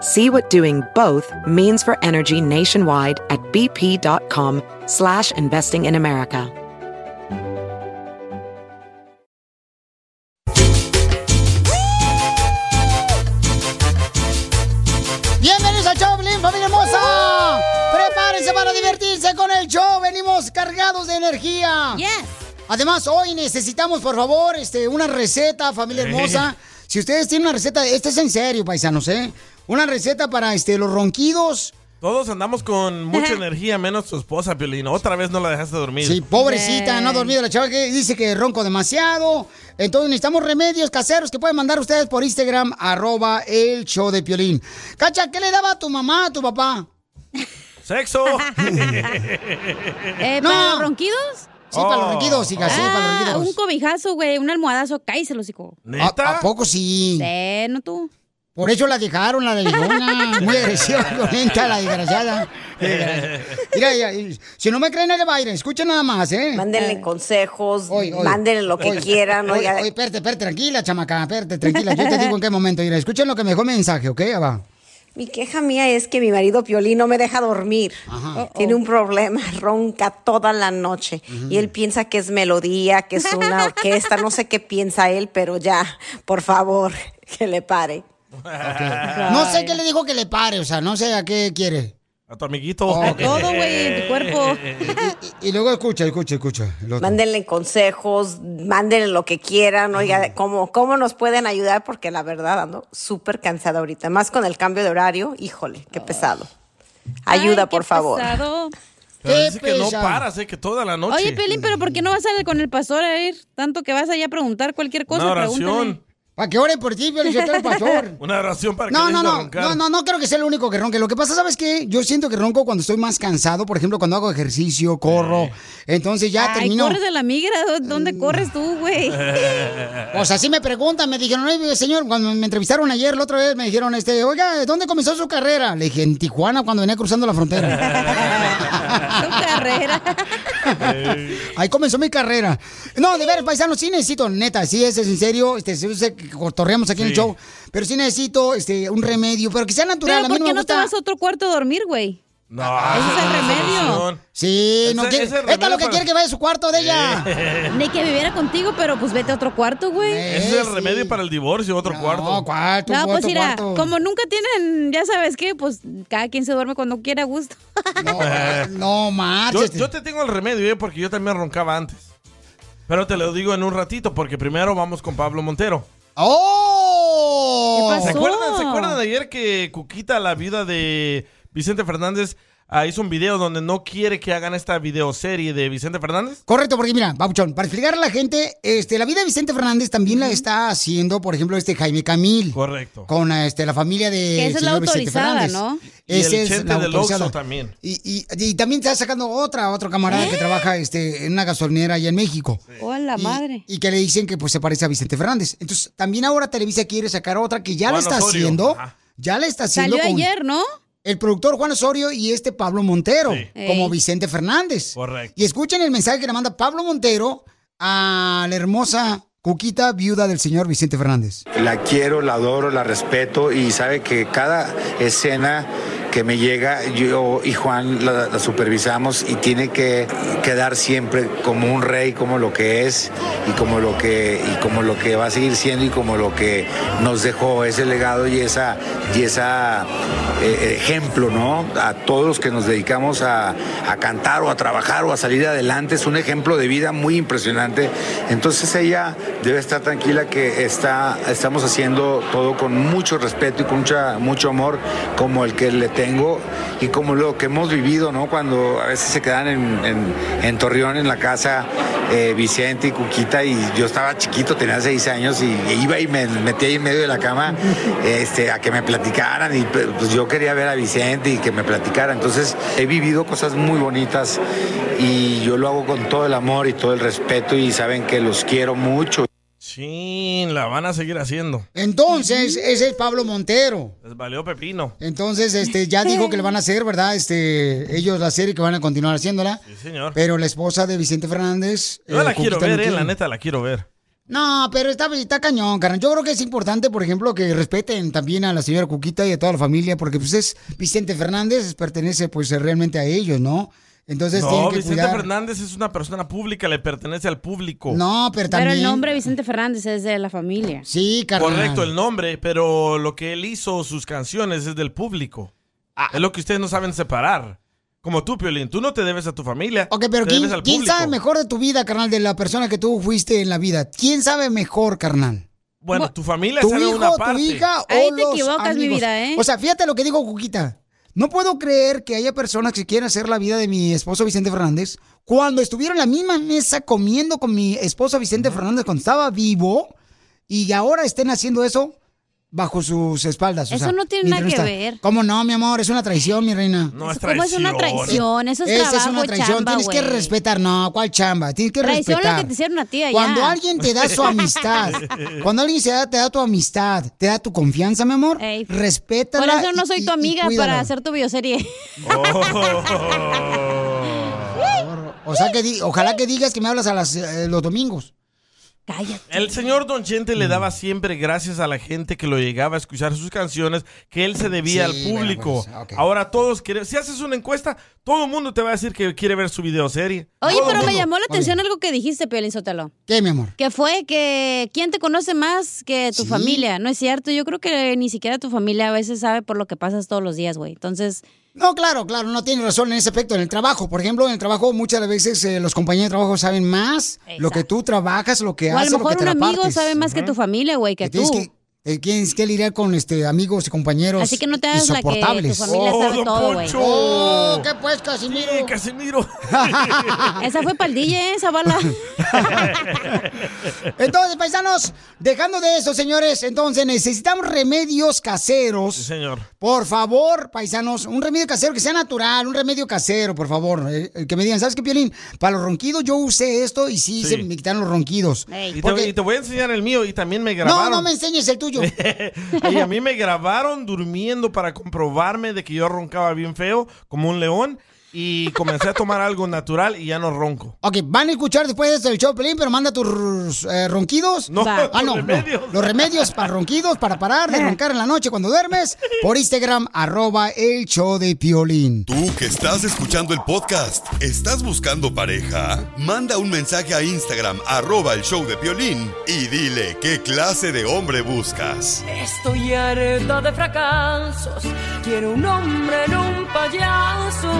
See what doing both means for energy nationwide at bp.com slash investing in America. Bienvenidos al show, Blin, familia hermosa. Prepárense para divertirse con el show. Venimos cargados de energía. Además, hoy necesitamos, por favor, este, una receta, familia Eh. hermosa. Si ustedes tienen una receta, esto es en serio, paisanos, ¿eh? Una receta para este, los ronquidos. Todos andamos con mucha energía, menos tu esposa, Piolín. Otra vez no la dejaste dormir. Sí, pobrecita, no ha dormido la chava que dice que ronco demasiado. Entonces necesitamos remedios caseros que pueden mandar ustedes por Instagram, arroba el show de Piolín. Cacha, ¿qué le daba a tu mamá, a tu papá? ¡Sexo! Eh, ¿Para los ronquidos? Sí, para Oh. los ronquidos, hija, sí, para los Ah, ronquidos. un cobijazo, güey, un almohadazo, cállese los hocico. ¿A, a poco sí? Eh, no tú. Por eso la dejaron, la leona. Muy agresiva, violenta, la desgraciada. Mira, ya, y- si no me creen, el Byron, escuchen nada más, ¿eh? Mándenle consejos, mándenle lo que quieran, Oye, oiga. oye, espérate, espérate, tranquila, chamaca, espérate, tranquila. Yo te digo en qué momento, mira, escuchen lo que mejor mensaje, ¿ok? Ya va. Mi queja mía es que mi marido Piolín no me deja dormir. Eh, Tiene un problema, ronca toda la noche. Y él piensa que es melodía, que es una orquesta, no sé qué piensa él, pero ya, por favor, que le pare. No sé qué le dijo que le pare, o sea, no sé a qué quiere. A tu amiguito. A todo, güey, en tu cuerpo. Y, y luego escucha, escucha, escucha. el otro. Mándenle consejos, mándenle lo que quieran, oiga, cómo, cómo nos pueden ayudar, porque la verdad ando súper cansada ahorita, más con el cambio de horario, híjole, qué pesado. Ayuda, por favor. Pero Qué dice que no pesado. paras, eh, que toda la noche. Oye, Pelín, pero ¿por qué no vas a ir con el pastor a ir? Tanto que vas allá a preguntar cualquier cosa, Una oración. pregúntale. Para que ore por ti, Piolín, yo te lo pastor. Una oración para No, que no, dejes de no, roncar. no, no, no creo que sea el único que ronque. Lo que pasa, ¿sabes qué? Yo siento que ronco cuando estoy más cansado, por ejemplo, cuando hago ejercicio, Eh. corro. Entonces ya Ay, termino. corres de la migra, ¿dó- ¿dónde corres tú, güey? ¿eh? O sea, sí me preguntan, me dijeron, "Oye, señor, cuando me entrevistaron ayer la otra vez, me dijeron, este, oiga, ¿dónde comenzó su carrera? Le dije, en Tijuana, cuando venía cruzando la frontera. Tu carrera. Ahí comenzó mi carrera. No, de ver, paisano, sí necesito, neta, sí, ese es en serio, este, sí, sé que cotorreamos aquí en el Sí. show, pero sí necesito, este, un remedio, pero que sea natural, Pero a mí ¿por no me qué no te gusta. vas a otro cuarto a dormir, güey? No, ah, ese es el remedio. Sí, no Ese- quiere. ese Esta es remedio lo que para- quiere que vaya a su cuarto de ella. Ni que viviera contigo, pero pues vete a otro cuarto, güey. Ese es el remedio para el divorcio, otro cuarto. No, cuarto, No, pues mira, como nunca tienen, ya sabes qué, pues cada quien se duerme cuando quiera a gusto. No, Yo, marches. yo te tengo el remedio, eh, porque yo también roncaba antes. Pero te lo digo en un ratito, porque primero vamos con Pablo Montero. ¡Oh! ¿Se acuerdan, ¿Se acuerdan de ayer que Cuquita, la viuda de Vicente Fernández, ah, hizo un video donde no quiere que hagan esta videoserie de Vicente Fernández? Correcto, porque mira, Babuchón, para explicar a la gente, este, la vida de Vicente Fernández también la está haciendo, por ejemplo, este Jaime Camil. Correcto. Con este, la familia de. Que esa es la señor Vicente autorizada, Fernández. ¿no? Y Esa el es chente la del autorizada. Oxxo también. Y, y- y también está sacando otra, otro camarada ¿Eh? que trabaja este, en una gasolinera allá en México. Hola, Y- Oh, madre. Y que le dicen que pues se parece a Vicente Fernández. Entonces, también ahora Televisa quiere sacar otra que ya la Juan está Osorio. haciendo. Ajá. Ya la está haciendo. Salió con ayer, ¿no? El productor Juan Osorio y este Pablo Montero, como Ey. Vicente Fernández. Correcto. Y escuchen el mensaje que le manda Pablo Montero a la hermosa Cuquita, viuda del señor Vicente Fernández. La quiero, la adoro, la respeto y sabe que cada escena que me llega, yo y Juan la, la supervisamos y tiene que quedar siempre como un rey, como lo que es y como lo que, y como lo que va a seguir siendo y como lo que nos dejó ese legado y esa, y esa eh, ejemplo, ¿no? A todos los que nos dedicamos a, a cantar o a trabajar o a salir adelante, es un ejemplo de vida muy impresionante. Entonces ella debe estar tranquila que está, estamos haciendo todo con mucho respeto y con mucha, mucho amor como el que le tengo y como lo que hemos vivido, ¿no? Cuando a veces se quedan en, en- en Torreón, en la casa eh, Vicente y Cuquita y yo estaba chiquito, tenía seis años y iba y me metía ahí en medio de la cama este, a que me platicaran y pues yo quería ver a Vicente y que me platicara. Entonces he vivido cosas muy bonitas y yo lo hago con todo el amor y todo el respeto y saben que los quiero mucho. Chin, la van a seguir haciendo. Entonces, ese es Pablo Montero. Les valió pepino. Entonces, este, ya dijo que le van a hacer, ¿verdad? Este, ellos la serie que van a continuar haciéndola. Sí, señor. Pero la esposa de Vicente Fernández. Yo eh, la quiero Cuquita no ver, eh, quiere. la neta la quiero ver. No, pero está, está cañón, carnal. Yo creo que es importante, por ejemplo, que respeten también a la señora Cuquita y a toda la familia, porque pues es Vicente Fernández, pertenece pues realmente a ellos, ¿no? Entonces Pues tienen no, que Vicente cuidar. Fernández es una persona pública, le pertenece al público. No, pero también. Pero el nombre Vicente Fernández es de la familia. Sí, Correcto el nombre, pero lo que él hizo, sus canciones, es del público. Ah. Es lo que ustedes no saben separar. Como tú, Piolín, tú no te debes a tu familia. Ok, pero te ¿quién, debes al quién público. sabe mejor de tu vida, carnal, de la persona que tú fuiste en la vida? ¿Quién sabe mejor, carnal? Bueno, tu familia ¿Tu sabe hijo, una tu parte. hija o los amigos? ¿eh? O sea, fíjate lo que digo, Cuquita. No puedo creer que haya personas que quieran hacer la vida de mi esposo Vicente Fernández. Cuando estuvieron en la misma mesa comiendo con mi esposo Vicente Fernández cuando estaba vivo y ahora estén haciendo eso bajo sus espaldas. o Eso sea, no tiene nada mientras que está- ver. ¿Cómo no, mi amor? Es una traición, mi reina. No, es ¿Cómo es una traición? Eso es Esa es trabajo, una traición. chamba, Tienes que güey. respetar. No, ¿cuál chamba? Tienes que Traición respetar. la que te hicieron a ti allá. Cuando alguien te da su amistad, cuando alguien se da, te da tu amistad, te da tu confianza, mi amor, respétala. Por eso no y- soy y- tu y amiga para cuídala. hacer tu bioserie. Oh. O sea, que di- ojalá que digas que me hablas a las, eh, los domingos. Cállate. El señor Don Chente Mm. le daba siempre gracias a la gente que lo llegaba a escuchar sus canciones, que él se debía Sí, pues, al público. Ahora todos quieren, si haces una encuesta, todo el mundo te va a decir que quiere ver su videoserie. Oye, Todo pero me mundo. llamó la atención algo que dijiste, Piolín Sotelo. ¿Qué, mi amor? Que fue que quién te conoce más que tu familia. No es cierto. Yo creo que ni siquiera tu familia a veces sabe por lo que pasas todos los días, güey. Entonces, No, claro, claro, no tiene razón en ese aspecto. En el trabajo, por ejemplo, en el trabajo muchas de las veces eh, los compañeros de trabajo saben más lo que tú trabajas, lo que o a haces, lo lo que mejor te un la amigo partes. sabe más que tu familia, güey, que tú. Tienes que, eh, tienes que lidiar con este, amigos y compañeros Así que no te hagas la que tu insoportables. familia sabe Oh, don todo, güey. Poncho. Oh, ¿qué pues, Casimiro? Sí, Casimiro. Esa fue para el DJ, ¿eh? esa bala. Entonces, paisanos, dejando de eso, señores, entonces necesitamos remedios caseros. señor. Por favor, paisanos, un remedio casero que sea natural, un remedio casero, por favor. Eh, eh, que me digan, ¿sabes qué, Piolín? Para los ronquidos yo usé esto y sí, Sí. se me quitaron los ronquidos. Y te, Porque- y te voy a enseñar el mío y también me No, grabaron. no me enseñes el tuyo. y a mí me grabaron durmiendo para comprobarme de que yo roncaba bien feo, como un león, y comencé a tomar algo natural y ya no ronco. Ok, van a escuchar después de esto el show, Pelín, pero manda tus eh, ronquidos. No, ah, los no, no. remedios. Los remedios para ronquidos, para parar de roncar en la noche cuando duermes, por Instagram, arroba el show de Piolín. Tú que estás escuchando el podcast, ¿estás buscando pareja? Manda un mensaje a Instagram, arroba el show de violín, y dile qué clase de hombre buscas. Estoy harta de fracasos. Quiero un hombre en un payaso.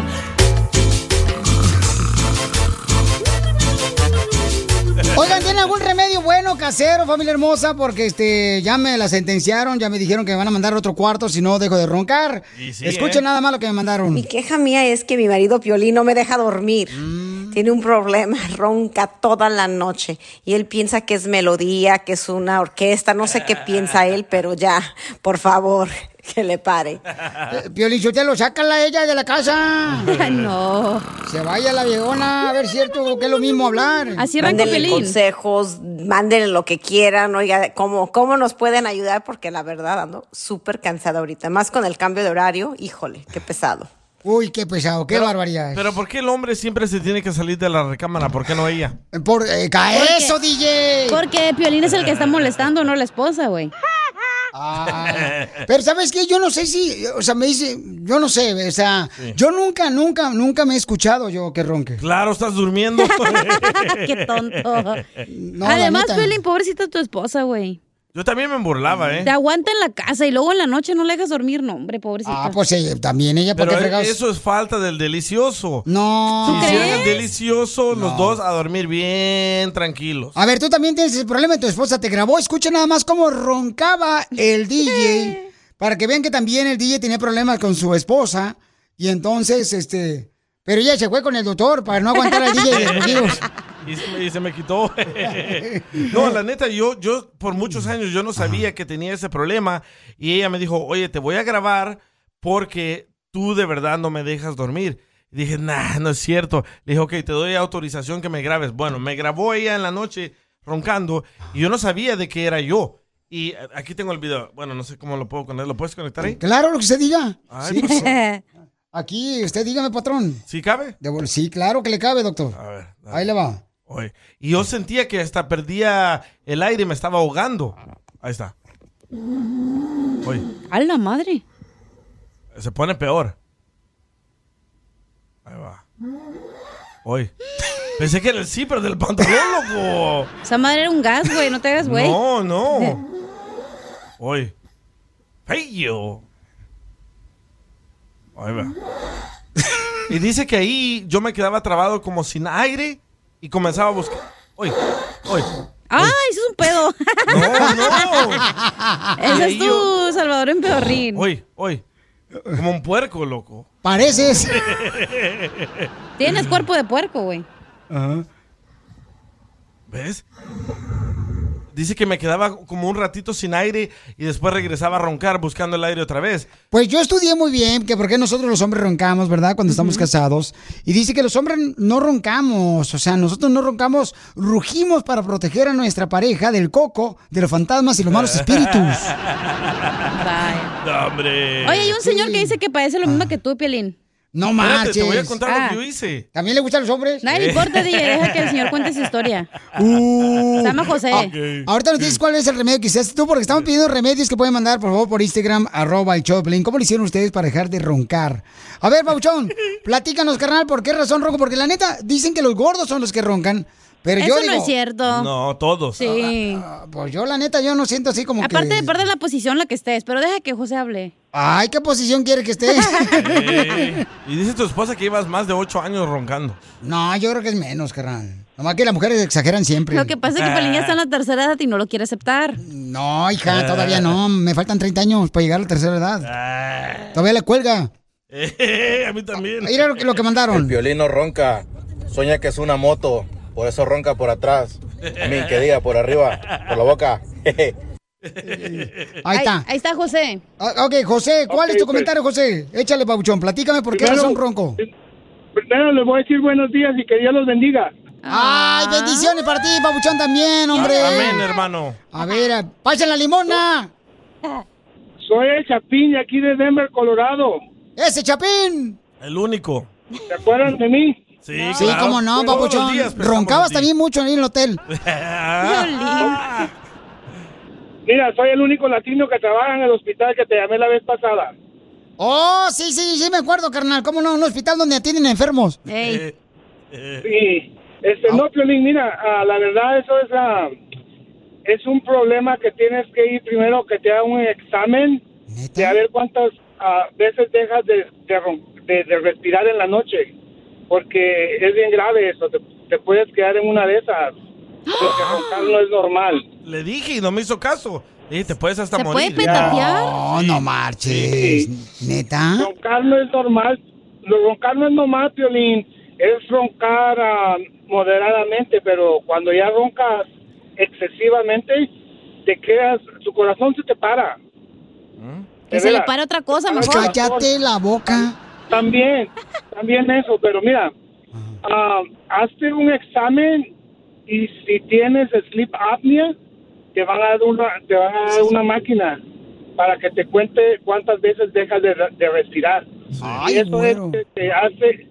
Oigan, ¿tienen algún remedio bueno, casero, familia hermosa? Porque este, ya me la sentenciaron, ya me dijeron que me van a mandar a otro cuarto si no dejo de roncar. Y sí, Escuchen ¿eh? nada más lo que me mandaron. Mi queja mía es que mi marido Piolín no me deja dormir. Mm. Tiene un problema, ronca toda la noche. Y él piensa que es melodía, que es una orquesta, no sé qué piensa él, pero ya, por favor, que le pare. Piolín, yo te lo sácala ella de la casa. no. Se vaya la viejona, a ver cierto que es lo mismo hablar. Mándenle consejos, mándenle lo que quieran, oiga, ¿cómo, cómo nos pueden ayudar, porque la verdad ando súper cansada ahorita, más con el cambio de horario, híjole, qué pesado. Uy, qué pesado, qué Pero- barbaridad. Pero ¿por qué el hombre siempre se tiene que salir de la recámara? ¿Por qué no ella? Por, eh, ca- Porque- eso, DJ! Porque Piolín es el que está molestando, no la esposa, güey. Ah, pero sabes qué, yo no sé si, o sea, me dice, yo no sé, o sea, Sí. yo nunca, nunca, nunca me he escuchado yo que ronque. Claro, estás durmiendo. Qué tonto. No, la Además, neta. Piolín, pobrecita tu esposa, güey. Yo también me burlaba, ¿eh? Te aguanta en la casa y luego en la noche no la dejas dormir, no, hombre, pobrecita. Ah, pues eh, también ella, ¿por Pero qué fregados? eso es falta del delicioso. No. Si hicieran el delicioso, los dos a dormir bien tranquilos. A ver, tú también tienes el problema, tu esposa te grabó, escucha nada más cómo roncaba el DJ, para que vean que también el DJ tenía problemas con su esposa, y entonces, este, pero ella se fue con el doctor para no aguantar al DJ de los amigos. Y se, me- y se me quitó. no, la neta, yo, yo por muchos años yo no sabía que tenía ese problema y ella me dijo, oye, te voy a grabar porque tú de verdad no me dejas dormir. Y dije, nah, no es cierto. Le dije, ok, te doy autorización que me grabes. Bueno, me grabó ella en la noche roncando y yo no sabía de qué era yo. Y eh, aquí tengo el video. Bueno, no sé cómo lo puedo conectar. ¿Lo puedes conectar ahí? Claro, lo que usted diga. Ay, Sí. pues, Aquí, usted dígame, patrón. ¿Sí cabe? De bol- sí, claro que le cabe, doctor. A ver. dale. Ahí le va. Oye, Y yo sentía que hasta perdía el aire y me estaba ahogando. Ahí está. Ah. Oye, A la madre. se pone peor. Ahí va. Oye. Pensé que era el zipper del pantalón, loco. Esa madre era un gas, güey, no te hagas, güey. No, no. Oye. Feyo. Ahí va. Y dice que ahí yo me quedaba trabado como sin aire y comenzaba a buscar. Oye, oye. Pues ¡Ay, eso Ah, es un pedo! No, no. Ese es ahí yo- tu Salvador en pedorrín. Oye, oye. Como un puerco, loco. Pareces. Tienes cuerpo de puerco, güey. ¿Ves? Dice que me quedaba como un ratito sin aire y después regresaba a roncar buscando el aire otra vez. Pues yo estudié muy bien que por qué nosotros los hombres roncamos, ¿verdad? Cuando estamos casados. Y dice que los hombres no roncamos, o sea, nosotros no roncamos, rugimos para proteger a nuestra pareja del coco, de los fantasmas y los malos espíritus. No, hombre. Oye, hay un señor que dice que padece lo mismo que tú, Pielín. Ah. No Espérate, marches. te voy a contar Ah. lo que yo hice. ¿También le gustan los hombres? Nadie le importa, DJ, deja que el señor cuente su historia. Uh. Se llama José. Ahorita nos dices cuál es el remedio que hiciste tú, porque estamos pidiendo remedios que pueden mandar, por favor, por Instagram, arroba el Choplin. ¿Cómo lo hicieron ustedes para dejar de roncar? A ver, Pauchón, platícanos, carnal, ¿por qué razón ronco? Porque la neta, dicen que los gordos son los que roncan, pero Eso yo no digo... es cierto. No, todos. Sí. "Ah, Pues yo, la neta, yo no siento así como Aparte que... de perder la posición en la que estés, pero deja que José hable. Ay, ¿qué posición quiere que esté? Eh, Y dice tu esposa que ibas más de ocho años roncando. no, yo creo que es menos, carnal. Nomás que las mujeres exageran siempre. Lo que pasa es que Pielín ya está en la tercera edad y no lo quiere aceptar. No, hija, todavía no. Me faltan 30 años para llegar a la tercera edad. Ah. Todavía le cuelga. Eh, a mí también. Mira lo que, lo que mandaron. Violino ronca, sueña que es una moto, por eso ronca por atrás. A mí, que diga, por arriba, por la boca. Ahí está. Ahí está José. Ah, Ok, José, ¿cuál es Ok, tu pues. comentario, José? Échale, babuchón, platícame por qué Primero- razón ronco. Primero les voy a decir buenos días y que Dios los bendiga. Ay, bendiciones para ti, babuchón, también, hombre. Ah, Amén, hermano. A ver, a- pasen la limona. Soy el Chapín de aquí de Denver, Colorado. Ese chapín. El único. ¿Se acuerdan de mí? Sí, Sí, claro. cómo no, Todos los babuchón. días pensamos Roncabas en ti. también mucho ahí en el hotel. Ah. Mira, soy el único latino que trabaja en el hospital que te llamé la vez pasada. Oh, sí, sí, sí, me acuerdo, carnal. ¿Cómo no? Un hospital donde atienden a enfermos. Ey. Sí, este, no, Piolín, mira, ah, la verdad eso es, ah, es un problema que tienes que ir primero que te haga un examen de a Neta. ver cuántas ah, veces dejas de, de ron- de- de respirar en la noche, porque es bien grave eso, te, te puedes quedar en una de esas, porque roncar no es normal. Le dije y no me hizo caso. Le dije, te puedes hasta ¿Se puede morir. petatear? Oh, no marches. Neta. Roncar no es normal. Lo roncar no es normal, Piolín. Es roncar ah, moderadamente, pero cuando ya roncas excesivamente, te quedas, tu corazón se te para. ¿Mm? Que De se le veras. pare otra cosa Ahora mejor. sí. Pues Cállate la boca. También, también eso, pero mira, ah, hazte un examen y si tienes sleep apnea, te van a dar una, te van a dar una máquina para que te cuente cuántas veces dejas de, re- de respirar. Y Ay, eso bueno. es que te hace,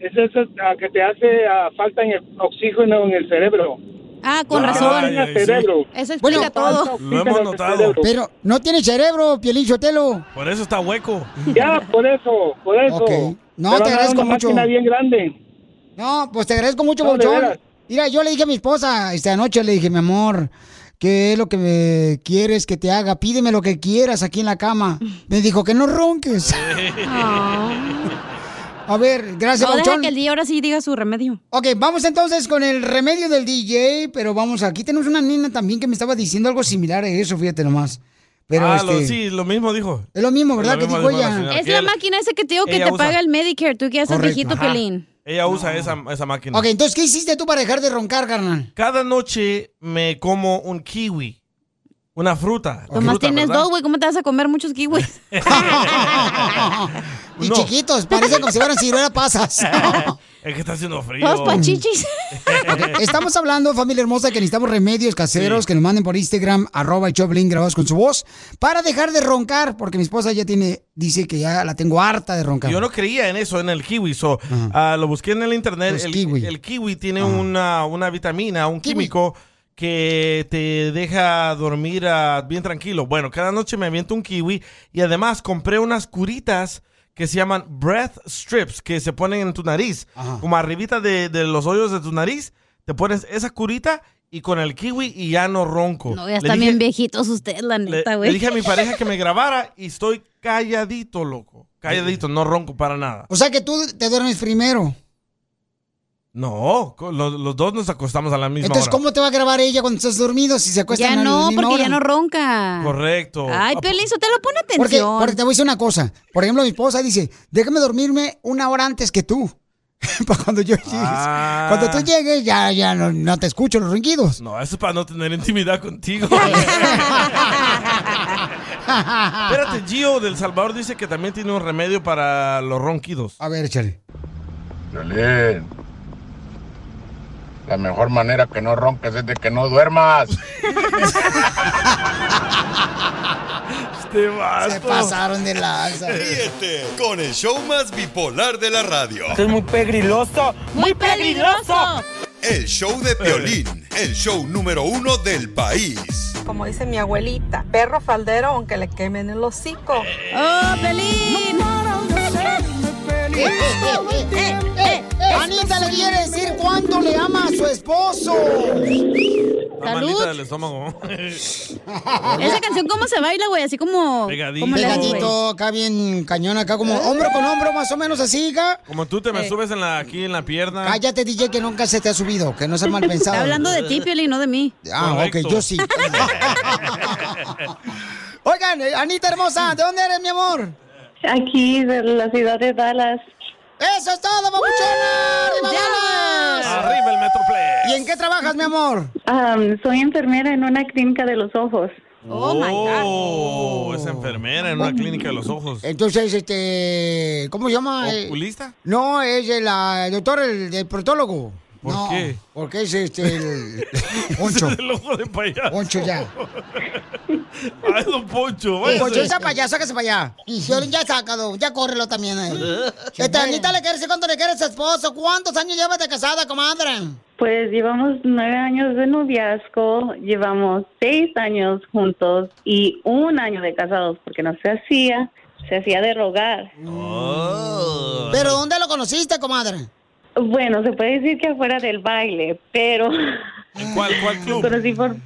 es eso ah, que te hace ah, falta en el oxígeno en el cerebro. Ah, con No razón. tiene Ay, ay, cerebro. Eso explica todo. Lo hemos notado. Pero no tiene cerebro, Piolín Chotelo. Por eso está hueco. Ya, por eso, por eso. Ok. No, van te a dar agradezco una mucho. máquina bien grande. No, pues te agradezco mucho, No, de Pabuchón. veras. Mira, yo le dije a mi esposa esta noche, le dije, mi amor, ¿qué es lo que me quieres que te haga? Pídeme lo que quieras aquí en la cama. Me dijo que no ronques. A ver, gracias, No, deja Pabuchón. que el día ahora sí diga su remedio. Ok, vamos entonces con el remedio del DJ, pero vamos, aquí tenemos una nena también que me estaba diciendo algo similar a eso, fíjate nomás. Pero ah, lo, este, sí, lo mismo dijo. es lo mismo, ¿verdad? Lo que mismo dijo dijo la ella. señora. Es que la ella- máquina esa que te digo que ella te usa. paga el Medicare. Tú que ya estás viejito, Ajá. Pelín. Ella usa esa, esa máquina. Ok, entonces, ¿qué hiciste tú para dejar de roncar, carnal? Cada noche me como un kiwi, una fruta. Nomás fruta, tienes ¿verdad? dos, güey. ¿Cómo te vas a comer muchos kiwis? Y chiquitos, parece como si fueran ciruela pasas. Es que está haciendo frío. Dos pachichis. Ok, Estamos hablando, familia hermosa, que necesitamos remedios caseros que nos manden por Instagram, arroba y Choplin grabados con su voz, para dejar de roncar, porque mi esposa ya tiene, dice que ya la tengo harta de roncar. Yo no creía en eso, en el kiwi. So, ah, lo busqué en el internet. El el kiwi. tiene una, una vitamina, un químico que te deja dormir ah, bien tranquilo. Bueno, cada noche me aviento un kiwi y además compré unas curitas que se llaman breath strips que se ponen en tu nariz. Como arribita de, de los hoyos de tu nariz, te pones esa curita y con el kiwi y ya no ronco. No, ya Le están dije- bien viejitos ustedes, la le, neta, le güey. dije a mi pareja que me grabara y estoy calladito, loco. Calladito, no ronco para nada. O sea que tú te duermes primero. No, co- lo- los, dos nos acostamos a la misma Entonces, hora. ¿cómo te va a grabar ella cuando estás dormido si se acuestan Ya a la no, misma porque hora? ya no ronca. Correcto. Ay, Ah, Pelín, te lo pone Porque, atención. porque te voy a decir una cosa. Por ejemplo, mi esposa dice, déjame dormirme una hora antes que tú. Para cuando yo llegues. Cuando tú llegues, ya, ya no, no te escucho los ronquidos. Ah. no, eso es para no tener intimidad contigo. Espérate, Gio del Salvador dice que también tiene un remedio para los ronquidos. A ver, échale. Violín, la mejor manera que no ronques es de que no duermas. Este vato. Se pasaron de lanza. Ríete con el show más bipolar de la radio. es muy pegriloso, muy peligroso. El show de Piolín, el show número uno del país. Como dice mi abuelita, perro faldero aunque le quemen el hocico. ¡Oh, Pelín! Eh, Anita le quiere decir cuánto le ama a su esposo. Está malita del estómago. Esa canción, ¿cómo se baila, güey? Así como. Pegadito. como le haces, güey? Pegadito, acá bien cañón, acá como hombro con hombro, más o menos así, acá. Como tú te me Eh. subes en la, aquí en la pierna. Cállate, DJ, que nunca se te ha subido, que no seas mal pensado. Está hablando de ti, Pelín, no de mí. Ah, ok, yo sí. Oigan, eh, Anita hermosa, ¿de dónde eres, mi amor? Aquí, de la ciudad de Dallas. ¡Eso es todo, babuchona! ¡Arriba, Dallas! Arriba el Metroplex. ¿Y en qué trabajas, mi amor? Am, soy enfermera en una clínica de los ojos. Oh, es Oh, enfermera en una clínica de los ojos. Entonces, este, ¿cómo se llama? Eh, ¿Oculista? No, es el, ah, el doctor, el, el protólogo. ¿Por No, qué? Porque es este, el Poncho. el ojo de payaso. Poncho ya. Eh, Ay, don Poncho, váyase. Poncho, esa payaso, sáquese para allá. Y Violín ya sácalo, ya córrelo también a él. Este, Anita le quiere decir cuánto le quiere a su esposo. ¿Cuántos años llevas de casada, comadre? Pues llevamos nueve años de noviazgo, llevamos seis años juntos y un año de casados porque no se hacía, se hacía de rogar. ¿Pero dónde lo conociste, comadre? Bueno, se puede decir que afuera del baile, pero... ¿En cuál, cuál club? Conocí por...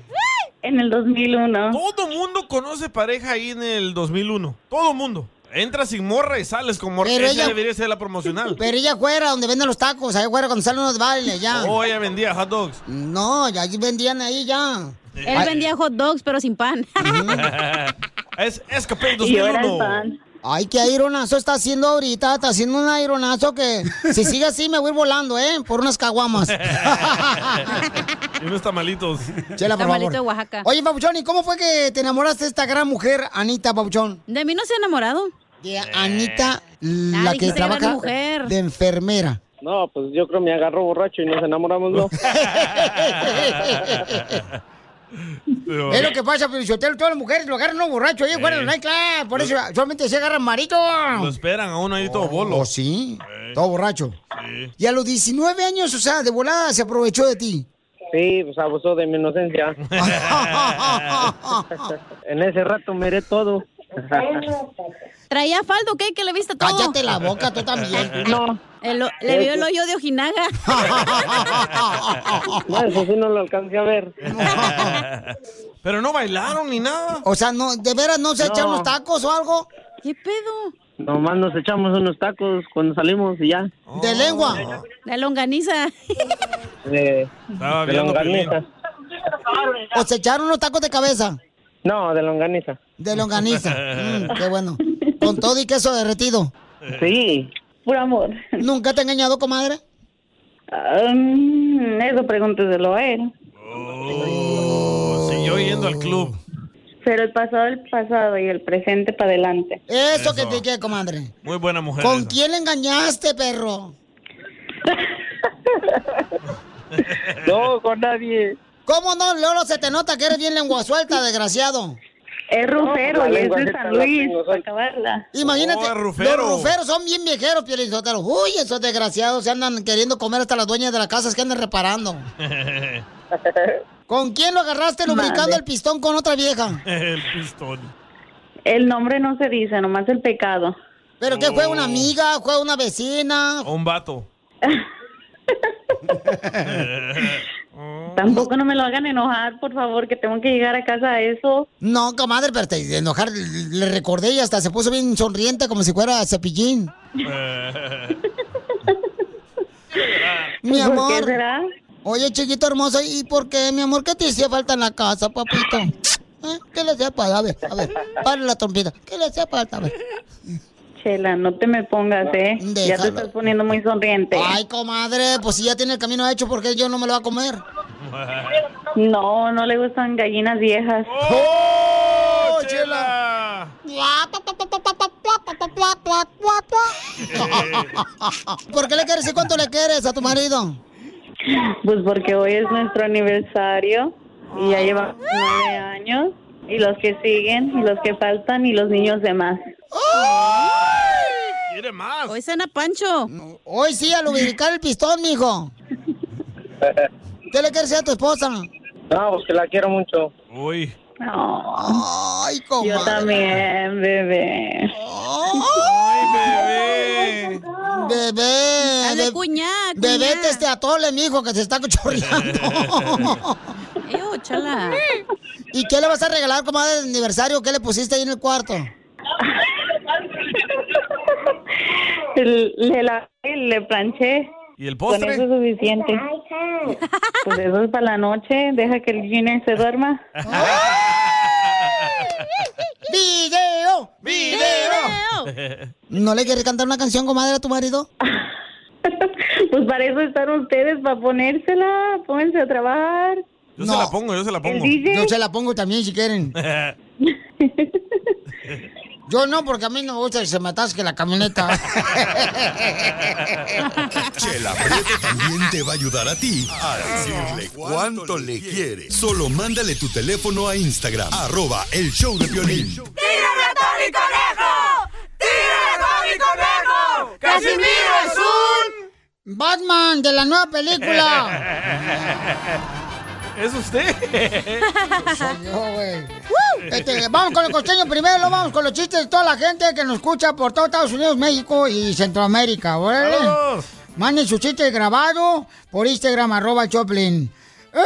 En el 2001. Todo mundo conoce pareja ahí en el 2001. Todo mundo. Entras sin morra y sales con morra. Pero Esa ella- debería ser la promocional. Pero ella fuera, donde venden los tacos, ahí fuera cuando salen los bailes, ya. Mm. Oh, ella vendía hot dogs. No, ya allí vendían ahí ya. Él Ay. vendía hot dogs, pero sin pan. es Escape Y ahora el 2001. pan. Ay, qué aironazo está haciendo ahorita, está haciendo un aironazo que si sigue así me voy a ir volando, ¿eh? Por unas caguamas. y unos tamalitos. Chela, por Tamalito de favor. Oaxaca. Oye, Papuchón, ¿y cómo fue que te enamoraste de esta gran mujer, Anita Papuchón? De mí no se ha enamorado. De Eh. Anita, la que dijiste gran trabaja mujer. de enfermera. No, pues yo creo me agarró borracho y nos enamoramos, ¿no? Es lo que pasa, Pelichotero, todas las mujeres lo agarran no borracho, ellos fuera del nightclub, por eso solamente se agarran marito. Lo esperan a uno ahí todo bolo. Eh. Oh, sí, todo borracho. Y a los 19 años, o sea, de volada se aprovechó de ti. Sí, pues abusó de mi inocencia. Oh, en ese rato miré todo. ¿Traía faldo o qué? ¿Que le viste todo? Cállate la boca, tú también. ¿Ah, No. El o- le vio el hoyo de Ojinaga. No, eso sí no lo alcancé a ver. Pero no bailaron ni nada. O sea, no, de veras no se No. echan unos tacos o algo. ¿Qué pedo? Nomás nos echamos unos tacos cuando salimos y ya. De lengua. La longaniza. De, Eh, de viendo longaniza. O se echaron unos tacos de cabeza. No, de longaniza. De longaniza. Mm, qué bueno. Con todo y queso derretido. Sí. Puro amor. ¿Nunca te he engañado, comadre? Mm, eso pregúnteselo a él. Oh, Siguió yendo al club. Pero el pasado, el pasado y el presente para adelante. Eso, que te quede, comadre. Muy buena mujer. ¿Con esa. quién le engañaste, perro? No, con nadie. ¿Cómo no, Lolo? Se te nota que eres bien lengua suelta, desgraciado. Es rufero y es de San Luis. acabarla. Imagínate, Oh, es rufero. los ruferos son bien viejeros, Piolín Sotelo. Uy, esos desgraciados se andan queriendo comer hasta las dueñas de las casas que andan reparando. ¿Con quién lo agarraste lubricando Madre. el pistón con otra vieja? El pistón. El nombre no se dice, nomás el pecado. ¿Pero qué fue? Oh. ¿Una amiga? ¿Fue una vecina? O Un vato. Tampoco no me lo hagan enojar, por favor, que tengo que llegar a casa a eso. No, comadre, pero te enojar, le recordé y hasta se puso bien sonriente como si fuera cepillín. Mi ¿Por amor. qué será? Oye, chiquito hermoso, ¿y por qué, mi amor? ¿Qué te hacía falta en la casa, papito? ¿Eh? ¿Qué le hacía falta? A ver, a ver, para la trompita. ¿Qué le hacía falta? A ver. Chela, no te me pongas, ¿eh? Ya Déjalo. te estás poniendo muy sonriente. Ay, comadre, pues si ya tiene el camino hecho, ¿por qué yo no me lo voy a comer? No, no le gustan gallinas viejas. ¡Oh, Chela! ¿Por qué le quieres y cuánto le quieres a tu marido? Pues porque hoy es nuestro aniversario y ya llevamos nueve años. Y los que siguen, y los que faltan, y los niños demás. ¡Quiere más! Hoy cena Pancho. Hoy sí, a lubricar el pistón, mijo. ¿Qué le quieres decir a tu esposa? No, pues que la quiero mucho. Uy. Ay, comadre. Yo también, bebé. Oh. Ay, bebé. Bebé. Dale, be- cuñá, Bebé, cuñá. te este atole, mijo, que se está chorreando. Ew, chala. ¿Y qué le vas a regalar, comadre, de aniversario? ¿Qué le pusiste ahí en el cuarto? El- Le lavé y le planché. ¿Y el Con eso es postre? suficiente. Pues eso es para la noche. Deja que el Junior se duerma. ¡Video! ¿No le quieres cantar una canción, comadre, a tu marido? Pues para eso están ustedes, para ponérsela. Pónganse a trabajar. Yo se la pongo, yo se la pongo. Yo se la pongo también si quieren. Yo no, porque a mí no me gusta que se me atasque la camioneta. Chela Prieto también te va a ayudar a ti a decirle cuánto le quiere. Solo mándale tu teléfono a Instagram, arroba el show de Piolín. ¡Tírame a Tony Conejo! ¡Tírame a Tony Conejo! ¡Casimiro es un Batman de la nueva película. ¿Es usted? Soy yo, güey. Este, vamos con el costeño primero, vamos con los chistes de toda la gente que nos escucha por todo Estados Unidos, México y Centroamérica, órale. Saludos. Manden su chiste grabado por Instagram, arroba el Choplin. ¡Eh!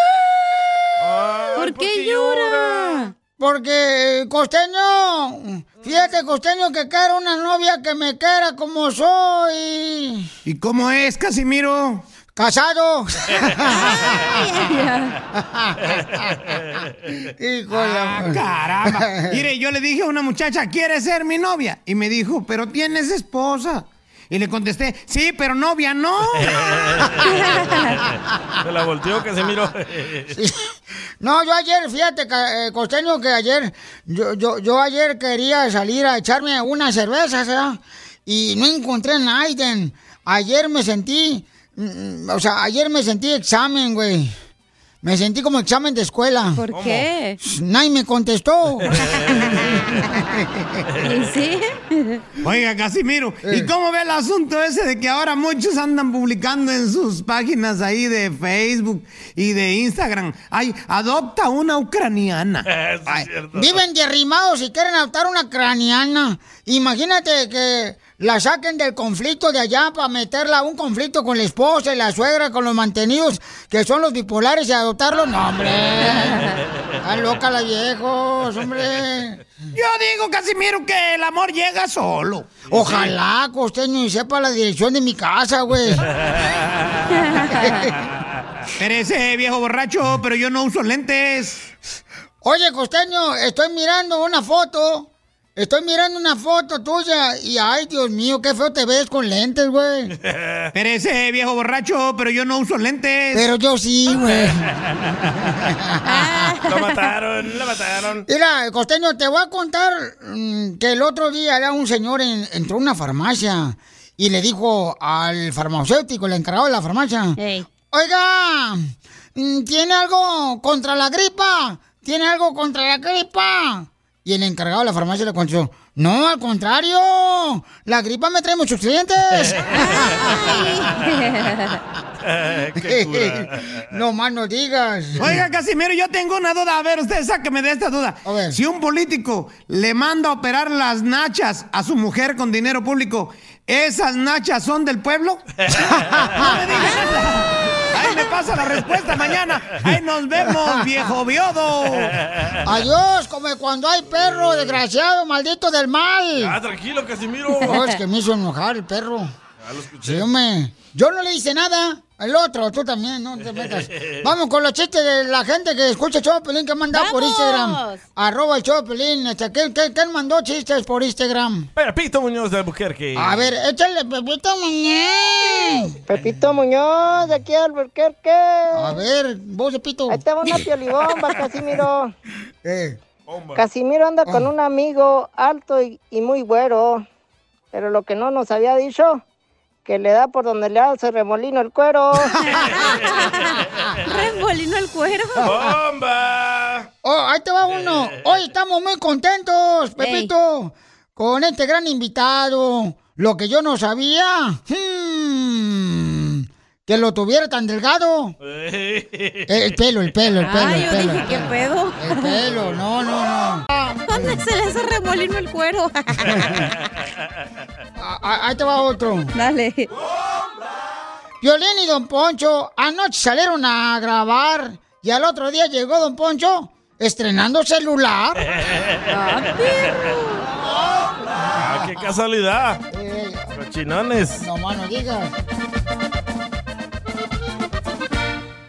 ¿Por qué llora? Porque, eh, costeño, fíjate, costeño, que quiero una novia que me quiera como soy. ¿Y cómo es, Casimiro? Casado. Ah, caramba. Mire, yo le dije a una muchacha, ¿quieres ser mi novia? Y me dijo, pero tienes esposa. Y le contesté, sí, pero novia no. Se la volteó que se miró. No, yo ayer, fíjate, ca- eh, Costeño, que ayer, yo, yo, yo ayer quería salir a echarme una cerveza, ¿verdad? Y no encontré Naiden. mm, Ayer me sentí, mm, o sea, ayer me sentí examen, güey. Me sentí como examen de escuela. ¿Por qué? Nadie me contestó. sí? Oiga, Casimiro, ¿y cómo ve el asunto ese de que ahora muchos andan publicando en sus páginas ahí de Facebook y de Instagram? Ay, adopta una ucraniana. Ay, Viven de arrimados y quieren adoptar una ucraniana. Imagínate que la saquen del conflicto de allá para meterla a un conflicto con la esposa y la suegra, con los mantenidos, que son los bipolares, y adoptarlos. No, hombre. Están loca la viejos, hombre. Yo digo, Casimiro, que el amor llega solo. Ojalá, costeño, y sepa la dirección de mi casa, güey. Pero ese viejo borracho, pero yo no uso lentes. Oye, costeño, estoy mirando una foto. Estoy mirando una foto tuya y ay, Dios mío, qué feo te ves con lentes, güey. Pero ese viejo borracho, pero yo no uso lentes. Pero yo sí, güey. Lo mataron, lo mataron. Mira, costeño, te voy a contar mm, que el otro día era un señor en- entró a una farmacia y le dijo al farmacéutico, el encargado de la farmacia, oiga, mm, ¿tiene algo contra la gripa? ¿Tiene algo contra la gripa? Y el encargado de la farmacia le contestó, no, al contrario, la gripa me trae muchos clientes. Qué cura. no más no digas. Oiga, Casimiro, yo tengo una duda. A ver, usted sáqueme de esta duda. Si un político le manda a operar las nachas a su mujer con dinero público, ¿esas nachas son del pueblo? no me digas esa. Ahí me pasa la respuesta mañana. Ahí nos vemos, viejo viodo. Adiós, como cuando hay perro, desgraciado, maldito del mal. Ah, tranquilo, Casimiro. Oh, es que me hizo enojar el perro. Sí, hombre. Yo no le hice nada. El otro, tú también, no te metas. Eh. Vamos con los chistes de la gente que escucha el show de Pelín que ha mandado por ¡Vamos! Instagram. Arroba el show de Pelín. Este, ¿quién- quién, quién mandó chistes por Instagram? Pepito Muñoz de Albuquerque. A ver, eh. échale Pepito Muñoz. Pepito Muñoz, de aquí al Albuquerque. A ver, vos de Pito. Ahí estaba una piolibomba, Casimiro. Eh. Casimiro anda con un amigo alto y, y muy güero. Pero lo que no nos había dicho, que le da por donde le hace remolino el cuero. Remolino el cuero. ¡Bomba! Oh, ahí te va uno. Hoy estamos muy contentos, Pepito, con este gran invitado. Lo que yo no sabía, hmm, que lo tuviera tan delgado. El, Eh, el pelo, el pelo, el pelo. Ah, el yo pelo, dije, el ¿qué pelo. pedo? El pelo, no, no, no. ¿Dónde se le hace remolino el cuero? Ah, ah, ahí te va otro. Dale. Violín y Don Poncho anoche salieron a grabar y al otro día llegó Don Poncho estrenando celular. Ah, Ah, qué casualidad. Cochinones. No, mano, digas.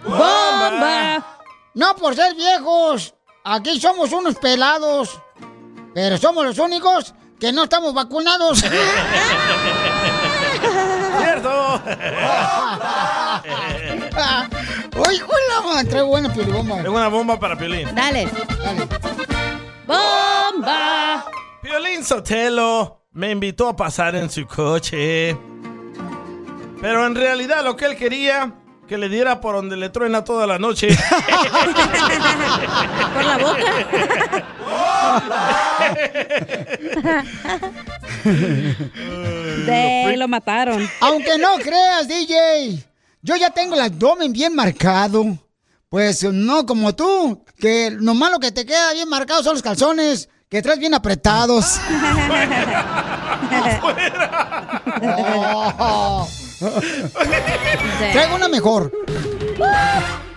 ¡Bomba! No por ser viejos. Aquí somos unos pelados. Pero somos los únicos que no estamos vacunados. ¡Cierto! ¡Uy, hola! Trae buena piribomba. Tengo una bomba para Piolín. Dale. ¡Bomba! Piolín Sotelo me invitó a pasar en su coche. Pero en realidad lo que él quería, que le diera por donde le truena toda la noche. Por la boca. lo mataron. Aunque no creas, DJ. Yo ya tengo el abdomen bien marcado. Pues no como tú, que lo malo que te queda bien marcado son los calzones, que traes bien apretados. Oh. Traigo una mejor.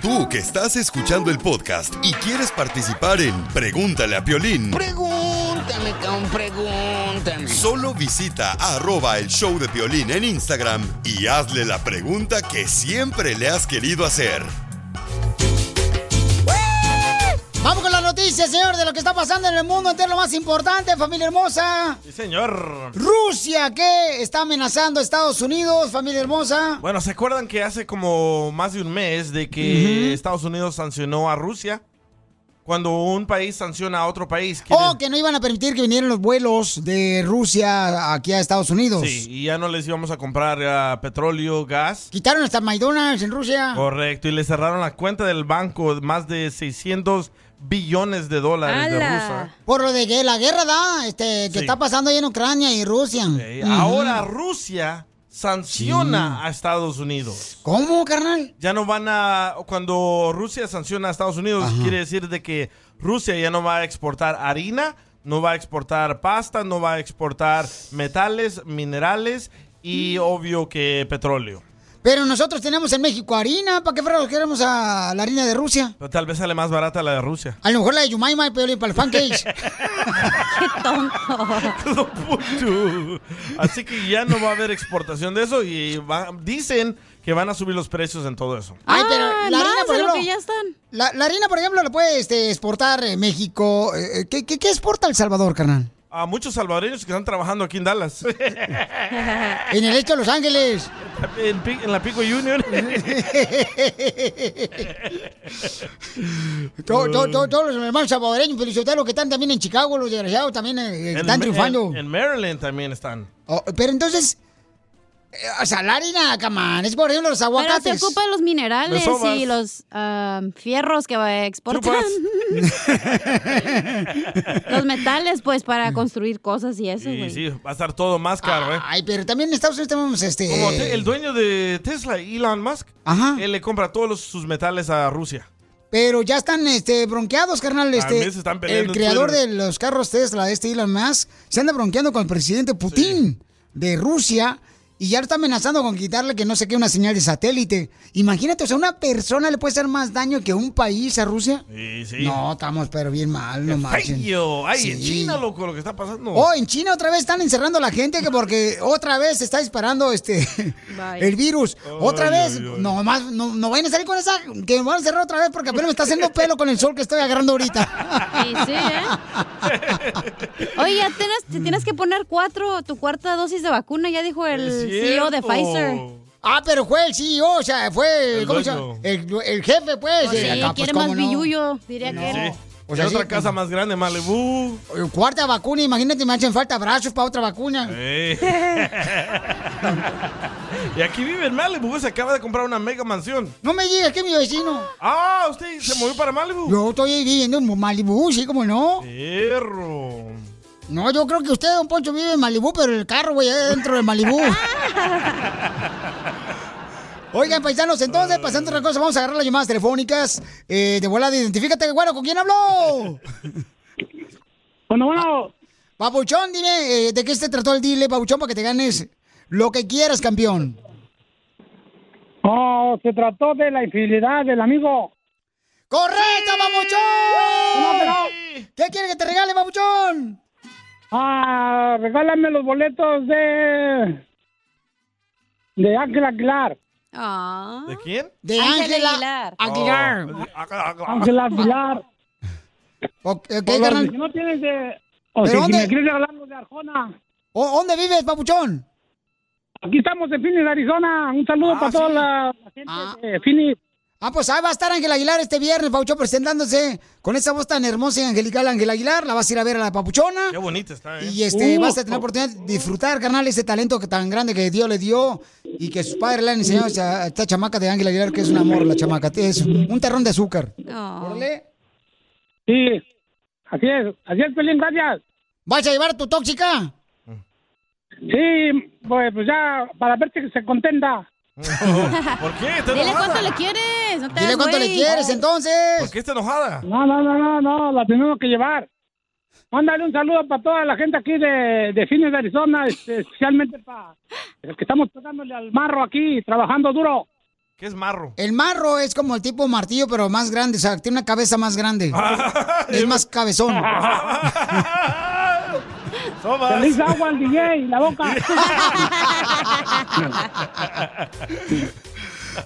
Tú que estás escuchando el podcast y quieres participar en Pregúntale a Piolín, Pregúntame, cabrón, pregúntame. solo visita arroba el show de Piolín en Instagram y hazle la pregunta que siempre le has querido hacer. Vamos con las noticias, señor, de lo que está pasando en el mundo entero, lo más importante, familia hermosa. Sí, señor. Rusia, que está amenazando a Estados Unidos, familia hermosa. Bueno, ¿se acuerdan que hace como más de un mes de que Estados Unidos sancionó a Rusia? cuando un país sanciona a otro país. ¿quién Oh, que no iban a permitir que vinieran los vuelos de Rusia aquí a Estados Unidos. Sí, y ya no les íbamos a comprar ah, petróleo, gas. Quitaron hasta McDonald's en Rusia. Correcto, y le cerraron la cuenta del banco de más de 600 billones de dólares de Rusia. Por lo de que la guerra da, este, Sí. que está pasando ahí en Ucrania y Rusia. Ujú. Ahora Rusia sanciona a Estados Unidos. ¿Cómo, carnal? Ya no van a... Cuando Rusia sanciona a Estados Unidos, quiere decir de que Rusia ya no va a exportar harina, no va a exportar pasta, no va a exportar metales, minerales y obvio que petróleo. Pero nosotros tenemos en México harina, ¿para qué fregados queremos a la harina de Rusia? Pero tal vez sale más barata la de Rusia. A lo mejor la de Yumaima y Piolín para el pancakes. Don Poncho. Así que ya no va a haber exportación de eso y va- dicen que van a subir los precios en todo eso. Ay, pero Ah, la harina, más por de lo ejemplo. que ya La, la harina, por ejemplo, la puede este, exportar eh, México. Eh, eh, ¿qué, qué, qué exporta El Salvador, carnal? A muchos salvadoreños que están trabajando aquí en Dallas. En el hecho de Los Ángeles. En, Pi- en la Pico Union. To- to- to- todos los hermanos salvadoreños, felicitarios que están también en Chicago, los desgraciados también eh, En- están triunfando. En, en Maryland también están. Oh, pero entonces, eh, o sea, la harina, camán, es por ejemplo los aguacates. Pero se ocupan los minerales Me sobas. y los ah, fierros que va- exportan. los metales, pues, para construir cosas y eso, Y güey. sí, va a estar todo más caro, ¿eh? Ay, pero también en Estados Unidos tenemos este... Como te- el dueño de Tesla, Elon Musk, él le compra todos los- sus metales a Rusia. Pero ya están este, bronqueados, carnal. Este, También se están peleando el en creador de Twitter. los carros Tesla, este Elon Musk, se anda bronqueando con el presidente Putin de Rusia y ya lo está amenazando con quitarle que no sé qué, una señal de satélite. Imagínate, o sea, una persona le puede hacer más daño que un país a Rusia. Sí, sí. No, estamos pero bien mal, no marchen. Feyo. Ay, en Sí. China, loco, lo que está pasando. Oh, en China otra vez están encerrando a la gente que porque otra vez se está disparando este el virus. Otra Ay, vez, ay, ay. no más, no, no vayan a salir con esa, que me van a encerrar otra vez porque apenas me está haciendo pelo con el sol que estoy agarrando ahorita. Sí, sí, ¿eh? Oye, ya tienes, te tienes que poner cuatro, tu cuarta dosis de vacuna, ya dijo el CEO de Pfizer. Ah, pero fue el CEO, o sea, fue El ¿cómo se dueño. llama? el, el jefe, pues. Pues eh, sí, acá, pues, quiere ¿cómo más no? billullo, diría que él. Sí. O O sea, sea, sí, otra como- casa más grande, Malibu. Eh, Cuarta vacuna, imagínate, me hacen falta brazos para otra vacuna. Eh. y aquí vive en Malibu, se acaba de comprar una mega mansión. No me digas que es mi vecino. Ah, usted se movió para Malibu. Yo estoy viviendo en Malibu, sí, como no. Perro. No, yo creo que usted, don Poncho, vive en Malibú, pero el carro, güey, es dentro de Malibú. Oigan, paisanos, entonces, pasando otra cosa, vamos a agarrar las llamadas telefónicas. Eh, de volada, identifícate, bueno, ¿con quién habló? Bueno, bueno. Papuchón, dime, eh, ¿de qué se trató el dile, Papuchón, para que te ganes lo que quieras, campeón? Oh, se trató de la infidelidad del amigo. ¡Correcto, Papuchón! ¿Qué quiere que te regale, Papuchón? Ah, regálame los boletos de. de Ángela Aguilar. ¿De quién? Oh, De Ángela Ángela Ah. Aguilar. Aguilar. Ah. Ángela Aguilar. Ok, ok, O los- carnal. si no tienes de. O si, ¿Pero si dónde? me quieres regalar los de Arjona. ¿O- ¿Dónde vives, Papuchón? Aquí estamos en Phoenix, Arizona. Un saludo para toda la, la gente de Phoenix. Ah, pues ahí va a estar Ángel Aguilar este viernes, Papuchón, presentándose con esa voz tan hermosa y angelical, Ángel Aguilar. La vas a ir a ver a la Papuchona. Qué bonita está, ¿eh? Y este, Uh. vas a tener la oportunidad de disfrutar, carnal, ese talento que- tan grande que Dios le dio y que sus padres le han enseñado a esa- a esta chamaca de Ángel Aguilar, que es un amor la chamaca. Es un terrón de azúcar. Oh. Sí, así es. Así es, Pelín, gracias. ¿Vas a llevar tu tóxica? Sí, pues, pues ya, para verte que se contenta. ¿Por qué? ¿Está Dile enojada? cuánto le quieres. No te Dile hagas, cuánto le güey. quieres, entonces. ¿Por qué está enojada? No, no, no, no, no, la tenemos que llevar. Mándale un saludo para toda la gente aquí de, de Phoenix, Arizona, este, especialmente para los que estamos pegándole al marro aquí, trabajando duro. ¿Qué es marro? El marro es como el tipo martillo, pero más grande. O sea, tiene una cabeza más grande. Ah, es más cabezón. Que le hizo agua al DJ, la boca.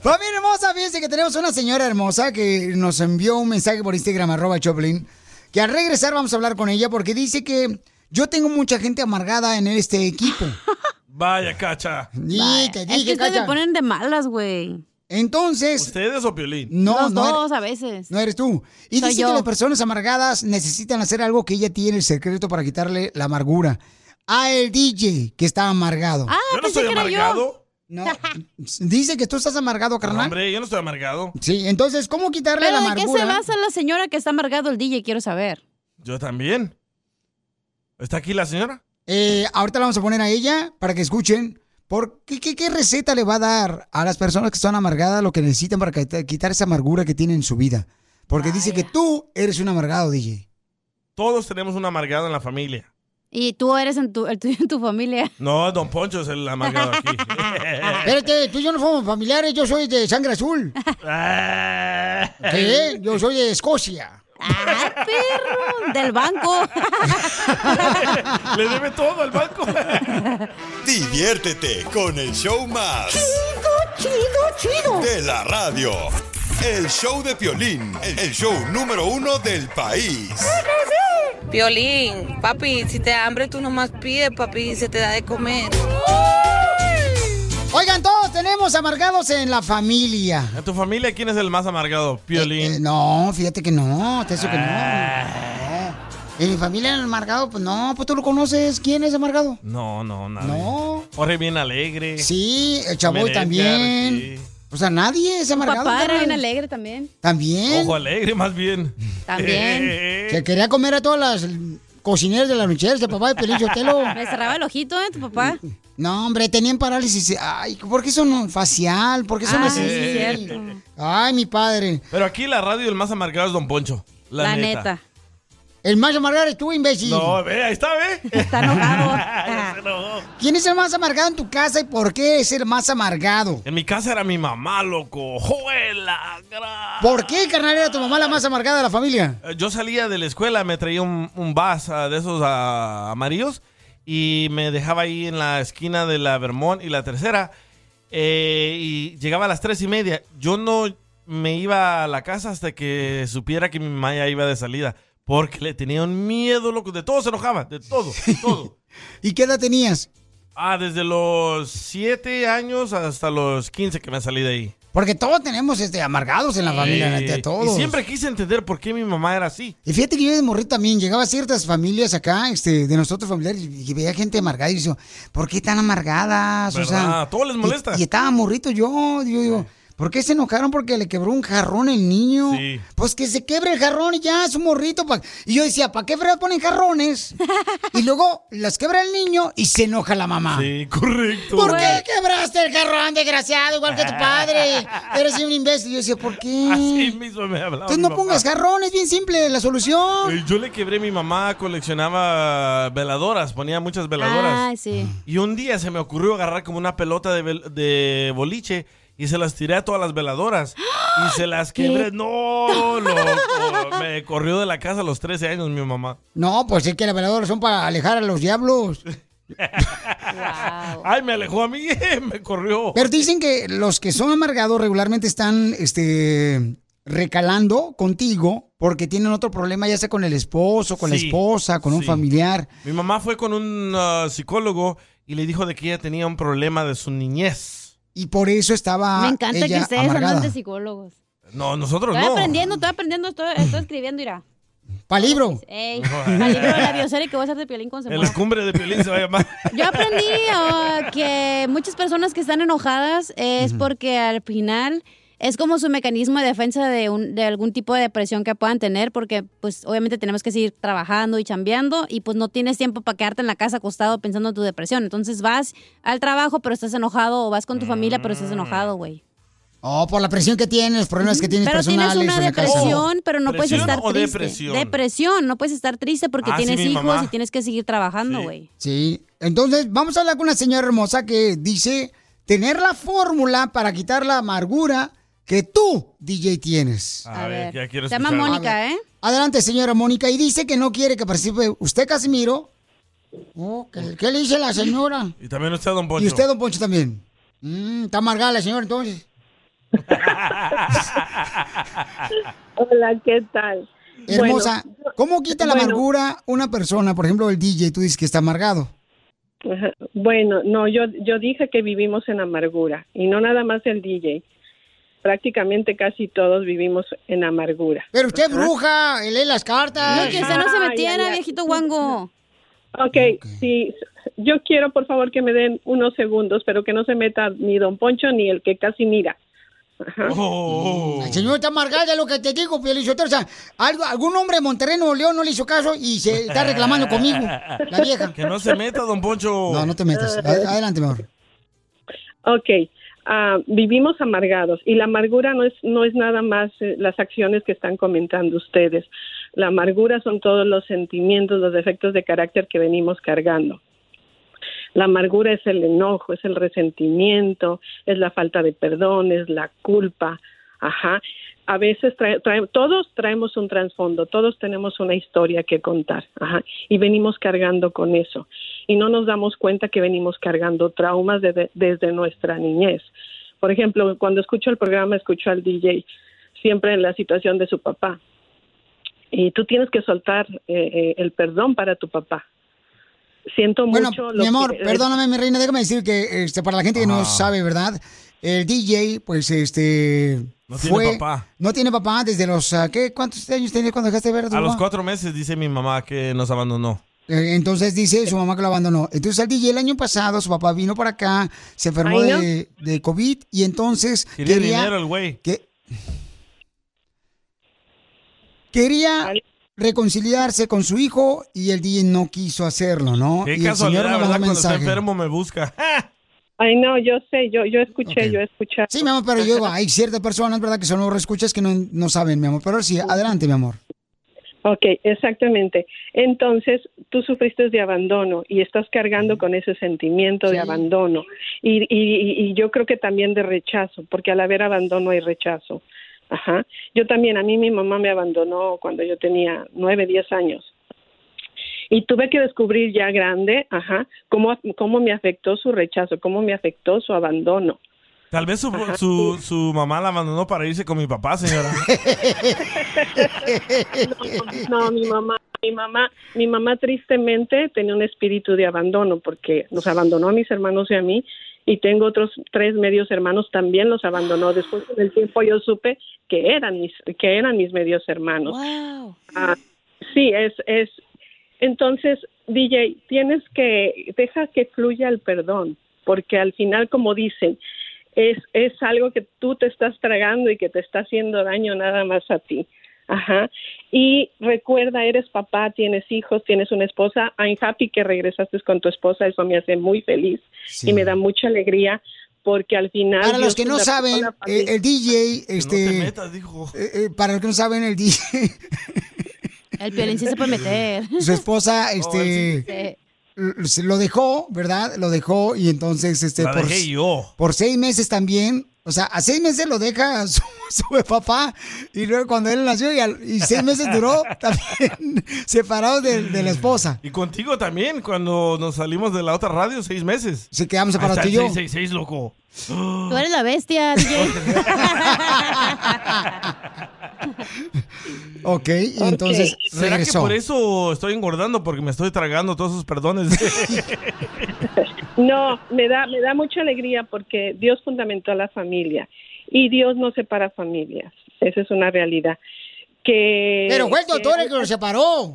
Familia hermosa, fíjense que tenemos una señora hermosa que nos envió un mensaje por Instagram, arroba Choplin, que al regresar vamos a hablar con ella porque dice que yo tengo mucha gente amargada en este equipo. Vaya, cacha. Y te es que dije, ustedes se Cacha. ponen de malas, güey. Entonces. ¿Ustedes o Piolín? No, Los no. dos eres- a veces. no eres tú. Y Soy dice yo. que las personas amargadas necesitan hacer algo que ella tiene el secreto para quitarle la amargura. A el DJ que está amargado. Ah, Yo no pensé estoy que era yo. amargado. No. Dice que tú estás amargado, carnal. Hombre, yo no estoy amargado. Sí, entonces, ¿cómo quitarle ¿Pero la de qué se amargura? basa la señora que está amargado el DJ? Quiero saber. Yo también. ¿Está aquí la señora? Eh, ahorita la vamos a poner a ella para que escuchen. Por, ¿qué, qué, qué receta le va a dar a las personas que están amargadas lo que necesitan para quit- quitar esa amargura que tienen en su vida? Porque Ah, dice que tú eres un amargado, DJ. Todos tenemos un amargado en la familia. Y tú eres en tu, el tuyo en tu familia. No, don Poncho es el amargado aquí. Espérate, tú y Pues yo no somos familiares, yo soy de sangre azul. ¿Qué? Yo soy de Escocia. Ah, perro! Del banco. Le debe todo al banco. Diviértete con el show más. Chido, chido, chido. De la radio. El show de Piolín, el show número uno del país. Violín, papi, si te da hambre tú nomás pide, papi, y se te da de comer. Oigan, todos tenemos amargados en la familia. ¿En tu familia quién es el más amargado? Piolín. Eh, No, fíjate que no, te eso que no. Ah. En mi familia el amargado, pues no, pues tú lo conoces. ¿Quién es amargado? No, no, nadie. No. Jorge bien alegre. Sí, el Chaboy Merengue, también. O sea, Pues nadie es Tu amargado. papá era carnal. bien alegre también. También. Ojo alegre, más bien. Eh, También. Se quería comer a todas las cocineras de las loncheras de eh. papá de Pelín Sotelo. Me cerraba el ojito, ¿eh, tu papá? No, hombre, tenían parálisis. Ay, ¿por qué son facial? ¿Por qué son Ah, así? sí, cierto. Ay, mi padre. Pero aquí en la radio el más amargado es don Poncho. La, neta. El más amargado eres tú, imbécil. No, ve, ahí está, ve. Está Ah. enojado. ¿Quién es el más amargado en tu casa y por qué es el más amargado? En mi casa era mi mamá, loco. ¡Juela! ¿Por qué, carnal, era tu mamá la más amargada de la familia? Eh, Yo salía de la escuela, me traía un, un bus ah, de esos ah, amarillos y me dejaba ahí en la esquina de la Vermont y la tercera. eh, y llegaba a las tres y media. Yo no me iba a la casa hasta que supiera que mi mamá ya iba de salida. Porque le tenía un miedo, loco. De todo se enojaba, de todo, de todo. ¿Y qué edad tenías? Ah, desde los siete años hasta los 15 que me salí de ahí. Porque todos tenemos este, amargados en la familia, Eh, neta, todos. Y siempre quise entender por qué mi mamá era así. Y fíjate que yo de morrito también llegaba a ciertas familias acá, este, de nosotros familiares, y y veía gente amargada y decía, ¿por qué tan amargadas? O sea, ¿Verdad? Todo les y- molesta. Y, estaba morrito yo, yo digo, ¿por qué se enojaron porque le quebró un jarrón el niño? Sí. Pues que se quebre el jarrón y ya, es un morrito. pa- Y yo decía, ¿para qué fregados ponen jarrones? y luego las quebra el niño y se enoja la mamá. Sí, correcto. ¿Por qué quebraste el jarrón, desgraciado, igual que tu padre? Eres un imbécil. Y Yo decía, ¿por qué? Así mismo me hablaba. Entonces mi no papá. pongas jarrón, es bien simple la solución. Eh, Yo le quebré, mi mamá coleccionaba veladoras, ponía muchas veladoras. Ay, sí. Y un día se me ocurrió agarrar como una pelota de, vel- de boliche y se las tiré a todas las veladoras. Y se las quebré. No, loco. Me corrió de la casa a los 13 años mi mamá. No, pues es que las veladoras son para alejar a los diablos. Ay, me alejó a mí, me corrió. Pero dicen que los que son amargados regularmente están este, recalando contigo porque tienen otro problema, ya sea con el esposo, con la Sí, esposa, con un sí. familiar. Mi mamá fue con un ah, psicólogo y le dijo de que ella tenía un problema de su niñez. Y por eso estaba Me encanta que ella ustedes andan amargada. de psicólogos. No, nosotros Estoy no. aprendiendo, estoy aprendiendo, estoy, estoy escribiendo, irá. Para libro. Ey, al libro de la bioserie que voy a hacer de Piolín con En Semana. la cumbre de Piolín se va a llamar. Yo aprendí ah, que muchas personas que están enojadas es porque al final es como su mecanismo de defensa de, un- de algún tipo de depresión que puedan tener, porque pues obviamente tenemos que seguir trabajando y chambeando y pues no tienes tiempo para quedarte en la casa acostado pensando en tu depresión. Entonces vas al trabajo pero estás enojado o vas con tu familia pero estás enojado, güey. Oh, por la presión que tienes, los problemas Ah, que tienes Pero personales. tienes una o en la casa. depresión, pero no puedes ¿Presión estar o triste. depresión? Depresión, no puedes estar triste porque Ah, sí, tienes mi hijos mamá. y tienes que seguir trabajando, güey. Sí. Entonces, vamos a hablar con una señora hermosa que dice tener la fórmula para quitar la amargura que tú, DJ, tienes. A, ver, ya quiero Se llama Mónica, ¿eh? Adelante, señora Mónica, y dice que no quiere que participe usted, Casimiro. Oh, ¿qué, qué le dice la señora? Y también usted, don Poncho. Y usted, don Poncho, también. Mm, está amargada la señora, entonces. Hola, ¿qué tal? Hermosa, Bueno, ¿cómo quita la bueno. amargura una persona? Por ejemplo, el DJ, tú dices que está amargado. Ajá. Bueno, no, yo, yo dije que vivimos en amargura y no nada más el DJ. prácticamente casi todos vivimos en amargura. Pero usted es bruja, lee las cartas. No, que usted no se metiera, viejito guango. ok, sí, yo quiero por favor que me den unos segundos, pero que no se meta ni don Poncho ni el que casi mira. Ajá. Oh. Oh. La señora está amargada, lo que te digo, Pielichotero. O sea, algo- algún hombre de Monterrey, Nuevo León, no le hizo caso y se está reclamando conmigo, la vieja. Que no se meta, don Poncho. No, no te metas. Ad- Adelante, mi amor. Ok, ah, vivimos amargados y la amargura no es, no es nada más eh, las acciones que están comentando ustedes. La amargura son todos los sentimientos, los defectos de carácter que venimos cargando. La amargura es el enojo, es el resentimiento, es la falta de perdón, es la culpa. Ajá. A veces trae- trae- todos traemos un trasfondo, todos tenemos una historia que contar. Ajá. Y venimos cargando con eso. Y no nos damos cuenta que venimos cargando traumas desde- desde nuestra niñez. Por ejemplo, cuando escucho el programa, escucho al DJ siempre en la situación de su papá. Y tú tienes que soltar eh, eh, el perdón para tu papá. Siento Bueno, mucho. lo mi amor, que- perdóname, mi reina, déjame decir que este, para la gente que no sabe, ¿verdad? El DJ, pues, este... No tiene fue- papá. No tiene papá desde los... ah, ¿qué? ¿Cuántos años tenía cuando dejaste de ver a tu A los mamá? cuatro meses dice mi mamá que nos abandonó. Eh, Entonces dice su mamá que lo abandonó. Entonces al DJ el año pasado, su papá vino para acá, se enfermó Ay, ¿no? de, de COVID y entonces Quería, quería, dinero el güey. que- quería reconciliarse con su hijo y el DJ no quiso hacerlo, ¿no? Qué y el casualidad, señor me mandó ¿verdad? Cuando está mensaje. enfermo me busca. Ay, no, yo sé, yo, yo escuché, Ok. yo escuché. Sí, mi amor, pero yo digo, hay ciertas personas, ¿verdad? Que son los reescuchas que no, no saben, mi amor. Pero sí, adelante, mi amor. Ok, exactamente. Entonces, tú sufriste de abandono y estás cargando con ese sentimiento de abandono. Y, y- y yo creo que también de rechazo, porque al haber abandono hay rechazo. Ajá. Yo también, a mí mi mamá me abandonó cuando yo tenía nueve, diez años. Y tuve que descubrir ya grande, ajá, cómo, cómo me afectó su rechazo, cómo me afectó su abandono. Tal vez su, su, su mamá la abandonó para irse con mi papá, señora. no, mi mamá, mi mamá, mi mamá tristemente tenía un espíritu de abandono porque nos abandonó a mis hermanos y a mí y tengo otros tres medios hermanos también los abandonó. Después del tiempo yo supe que eran mis que eran mis medios hermanos. Ah, sí, es es entonces DJ tienes que deja que fluya el perdón porque al final como dicen es, es algo que tú te estás tragando y que te está haciendo daño nada más a ti. Ajá. Y recuerda, eres papá, tienes hijos, tienes una esposa. I'm happy que regresaste con tu esposa. Eso me hace muy feliz y me da mucha alegría porque al final. Para los Dios que te no la puso saben, la eh, familia. el DJ, este... eh, eh, para los que no saben, el DJ, El violín sí se puede meter. Oh, su esposa, este... Sí. l- se lo dejó, ¿verdad? Lo dejó y entonces este La por, dejé yo. por seis meses también. O sea, a seis meses lo deja su, su papá y luego cuando él nació y, al- y seis meses duró también separado de, de la esposa. Y contigo también, cuando nos salimos de la otra radio, seis meses. Sí, quedamos separados Ahí tú y yo. está el 666, loco. Tú eres la bestia, DJ. Ok, y entonces ¿Será que regresó. por eso estoy engordando? Porque me estoy tragando todos sus perdones. No, me da, me da mucha alegría porque Dios fundamentó a la familia y Dios no separa familias. Esa es una realidad. Que, Pero fue el que- doctor el que lo separó. Eh.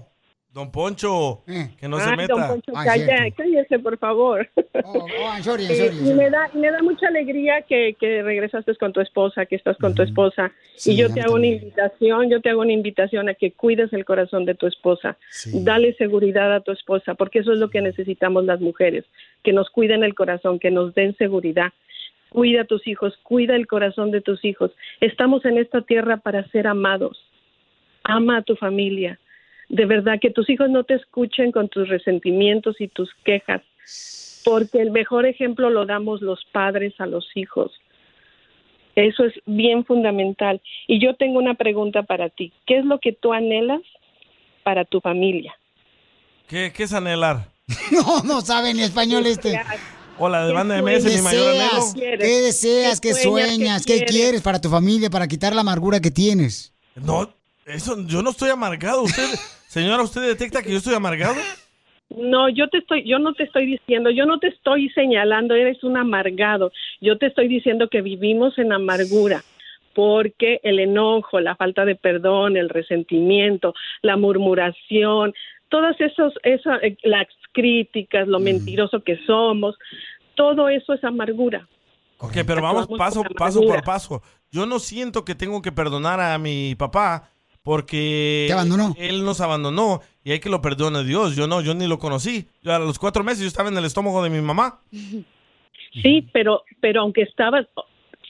don Poncho, que no se Ay, meta. Ah, don Poncho, Ah, calla- cállese, por favor. Oh, sorry, Eh, sorry, y me da, me da mucha alegría que, que regresaste con tu esposa, que estás con tu esposa. Sí, y yo a te mí hago una invitación, yo te hago una invitación a que cuides el corazón de tu esposa. Dale seguridad a tu esposa, porque eso es lo que necesitamos las mujeres, que nos cuiden el corazón, que nos den seguridad. Cuida a tus hijos, cuida el corazón de tus hijos. Estamos en esta tierra para ser amados. Ama a tu familia. De verdad, que tus hijos no te escuchen con tus resentimientos y tus quejas, porque el mejor ejemplo lo damos los padres a los hijos. Eso es bien fundamental. Y yo tengo una pregunta para ti. ¿Qué es lo que tú anhelas para tu familia? ¿Qué, qué es anhelar? No, no sabe ni español este. O la de banda de MS, mi deseas? mayor anhelo. ¿Qué deseas? ¿Qué sueñas? ¿Qué quieres para tu familia? Para quitar la amargura que tienes. No, eso, yo no estoy amargado. Usted, señora, ¿usted detecta que yo estoy amargado? No, yo te estoy, yo no te estoy diciendo, yo no te estoy señalando, eres un amargado. Yo te estoy diciendo que vivimos en amargura. porque el enojo, la falta de perdón, el resentimiento, la murmuración, todas esos, esa- eh, las críticas, lo mentiroso que somos, todo eso es amargura. Ok, pero vamos Actuamos paso, con paso amargura. por paso. Yo no siento que tengo que perdonar a mi papá porque él nos abandonó y hay que lo perdone Dios. Yo no, yo ni lo conocí. Yo a los cuatro meses yo estaba en el estómago de mi mamá. Sí, pero, pero aunque estabas,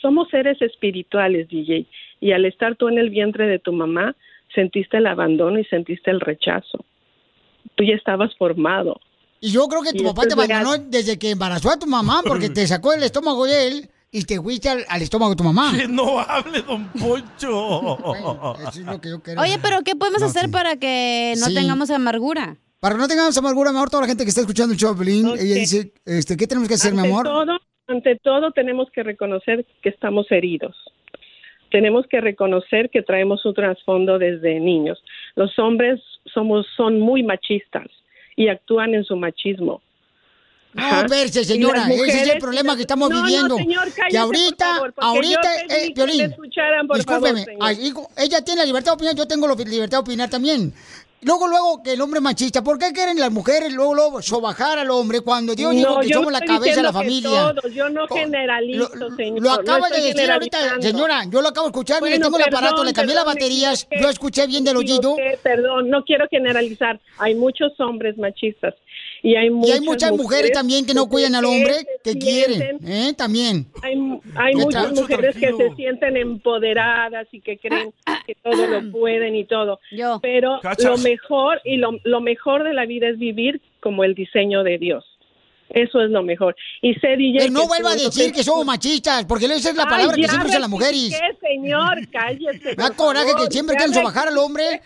somos seres espirituales, DJ, y al estar tú en el vientre de tu mamá, sentiste el abandono y sentiste el rechazo. Tú ya estabas formado. Y yo creo que Y tu papá te esto es real. abandonó desde que embarazó a tu mamá porque te sacó el estómago de él y te fuiste al, al estómago de tu mamá. Que no hable, don Poncho. eso es lo que yo quiero. Oye, pero ¿qué podemos hacer para que no Sí. tengamos amargura? Para que no tengamos amargura, mi amor, toda la gente que está escuchando el show, de Piolín, ella dice, este, ¿qué tenemos que hacer, mi Ante amor? todo, ante todo tenemos que reconocer que estamos heridos. Tenemos que reconocer que traemos un trasfondo desde niños. Los hombres somos son muy machistas y actúan en su machismo. No, Ajá. verse, Y Ah, señora, las ese es el mujeres- problema que estamos No, no, viviendo. señor, cállese, y ahorita, por favor, porque ahorita, yo pedí eh, que Piolín, me escucharan, por favor, discúlpeme, señor. ay, hijo, ella tiene la libertad de opinar, yo tengo la libertad de opinar también. Luego, luego, que el hombre es machista, ¿por qué quieren las mujeres luego, luego, sobajar al hombre cuando Dios dijo No, que yo somos no la estoy cabeza de la diciendo familia? que todos, yo no generalizo, lo, señor, Lo no acabas estoy de decir ahorita, generalizando. señora, yo lo acabo de escuchar, mire, Bueno, tengo el aparato, perdón, le cambié las perdón, me baterías, equivoqué. yo escuché bien del Me oído. equivoqué, Perdón, no quiero generalizar. Hay muchos hombres machistas y hay Y muchas, hay muchas mujeres también que no cuidan al hombre, que se quieren, sienten- ¿eh? También. Hay, hay Ya muchas está. mujeres que Tranquilo. se sienten empoderadas y que creen que todo lo pueden y todo. Pero Cachas. lo mejor y lo, lo mejor de la vida es vivir como el diseño de Dios. Eso es lo mejor. Y ser DJ Pero no que vuelva a tú- decir que somos machistas, porque esa es la Ay, palabra que ya siempre usan las mujeres. rectifiqué, señor, cállese. Me da por coraje favor, que siempre ya quieren sobajar al hombre.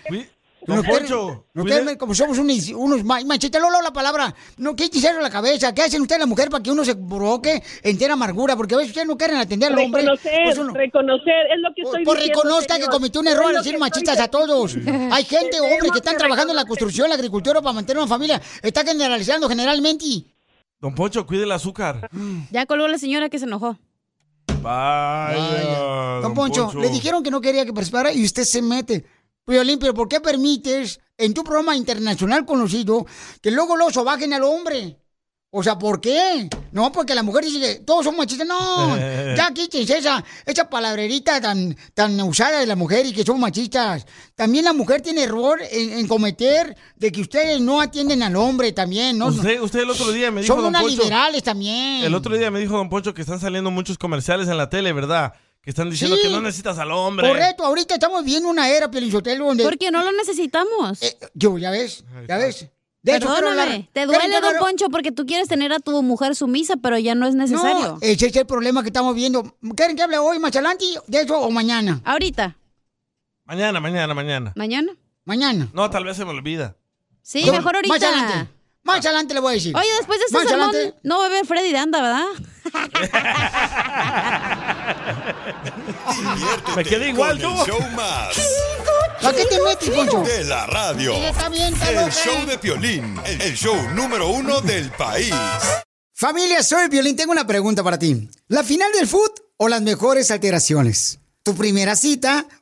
Don Nos quieren- Poncho, nos cuide- quieren ver como somos unos, unos ma- machistas. Lolo, la palabra. No, ¿qué hicieron la cabeza? ¿Qué hacen ustedes las mujeres para que uno se provoque entera amargura? Porque a veces ustedes no quieren atender al hombre. Reconocer, reconocer, es lo que Pues, estoy pues diciendo, reconozca señor. que cometió un error Es al lo decir que machistas a todos. Hay gente, hombres, que están trabajando en la construcción, la agricultura para mantener una familia. Está generalizando generalmente. Don Poncho, cuide el azúcar. Mm. Ya colgó la señora que se enojó. Vaya. Don Poncho, le dijeron que no quería que participara y usted se mete. Piolín, pero ¿por qué permites en tu programa internacional conocido que luego los sobajen al hombre? O sea, ¿por qué? No, porque la mujer dice que todos son machistas. No, ya quítense esa, esa palabrerita tan, tan usada de la mujer y que son machistas. También la mujer tiene error en, en cometer de que ustedes no atienden al hombre también. ¿no? Usted- usted el otro día me dijo, Son don unas Poncho, liberales también. El otro día me dijo Don Poncho que están saliendo muchos comerciales en la tele, ¿verdad? Que están diciendo Sí. que no necesitas al hombre. Correcto, ahorita estamos viviendo una era, Pielichotelo, donde... Porque no lo necesitamos. yo, ya ves, ya ves. De hecho, quiero Perdóname, hablar- te quiero duele, don hablar- Poncho, porque tú quieres tener a tu mujer sumisa, pero ya no es necesario. No, ese es el problema que estamos viendo. ¿Quieren que hable hoy, más adelante, de eso o mañana? Ahorita. Mañana, mañana, mañana. ¿Mañana? Mañana. No, tal vez se me olvida. Sí, Yo- mejor ahorita. Más adelante. Más adelante le voy a decir. Oye, después de este Más sermón, adelante. no va a haber Freddy de Anda, ¿verdad? Me quedé igual con yo. El show más. ¿Para qué te metes, Poncho? De la radio. Ella está bien, Eh, está el loca. show de Piolín. El el show número uno del país. Familia, soy Violín. Tengo una pregunta para ti. ¿La final del foot o las mejores alteraciones? ¿Tu primera cita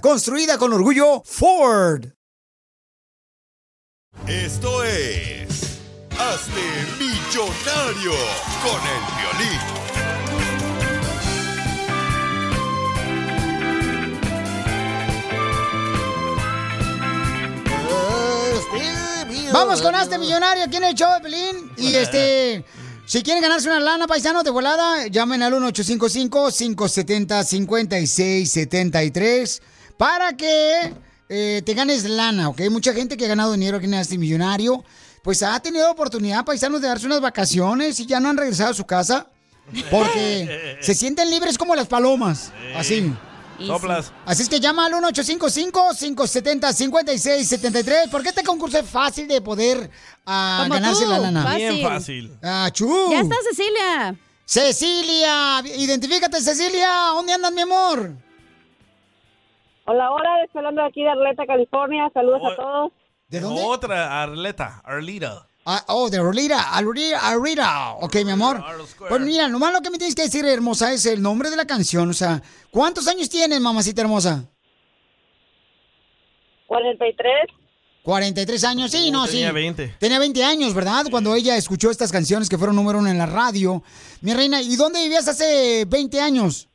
construida con orgullo Ford. Esto es. Hazte millonario con el violín. Vamos con este millonario aquí en el show de Pelín. Y este, si quieren ganarse una lana paisano de volada, llamen al 1-855-570-5673 para que eh, te ganes lana, ¿ok? Mucha gente que ha ganado dinero aquí en este millonario, pues ha tenido oportunidad paisanos de darse unas vacaciones y ya no han regresado a su casa porque se sienten libres como las palomas, así. Y Soplas. sí. Así es que llama al 1-855-570-5673 porque este concurso es fácil de poder ah, Como ganarse tú, la lana. fácil. Bien fácil. Ah, chu. Ya está Cecilia. Cecilia, identifícate Cecilia, ¿dónde andas mi amor? Hola, hola, estoy hablando aquí de Arleta, California. Saludos a todos. ¿De dónde? Otra, Arleta, Arlita. Ah, oh, de Arlita, Arlita, Arlita. Ok, mi amor. Pues mira, nomás lo que me tienes que decir, hermosa, es el nombre de la canción. O sea, ¿cuántos años tienes, mamacita hermosa? 43. 43 años, sí, no, Uh, tenía sí. 20. Tenía 20 años, ¿verdad? Cuando ella escuchó estas canciones que fueron número uno en la radio. Mi reina, ¿y dónde vivías hace 20 años?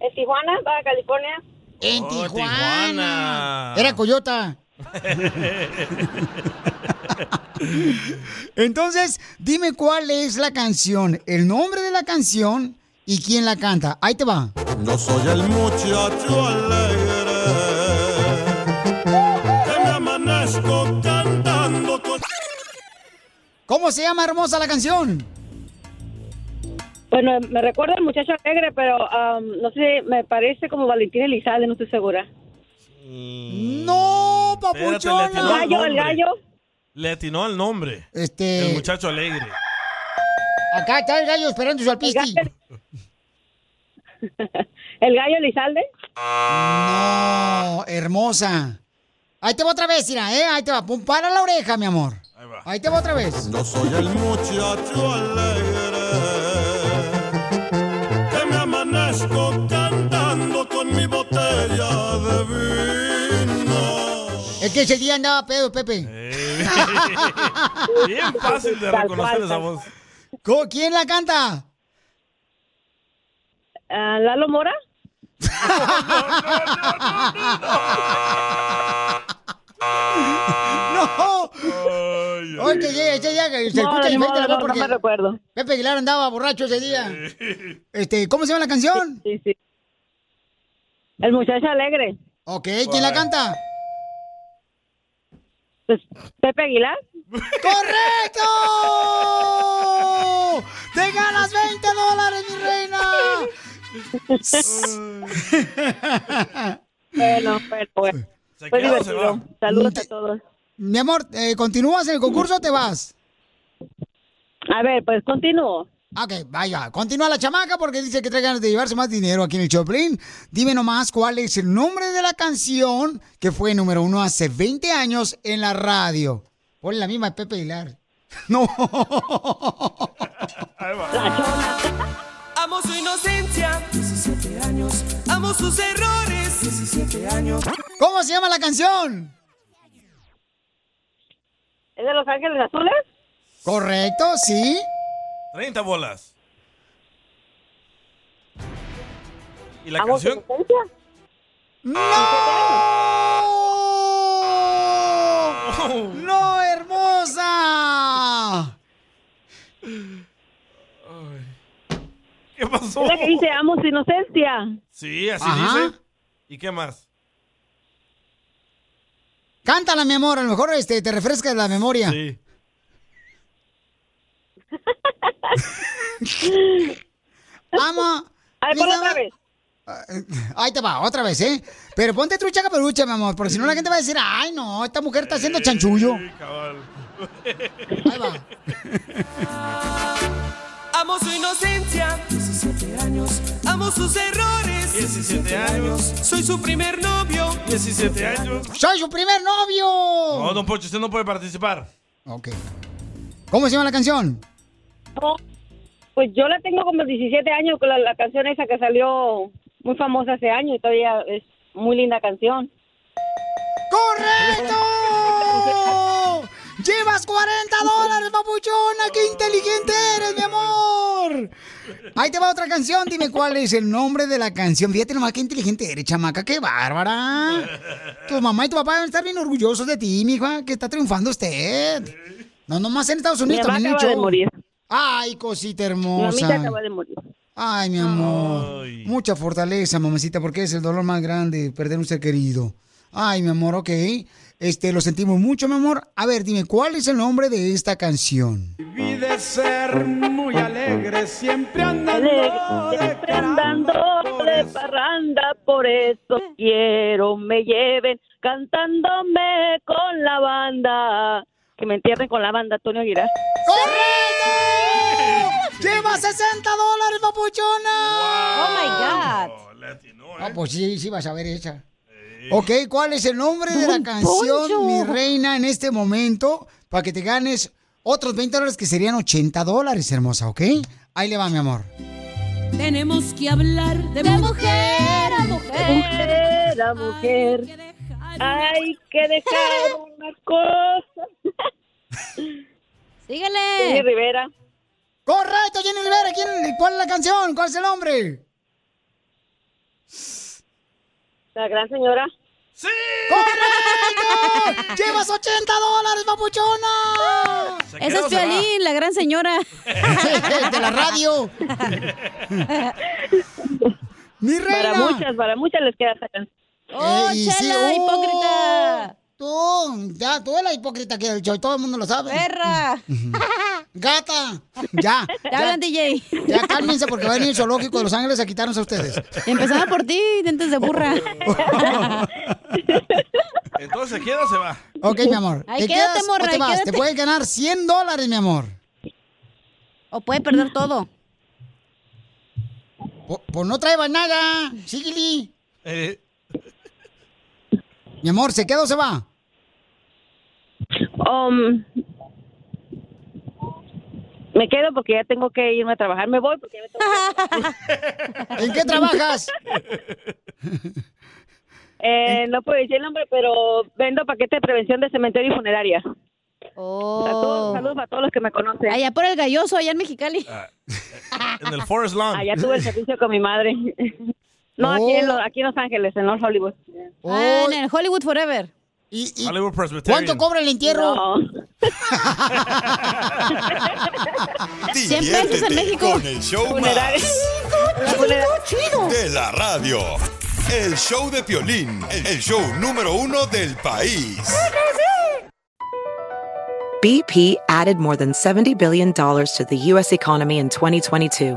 En Tijuana, Baja California. En Oh, Tijuana. Tijuana. Era Coyota. Entonces, dime cuál es la canción, el nombre de la canción y quién la canta. Ahí te va. Yo soy el muchacho alegre. Que me amanezco cantando con. ¿Cómo se llama hermosa la canción? Bueno, me recuerda al muchacho alegre, pero am, no sé, me parece como Valentín Elizalde, no estoy segura. No, Espérate, le atinó al nombre. Le atinó al nombre. Este. El muchacho alegre. Acá está el gallo esperando su alpisti. ¿El gallo Elizalde? No, hermosa. Ahí te va otra vez, mira, ¿eh? Ahí te va. Pum, para la oreja, mi amor. Ahí, te va otra vez. Yo soy el muchacho alegre. Que me amanezco cantando con mi botella de vino. Es que ese día andaba pedo, Pepe. Bien fácil de Tal reconocer cual, esa tal voz. Co- ¿Quién la canta? Ah, ¿Lalo Mora? ¡No! Oye, ese día, ese día que se No, escucha ni modo, diferente la no, no voz porque me recuerdo. Pepe Aguilar andaba borracho ese día. Este, ¿Cómo se llama la canción? Sí, sí. El muchacho alegre. Ok, ¿quién la canta? Pepe Aguilar. ¡Correcto! ¡Te ganas 20 dólares, mi reina! Bueno, pero bueno. ¿Se Fue queda o se divertido. va? Saludos Te- a todos. Mi amor, eh, ¿continúas el concurso o te vas? A ver, pues continúo. Ok, vaya, continúa la chamaca porque dice que trae ganas de llevarse más dinero aquí en el Choplin. Dime nomás cuál es el nombre de la canción que fue número uno hace 20 años en la radio. Ponle la misma de Pepe Hilar. No. Amo su inocencia. 17 años. Amo sus errores. 17 años. ¿Cómo se llama la canción? ¿Es de Los Ángeles Azules? Correcto, sí. 30 bolas. ¿Y la Amo su canción? inocencia. ¡No! ¡No, hermosa! ¿Qué pasó? Es la que dice amo su inocencia. Sí, así Ajá. dice. ¿Y qué más? Cántala, mi amor, a lo mejor este, te refrescas la memoria. Sí. Amo. A ver, mis ponla ama- otra vez. Ah, Ahí te va, otra vez, ¿eh? Pero ponte trucha caperucha, mi amor, porque si no la gente va a decir, ay, no, esta mujer está haciendo chanchullo. Ahí va. Amo su inocencia. 17 años. Amo sus errores. 17 años. Soy su primer novio. 17 años. ¡Soy su primer novio! No, Oh, don Pocho, usted no puede participar. Ok. ¿Cómo se llama la canción? No, pues yo la tengo como 17 años con la, la canción esa que salió muy famosa hace años y todavía es muy linda canción. ¡Correcto! ¡Llevas 40 dólares, papuchona! ¡Qué inteligente eres, mi amor! Ahí te va otra canción. Dime cuál es el nombre de la canción. Fíjate nomás qué inteligente eres, chamaca. ¡Qué bárbara! Tu mamá y tu papá van a estar bien orgullosos de ti, mija, que está triunfando usted. No, nomás en Estados Unidos Mi mamá también acaba de mucho. morir. Ay, cosita Mi hermosa. mamita acaba de morir. Ay, mi amor. Mucha fortaleza, mamacita, porque es el dolor más grande, perder un ser querido. Ay, mi amor, ok. Este, lo sentimos mucho, mi amor. A ver, dime, ¿cuál es el nombre de esta canción? Vi de ser muy alegre, siempre andando de Siempre andando de parranda, por eso quiero me lleven cantándome con la banda. Que me entierren con la banda, Antonio Aguilar. ¡Correcto! ¡Lleva 60 dólares, papuchona! ¡Oh, Ah, pues sí, sí vas a ver esa. Ok, ¿cuál es el nombre de la canción, Poncho. mi reina, en este momento? Para que te ganes otros 20 dólares que serían 80 dólares, hermosa, ¿ok? Ahí le va, mi amor. Tenemos que hablar de, mujer a mujer. Mujer a mujer, hay que dejar una cosa. Síguele. Jenny Rivera. ¡Correcto, Jenny Rivera! ¿Quién- ¿Cuál es la canción? ¿Cuál es el nombre? La gran señora. ¡Sí! ¡Correcto! ¡Llevas 80 dólares, papuchona! Esa es Piolín, la gran señora. de la radio. Mi Para reina. muchas, para muchas les queda esta canción. ¡Oh, Eh, y sí, chela, oh, hipócrita! Tú, ya, tú eres la hipócrita que yo, todo el mundo lo sabe. ¡Perra! ¡Gata! Ya. Te hablan, DJ. Ya cálmense porque va a venir el zoológico de Los Ángeles a quitarnos a ustedes. Empezando por ti, dientes de burra. Entonces, ¿queda o se va? Ok, mi amor. Ay, ¿Te quédate, quedas o morra, te vas? quédate. Te puedes ganar 100 dólares, mi amor. O puede perder todo. Pues no trae nada. Síguili. Mi amor, ¿se queda o se va? Um, me quedo porque ya tengo que irme a trabajar. Me voy porque ya me tengo que ¿En qué trabajas? Eh, no puedo decir el nombre, pero vendo paquete de prevención de cementerio y funeraria. A todos- saludos a todos los que me conocen. Allá Oh. por el galloso, allá en Mexicali. En el Forest Lawn. Allá tuve el servicio con mi madre. No, aquí, Oh. en Lo- aquí en Los Ángeles, en Los Hollywood. Ah, en el Hollywood Forever. Hollywood Presbyterian. ¿Cuánto cobra el entierro? Cien pesos en Diviértete México. Con el show Funeral. más de la radio. El show de Piolín, el show número uno del país. BP added more than $70 billion to the U.S. economy in 2022.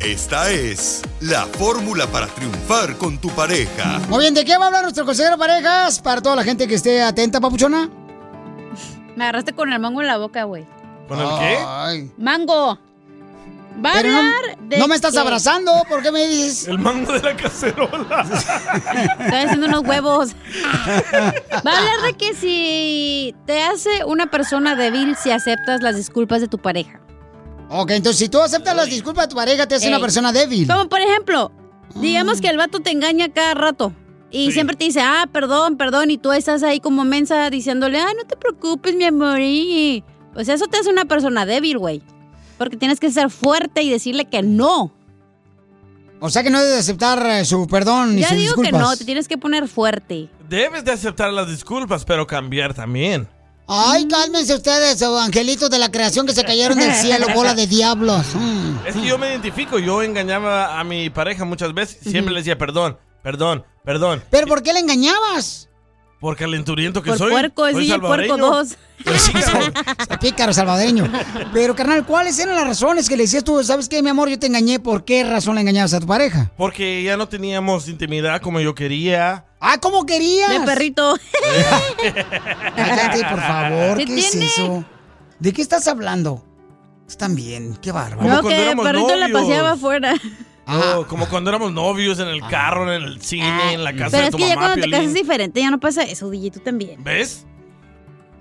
Esta es la fórmula para triunfar con tu pareja. Muy bien, ¿de qué va a hablar nuestro consejero parejas? Para toda la gente que esté atenta, papuchona. Me agarraste con el mango en la boca, güey. Ah. ¿Con el qué? Ay. ¡Mango! Va a Pero no- hablar de no me estás que- abrazando, ¿por qué me dices? El mango de la cacerola. Estoy haciendo unos huevos. Va a hablar de que si te hace una persona débil si aceptas las disculpas de tu pareja. Ok, entonces si tú aceptas las disculpas de tu pareja, te hace una Ey. persona débil. Ah. Como por ejemplo, digamos que el vato te engaña cada rato. Y siempre te dice, ah, perdón, perdón. Y tú estás ahí como mensa diciéndole, ah, no te preocupes, mi amor. y- Pues eso te hace una persona débil, güey. Porque tienes que ser fuerte y decirle que no. O sea que no debes aceptar eh, su perdón y ya sus digo disculpas. que no, te tienes que poner fuerte. Debes de aceptar las disculpas, pero cambiar también. Ay, cálmense ustedes, oh, angelitos de la creación que se cayeron del cielo, bola de diablos. Mm. Es que yo me identifico, yo engañaba a mi pareja muchas veces, siempre le decía perdón, perdón, perdón, ¿Pero por qué le engañabas? por calenturiento que Por soy. puerco, soy sí, salvadoreño. puerco dos. Está pícaro salvadoreño. Pero, carnal, ¿cuáles eran las razones que le decías tú? ¿Sabes qué, mi amor? Yo te engañé. ¿Por qué razón le engañabas a tu pareja? Porque ya no teníamos intimidad como yo quería. Ah, ¿cómo querías? De perrito. Cállate, por favor. ¿Qué ¿Qué, es tiene? eso? ¿De qué estás hablando? Están bien, qué bárbaro. No, que el perrito la paseaba afuera. Oh, como cuando éramos novios en el carro, en el cine, en la casa Ah. Pero de es tu que ya mamá. cuando te Piolín. casas es diferente, ya no pasa eso, DJ, tú también. ¿Ves?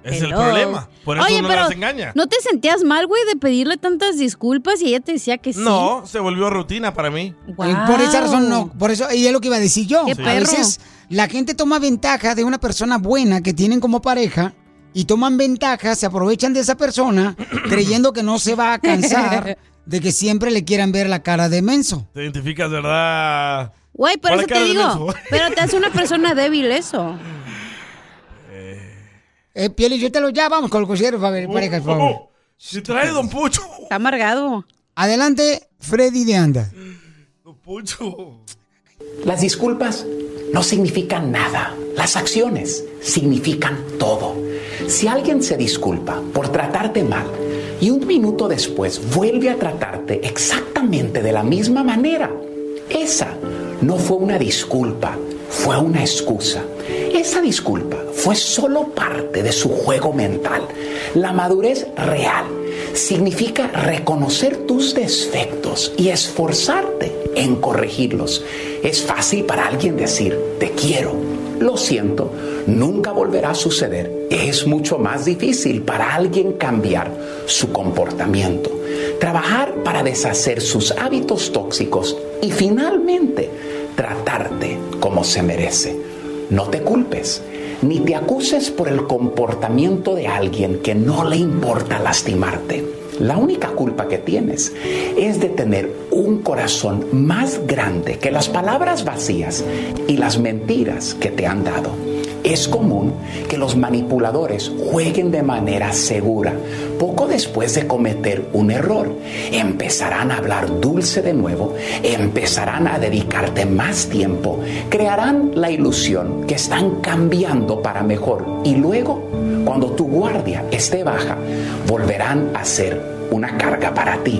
Es el Hello. problema. Por eso Oye, uno pero las engaña. ¿no te sentías mal, güey, de pedirle tantas disculpas y ella te decía que sí? No, se volvió rutina para mí. Y Por esa razón no, por eso, y es lo que iba a decir yo. Qué a perro. veces la gente toma ventaja de una persona buena que tienen como pareja y toman ventaja, se aprovechan de esa persona creyendo que no se va a cansar de que siempre le quieran ver la cara de menso. Te identificas, ¿verdad? Güey, por Hola, eso te cara de digo. menso. Pero te hace una persona débil eso. Eh, Piel y yo te lo ya vamos con el consejero para ver parejas, por favor. Si trae Don Pucho. Está amargado. Adelante, Freddy de Anda. Las disculpas no significan nada. Las acciones significan todo. Si alguien se disculpa por tratarte mal y un minuto después vuelve a tratarte exactamente de la misma manera, esa no fue una disculpa, fue una excusa. Esa disculpa fue solo parte de su juego mental. La madurez real significa reconocer tus defectos y esforzarte en corregirlos. Es fácil para alguien decir, te quiero, lo siento, nunca volverá a suceder. Es mucho más difícil para alguien cambiar su comportamiento, trabajar para deshacer sus hábitos tóxicos y finalmente tratarte como se merece. No te culpes, ni te acuses por el comportamiento de alguien que no le importa lastimarte. La única culpa que tienes es de tener un corazón más grande que las palabras vacías y las mentiras que te han dado. Es común que los manipuladores jueguen de manera segura. Poco después de cometer un error, empezarán a hablar dulce de nuevo, empezarán a dedicarte más tiempo, crearán la ilusión que están cambiando para mejor y luego, cuando tu guardia esté baja, volverán a ser una carga para ti.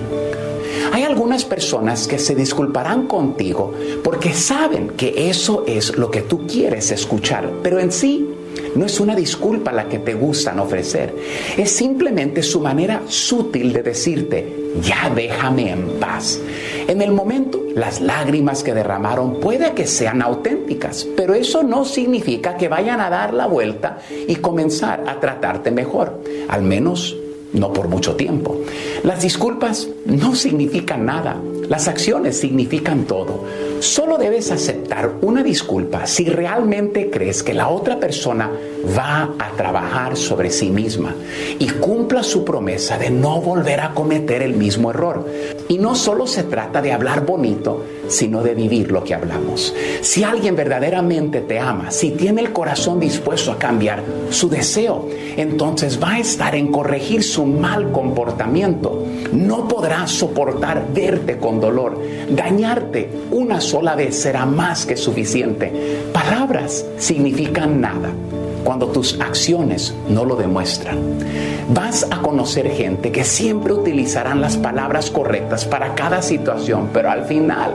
Hay algunas personas que se disculparán contigo porque saben que eso es lo que tú quieres escuchar, pero en sí no es una disculpa la que te gustan ofrecer. Es simplemente su manera sutil de decirte, ya déjame en paz. En el momento, las lágrimas que derramaron puede que sean auténticas, pero eso no significa que vayan a dar la vuelta y comenzar a tratarte mejor. Al menos no por mucho tiempo. Las disculpas no significan nada. Las acciones significan todo. Solo debes aceptar una disculpa si realmente crees que la otra persona va a trabajar sobre sí misma y cumpla su promesa de no volver a cometer el mismo error. Y no solo se trata de hablar bonito, sino de vivir lo que hablamos. Si alguien verdaderamente te ama, si tiene el corazón dispuesto a cambiar su deseo, entonces va a estar en corregir su mal comportamiento. No podrá soportar verte con dolor. Dañarte una sola vez será más que suficiente. Palabras significan nada cuando tus acciones no lo demuestran. Vas a conocer gente que siempre utilizarán las palabras correctas para cada situación, pero al final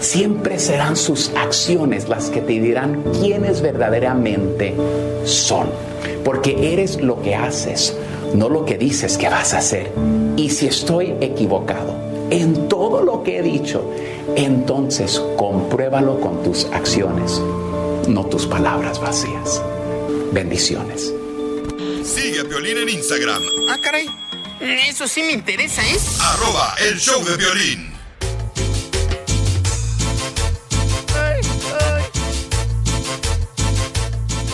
siempre serán sus acciones las que te dirán quiénes verdaderamente son. Porque eres lo que haces, no lo que dices que vas a hacer. Y si estoy equivocado, en todo lo que he dicho, entonces compruébalo con tus acciones, no tus palabras vacías. Bendiciones. Sigue a Piolín en Instagram. Ah, caray. Eso sí me interesa, ¿eh? Arroba el show de violín.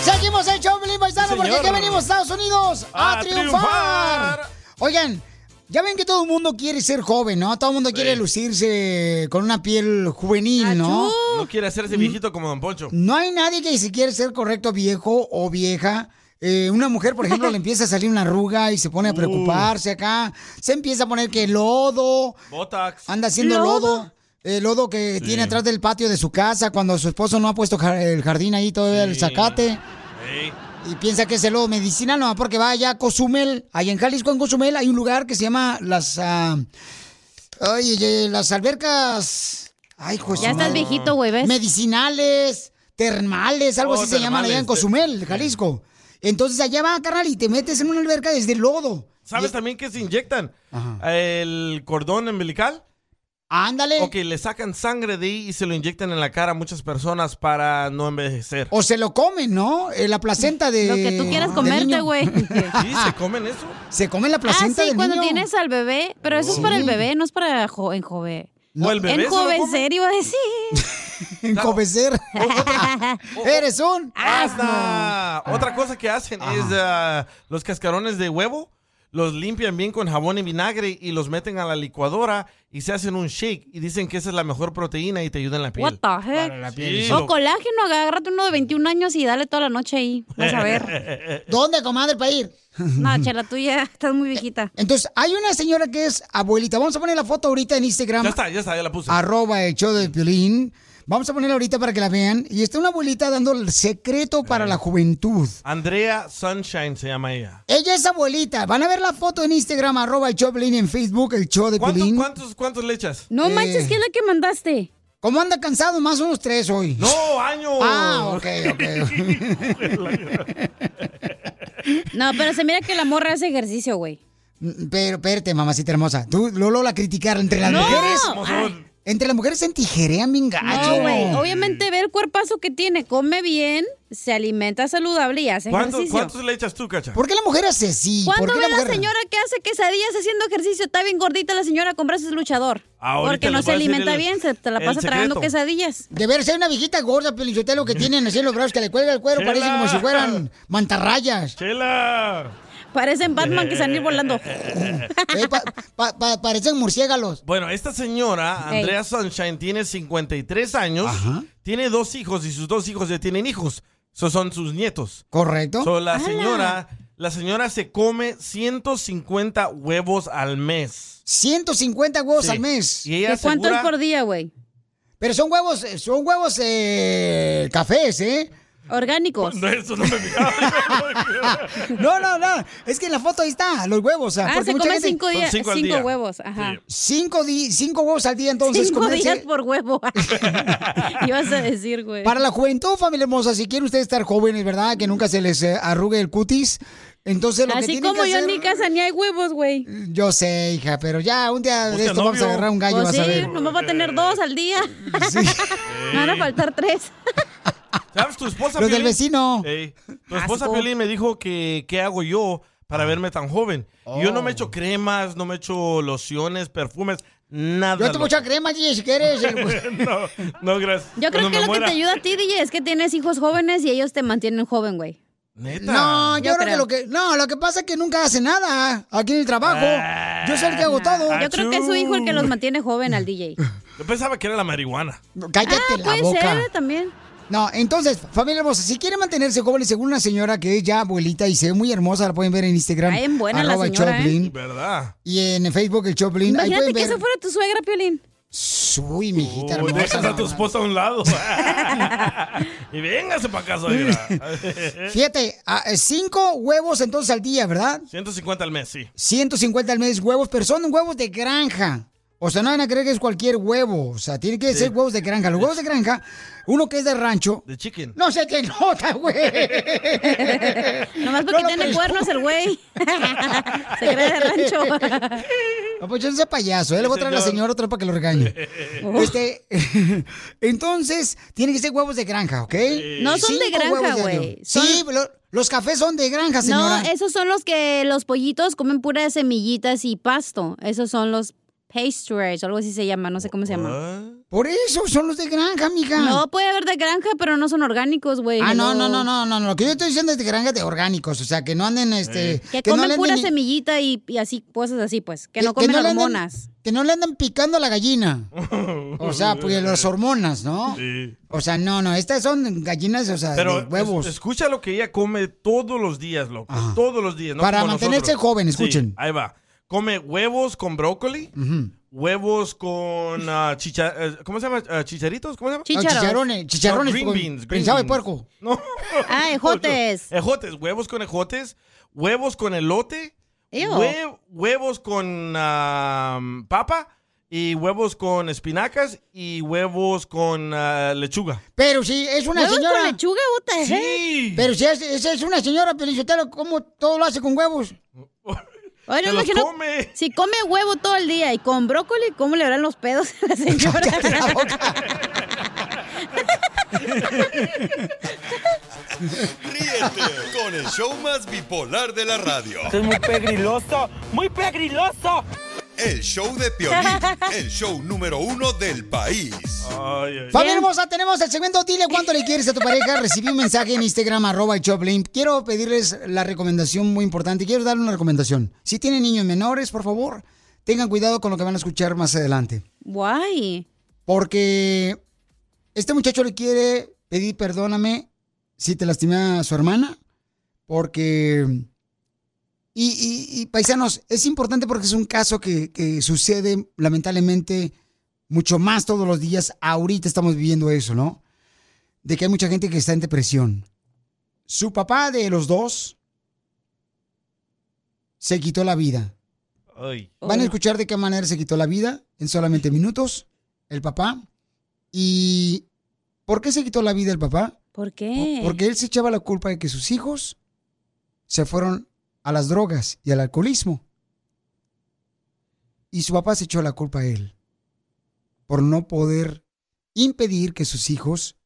Seguimos el show, Pelín Paisano, Sí, porque señor. aquí venimos, Estados Unidos, a, A triunfar. triunfar. Oigan, ya ven que todo el mundo quiere ser joven, ¿no? Todo el mundo quiere lucirse con una piel Ah, juvenil, ¿no? No quiere Mm. hacerse viejito como Don Poncho. No hay nadie que si quiere ser correcto viejo o vieja. eh, una mujer, por ejemplo, le empieza a salir una arruga y se pone a preocuparse acá. Se empieza a poner que lodo. Botox. Anda haciendo lodo. El lodo que Sí. tiene atrás del patio de su casa cuando su esposo no ha puesto ja- el jardín ahí, todo el zacate. Y piensa que es el lodo medicinal, no, porque va allá a Cozumel. Allá en Jalisco, en Cozumel, hay un lugar que se llama las... ah, ay, eh, las albercas... Ay, José. Ya estás viejito, güey, ¿ves? Medicinales, termales, algo Oh, así se llaman allá en eh. termales, Cozumel, Jalisco. Entonces allá va, carnal, y te metes en una alberca desde el lodo. ¿Sabes también que se inyectan? El cordón umbilical. Ándale. Ok, le sacan sangre de ahí y se lo inyectan en la cara a muchas personas para no envejecer. O se lo comen, ¿no? Eh, la placenta de. Lo que tú quieras del comerte, niño. güey. ¿Sí? ¿Se comen eso? Se come la Ah, placenta sí, del cuando niño. tienes al bebé, pero eso Sí. es para el bebé, no es para jo- enjove- ¿O el bebé se lo come? Enjovecer, iba a decir. Enjovecer. Eres un Ah, otra cosa que hacen es ah, los cascarones de huevo, los limpian bien con jabón y vinagre y los meten a la licuadora y se hacen un shake y dicen que esa es la mejor proteína y te ayuda en la piel. What the heck? la piel. Sí, o lo- colágeno, agárrate uno de 21 años y dale toda la noche ahí. Vas a ver. ¿Dónde, comadre, para ir? No, chela, tú ya estás muy viejita. Entonces, hay una señora que es abuelita. Vamos a poner la foto ahorita en Instagram. Ya está, ya está, ya la puse. Arroba el show de Piolín. Vamos a ponerla ahorita para que la vean. Y está una abuelita dando el secreto para la juventud. Andrea Sunshine se llama ella. Ella es abuelita. Van a ver la foto en Instagram, arroba el show de Piolín, en Facebook, el show de Piolín. ¿Cuántos, cuántos le echas? No manches, ¿qué es la que mandaste? ¿Cómo anda cansado? Más unos tres hoy. ¡No, año! Ah, ok, ok. No, pero se mira que la morra hace ejercicio, güey. Pero, espérate, mamacita hermosa. Tú, Lolo, la criticar entre las No. mujeres. Ay. Entre las mujeres se entijerean bien Ah, gacho. No, güey. Obviamente ve el cuerpazo que tiene, come bien, se alimenta saludable y hace ¿Cuántos, ejercicio. cuántos le echas tú, Cacha? ¿Por qué la mujer hace así? ¿Cuándo ¿Por qué ve la la, mujer? señora que hace quesadillas haciendo ejercicio? Está bien gordita la señora con brazos de luchador. Ah, Ahorita porque les no voy se a decir alimenta el- bien, se te la el pasa tragando secreto. quesadillas. De ver, ser una viejita gorda, pelichotelo, que tienen así en los brazos, que le cuelga el cuero, Chela. parece como si fueran mantarrayas. ¡Chela! Parecen Batman que salir volando. Eh, pa- pa- pa- parecen murciélagos. Bueno, esta señora, Ey. Andrea Sunshine, tiene 53 años, tiene dos hijos y sus dos hijos ya tienen hijos. So, son sus nietos. Correcto. So, la ¡Hala! señora, la señora se come 150 huevos al mes. 150 huevos Sí. al mes. Y ella ¿De cuánto asegura- es por día, güey? Pero son huevos, eh, son huevos eh, cafés, ¿eh? Orgánicos. No, eso no me No, no, no. Es que en la foto ahí está, los huevos. o sea, Ah, porque se mucha come gente- cinco, días- cinco huevos. Ajá. Cinco, di- cinco huevos al día, entonces. Cinco comerse- días pues. por huevo. Ibas a decir, güey. Para la juventud, familia hermosa, si quieren ustedes estar jóvenes, ¿verdad? Que nunca se les eh, arrugue el cutis. Entonces lo que Así tienen como que yo hacer- en mi casa ni hay huevos, güey. Yo sé, hija, pero ya un día Ah, de Busca esto vamos a novio. agarrar un gallo, Pues vas a sí, ver. nomás va a tener dos al día. Me van a faltar tres. ¿Sabes? Tu esposa Los del Piolín- vecino. Ey, Ah, tu esposa Asco. Piolín me dijo que qué hago yo Ah. para verme tan joven. Y Yo no me Oh. echo cremas, no me echo lociones, perfumes, nada. Yo te loco. voy a echar crema, DJ, si quieres. pues. no, no, gracias. Yo creo Cuando que me lo muera. que te ayuda a ti, DJ, es que tienes hijos jóvenes y ellos te mantienen joven, güey. Neta. No, yo, Yo creo que creo. lo que. No, lo que pasa es que nunca hace nada aquí en el trabajo. yo soy el que hago todo. Ah, Yo creo que es su hijo el que los mantiene joven al DJ. Yo pensaba que era la marihuana. Cállate Ah, la puede boca. ser también. No, entonces, familia hermosa, si quieren mantenerse jóvenes, según una señora que es ya abuelita y se ve muy hermosa, la pueden ver en Instagram. Está bien buena la arroba señora, ¿eh? Choplin, ¿Verdad? Y en Facebook, el Choplin. Ahí Imagínate pueden que ver. esa fuera tu suegra, Piolín. Uy, mijita Uy, hermosa. dejas a tu esposa a un lado. y véngase para casa, Fíjate, a- eh, cinco huevos entonces al día, ¿verdad? 150 al mes, sí. 150 al mes huevos, pero son huevos de granja. O sea, no van a creer que es cualquier huevo. O sea, tiene que ser huevos de granja. Los huevos de granja, uno que es de rancho. De chicken. No se te nota, güey. Nomás porque No lo tiene pensó. cuernos el güey. Se cree de rancho. No, pues yo no sea payaso, ¿eh? le voy a traer a la Señor. señora otra para que lo regañe. Este, entonces, tienen que ser huevos de granja, ¿ok? No son de granja, huevos diario. güey. Sí, lo- los cafés son de granja, señora. No, esos son los que los pollitos comen puras semillitas y pasto. Esos son los pastries, o algo así se llama, no sé cómo se llama. Por eso son los de granja, mija. No, puede haber de granja, pero no son orgánicos, güey. Ah, no, no, no, no, no, no, Lo que yo estoy diciendo es de granjas de orgánicos, o sea, que no anden, este... Que, no comen le anden pura ni- semillita y, y así, cosas así, pues. Que, no que comen le anden- hormonas. que no le andan picando a la gallina. O sea, porque las hormonas, ¿no? Sí. O sea, no, no, estas son gallinas, o sea, Pero de huevos. Ah. es- escucha lo que ella come todos los días, loco. Todos los días. ¿no? Para Como mantenerse nosotros. joven, Sí, escuchen. ahí va. Come huevos con brócoli, Ujú. huevos con ah, chicha- eh, ¿cómo se llama? Ah, ¿Chicharitos? ¿Cómo se llama? Ah, Chicharrones, No, chicharrones. green con- beans. green Pensaba de beans. puerco. No. Ah, ejotes. Ejotes, huevos con ejotes, huevos con elote, Ew. hue- huevos con am, papa y huevos con espinacas y huevos con ah, lechuga. Pero si es una ¿Huevos con señora. lechuga, what the Sí. heck? Pero si es, esa es una señora, Pelichotelo, ¿cómo todo lo hace con huevos? Oye, Se no me los imagino- come. Si come huevo todo el día y con brócoli, ¿cómo le harán los pedos a la señora? Ríete con el show más bipolar de la radio. Esto es muy pegriloso, muy pegriloso. El show de Piolín, el show número uno del país. Familia hermosa, tenemos el segmento Dile cuánto le quieres a tu pareja. Recibí un mensaje en Instagram, arroba el Choplin. Quiero pedirles la recomendación muy importante. Quiero darle una recomendación. Si tienen niños menores, por favor, tengan cuidado con lo que van a escuchar más adelante. Guay. Porque este muchacho le quiere pedir perdóname si te lastimé a su hermana. Porque. Y, y- y, paisanos, es importante porque es un caso que, que sucede lamentablemente mucho más todos los días. Ahorita estamos viviendo eso, ¿no? De que hay mucha gente que está en depresión. Su papá de los dos se quitó la vida. Ay. Van Oh. a escuchar de qué manera se quitó la vida en solamente minutos el papá. ¿Y por qué se quitó la vida el papá? ¿Por qué? Porque él se echaba la culpa de que sus hijos se fueron a las drogas y al alcoholismo. Y su papá se echó la culpa a él por no poder impedir que sus hijos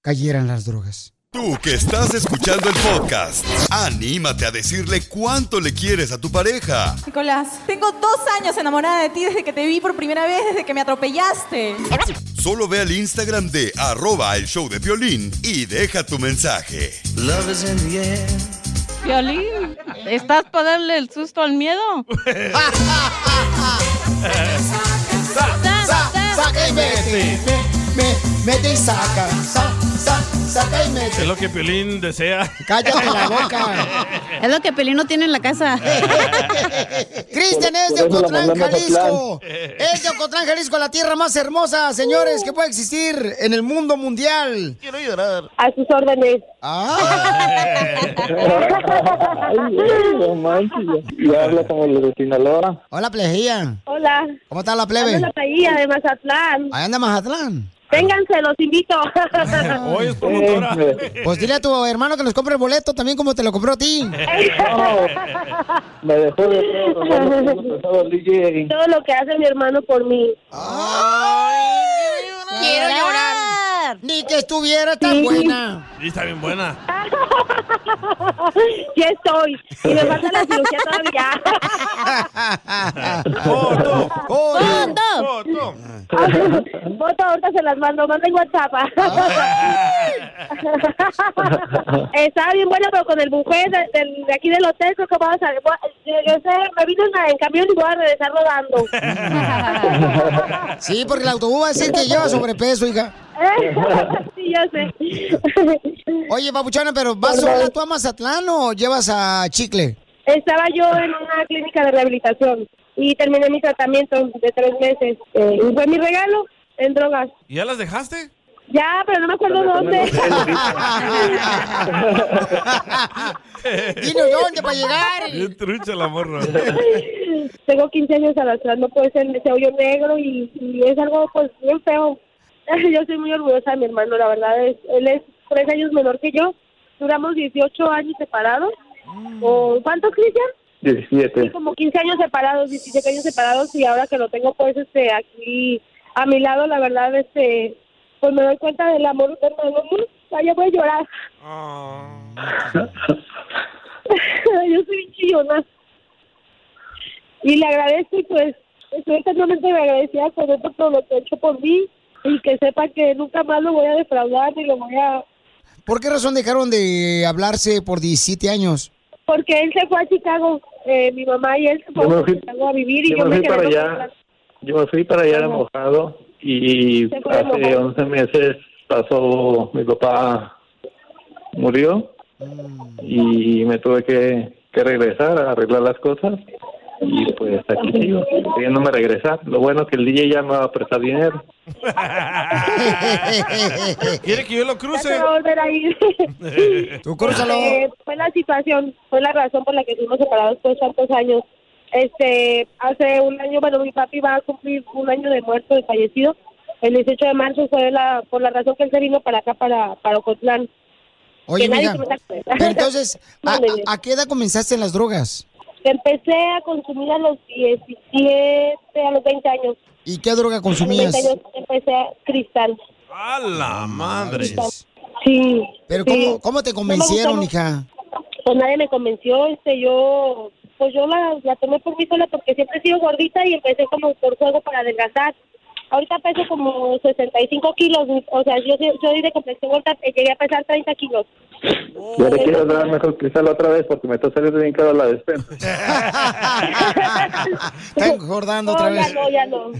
cayeran en las drogas. Tú que estás escuchando el podcast, anímate a decirle cuánto le quieres a tu pareja. Nicolás, tengo dos años enamorada de ti desde que te vi por primera vez, desde que me atropellaste. Solo ve al Instagram de arroba el show de Piolín y deja tu mensaje. Violín, ¿estás para darle el susto al miedo? Sa- sa- saca y mete, me- me- mete y saca, sa- sa- saca y mete. Es lo que Piolín desea. Cállate la boca. Es lo que Pelino tiene en la casa. Cristian eh. es de Por eso la Ocotlán, mandó a Jalisco. Mazatlán. Es de Ocotlán, Jalisco, la tierra más hermosa, señores, que puede existir en el mundo mundial. Quiero llorar. A sus órdenes. Ay, güey, no manches, ya, ya habla como el de Sinaloa. Hola, plejía. Hola. ¿Cómo está la Ando plebe? en la playa de Mazatlán. Ahí anda Mazatlán. Vénganse, los invito. Hoy es promotora. Pues dile a tu hermano que nos compre el boleto también como te lo compró a ti. Me dejó de todo, no lo tengo pensado el DJ. Todo lo que hace mi hermano por mí. Quiero llorar. Ni que estuviera tan buena. Sí, está bien buena. ya estoy. Y me falta la cirugía todavía. ¡Foto! ¡Foto! Foto, ahorita se las mando. Manda en WhatsApp. Estaba bien bueno, pero con el buffet de, del- de aquí del hotel, creo que vamos a... voy a- Regresé, me vino en, en camión y voy a regresar rodando. Sí, porque el autobús va a decir que lleva sobrepeso, hija. sí, ya sé. Oye, papuchona, pero ¿vas sola tú a Mazatlán o llevas a Chicle? Estaba yo en una clínica de rehabilitación y terminé mi tratamiento de tres meses. Eh, y fue mi regalo en drogas. ¿Y ¿Ya las dejaste? Ya, pero no me acuerdo dónde. Dino dónde para llegar. Bien trucha la morra. Tengo 15 años arrastrando pues en ese hoyo negro y, y es algo pues bien feo. Yo soy muy orgullosa de mi hermano, la verdad. Es, él es tres años menor que yo. Duramos 18 años separados. ¿O cuánto, Cristian? 17. como 15 años separados, 17 años separados y ahora que lo tengo pues este aquí a mi lado, la verdad este pues me doy cuenta del amor de hermano. Ay, ya voy a llorar. Yo soy bien chillona. Y le agradezco y pues estoy eternamente agradecida con él por todo lo que ha hecho por mí y que sepa que nunca más lo voy a defraudar ni lo voy a ¿Por qué razón dejaron de hablarse por 17 años? porque él se fue a Chicago, eh, mi mamá y él se Yo fueron me a fui- Chicago a vivir y yo yo me me fui quedé para con allá, ganas. yo me fui para allá enojado y Se fue hace enojado. 11 meses pasó, mi papá murió y me tuve que, que regresar a arreglar las cosas y pues aquí sigo, queriéndome regresar. Lo bueno que el DJ ya me va a prestar dinero. ¿Quiere que yo lo Ya cruce? se va a volver a ir. Tú Eh, fue la situación, fue la razón por la que estuvimos separados por tantos años. Este, hace un año, bueno, mi papi va a cumplir un año de muerto, de fallecido. El 18 de marzo fue la, por la razón que él se vino para acá, para, para Ocotlán. Oye, Que nadie mija, se me da cuenta. pero entonces, ¿a, Mándeme. a- a qué edad comenzaste en las drogas? Empecé a consumir a los 17, a los 20 años. ¿Y qué droga A los consumías? 20 años empecé a cristal. ¡A la madre! Sí. Pero sí. ¿cómo, cómo te No me convencieron, gusta, no- hija? Pues nadie me convenció, este, yo, pues yo la, la tomé por mí sola porque siempre he sido gordita y empecé como por juego para adelgazar. Ahorita peso como 65 kilos, o sea, yo, soy- soy de complexión gorda, eh, llegué a pesar 30 kilos. Yo le quiero dar mejor cristal otra vez porque me está saliendo bien caro la despensa. Está engordando otra No, ya vez. no, ya no.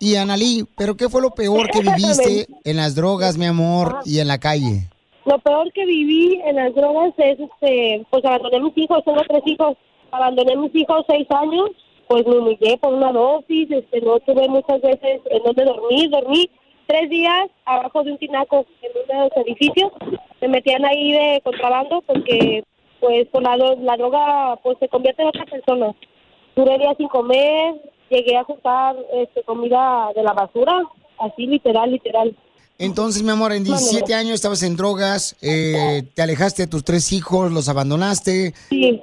Y Analí, ¿pero qué fue lo peor que viviste en las drogas, mi amor, y en la calle? Lo peor que viví en las drogas es, este, pues abandoné mis hijos, tengo tres hijos, abandoné mis hijos seis años, pues me humillé por una dosis, este, no tuve muchas veces en donde dormir, dormí tres días abajo de un tinaco en uno de los edificios, me metían ahí de contrabando porque, pues, por la, dro- la droga, pues se convierte en otra persona. Duré días sin comer, llegué a juntar, este, comida de la basura, así literal, literal. Entonces, mi amor, en 17 años estabas en drogas, eh, te alejaste de tus tres hijos, los abandonaste,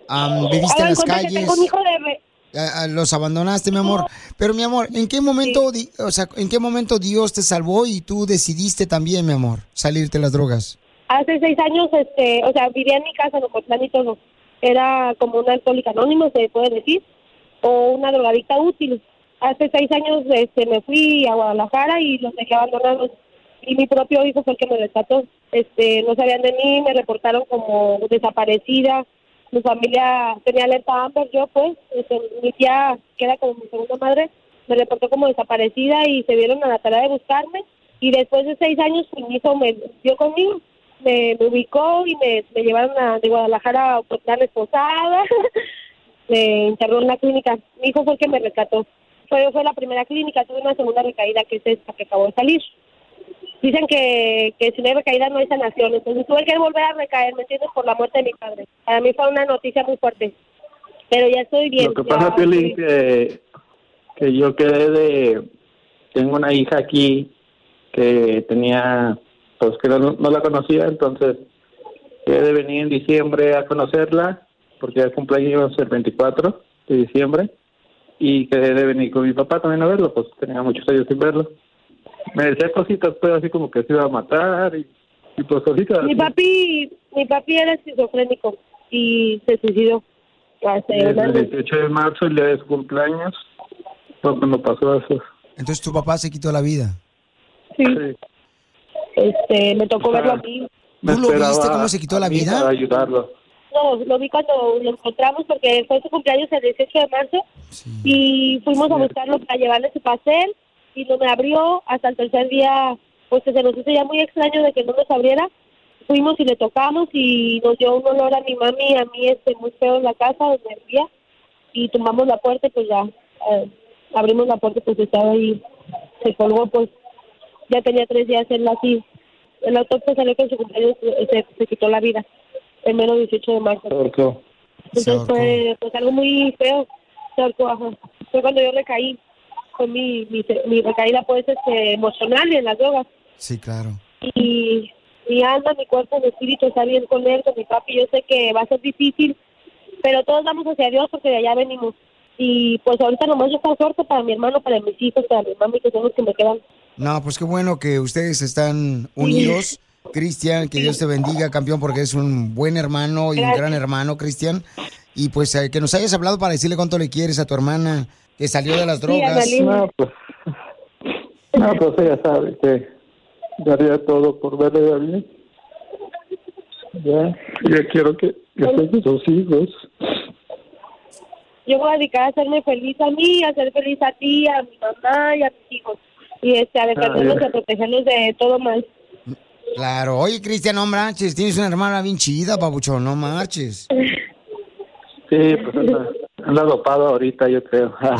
am, viviste en Hagan las cuenta Ah, que calles, tengo un hijo de re- a- a- los abandonaste, mi amor. Pero, mi amor, ¿en qué momento, di- o sea, en qué momento Dios te salvó y tú decidiste también, mi amor, salirte de las drogas? Hace seis años, este, o sea, vivía en mi casa, en Ocotlán y todo. Era como una alcohólica anónima, se puede decir, o una drogadicta útil. Hace seis años este, me fui a Guadalajara y los dejé abandonados. Y mi propio hijo fue el que me rescató. Este, no sabían de mí, me reportaron como desaparecida. Mi familia tenía alerta Amber, yo pues, este, mi tía, que era como mi segunda madre, me reportó como desaparecida y se vieron a la tarea de buscarme. Y después de seis años, pues, mi hijo me dio conmigo me, me ubicó y me, me llevaron a, de Guadalajara a Ocotlán esposada. me enterró en la clínica. Mi hijo fue el que me rescató. Fue, fue la primera clínica, tuve una segunda recaída que es esta que acabo de salir. Dicen que, que si no hay recaída no hay sanación, entonces tuve que volver a recaer, ¿me entiendes? Por la muerte de mi padre. Para mí fue una noticia muy fuerte, pero ya estoy bien. Lo que ya pasa, Piolín, estoy- que, que yo quedé de... Tengo una hija aquí que tenía... Pues que no, no la conocía, entonces quedé de venir en diciembre a conocerla, porque el cumpleaños es el 24 de diciembre, y quedé de venir con mi papá también a verlo, pues tenía muchos años sin verlo. Me decía cositas, pues así como que se iba a matar, y, y pues cositas. Mi así. papi, mi papi era esquizofrénico y se suicidó hace un El año. 18 de marzo, el día de su cumpleaños, fue cuando pasó eso. Entonces, tu papá se quitó la vida. Sí. Este, me tocó O sea, verlo a mí. Me ¿Tú lo viste esperaba cómo se quitó a la mí vida? Para ayudarlo. No, lo vi cuando lo encontramos porque fue su cumpleaños el 18 de marzo y fuimos a buscarlo para llevarle su pastel y no me abrió hasta el tercer día, pues que se nos hizo ya muy extraño de que no nos abriera. Fuimos y le tocamos y nos dio un olor a mi mami, y a mí este muy feo en la casa donde vivía y tomamos la puerta y pues ya eh, abrimos la puerta y pues estaba ahí, se colgó pues ya tenía tres días él así. El autopsia salió que en su cumpleaños eh, se, se quitó la vida el menos 18 de marzo. Porque Entonces fue pues, algo muy feo. Se ahorcó, ajá. Fue cuando yo recaí. Fue mi, mi, mi recaída pues este, emocional y en las drogas. Sí, claro. Y mi alma, mi cuerpo, mi espíritu está bien con él, con mi papi. Yo sé que va a ser difícil pero todos vamos hacia Dios porque de allá venimos. Y pues ahorita nomás yo estoy suerte para mi hermano, para mis hijos, para mi mami, que son los que me quedan. No, pues qué bueno que ustedes están unidos. Cristian, que Dios te bendiga, campeón, porque es un buen hermano y un Gracias. gran hermano, Cristian. Y pues eh, que nos hayas hablado para decirle cuánto le quieres a tu hermana, que salió de las drogas. Analí. No, pues ella sabe que daría todo por verla bien. Ya, yo quiero que, que tenga sus hijos. Yo voy a dedicar a hacerme feliz a mí, a hacer feliz a ti, a mi mamá y a mis hijos. Y este, a defenderlos, ya. a protegerlos de todo mal. Claro, oye, Cristian, no marches, tienes una hermana bien chida, papucho, no marches. Sí, pues anda, anda dopado ahorita, yo creo.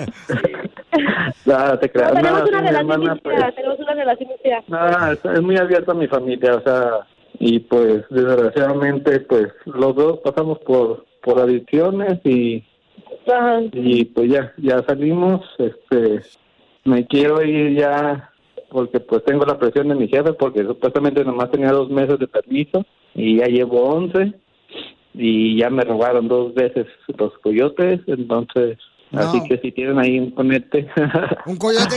no, te creas. Tenemos No, una sí, relación mi hermana, pues. muy chida, tenemos una relación muy chida. No, Ah, es, es muy abierta mi familia, o sea, y pues desgraciadamente, pues los dos pasamos por por adicciones y y pues ya ya salimos, este, me quiero ir ya porque pues tengo la presión de mi jefe porque supuestamente nomás tenía dos meses de permiso y ya llevo once y ya me robaron dos veces los coyotes, entonces, No. así que si tienen ahí un conete. Un coyote.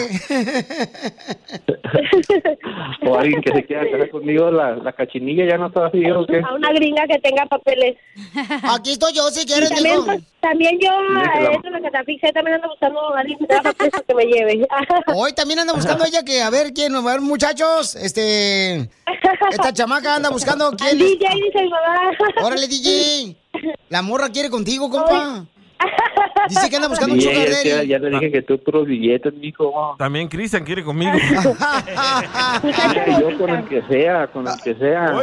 o alguien que se quiera casar conmigo, la, la cachinilla ya no está así, ¿o qué? A una gringa que tenga papeles. Aquí estoy yo, si quieres, también, pues, también yo, Mira que la- eh, dentro de la catafixia, también ando buscando a alguien que tenga papeles para que me lleve. Hoy también anda buscando ella que, a ver, quién, a ver, muchachos, este, esta chamaca anda buscando quién. DJ, dice mi mamá. Órale, DJ, la morra quiere contigo, compa. Dice que anda buscando un Sí, sugar ya- daddy. ya, ya le dije que tú puros billetes, mijo. También Cristian quiere conmigo. Mira, yo con el que sea, con el que sea.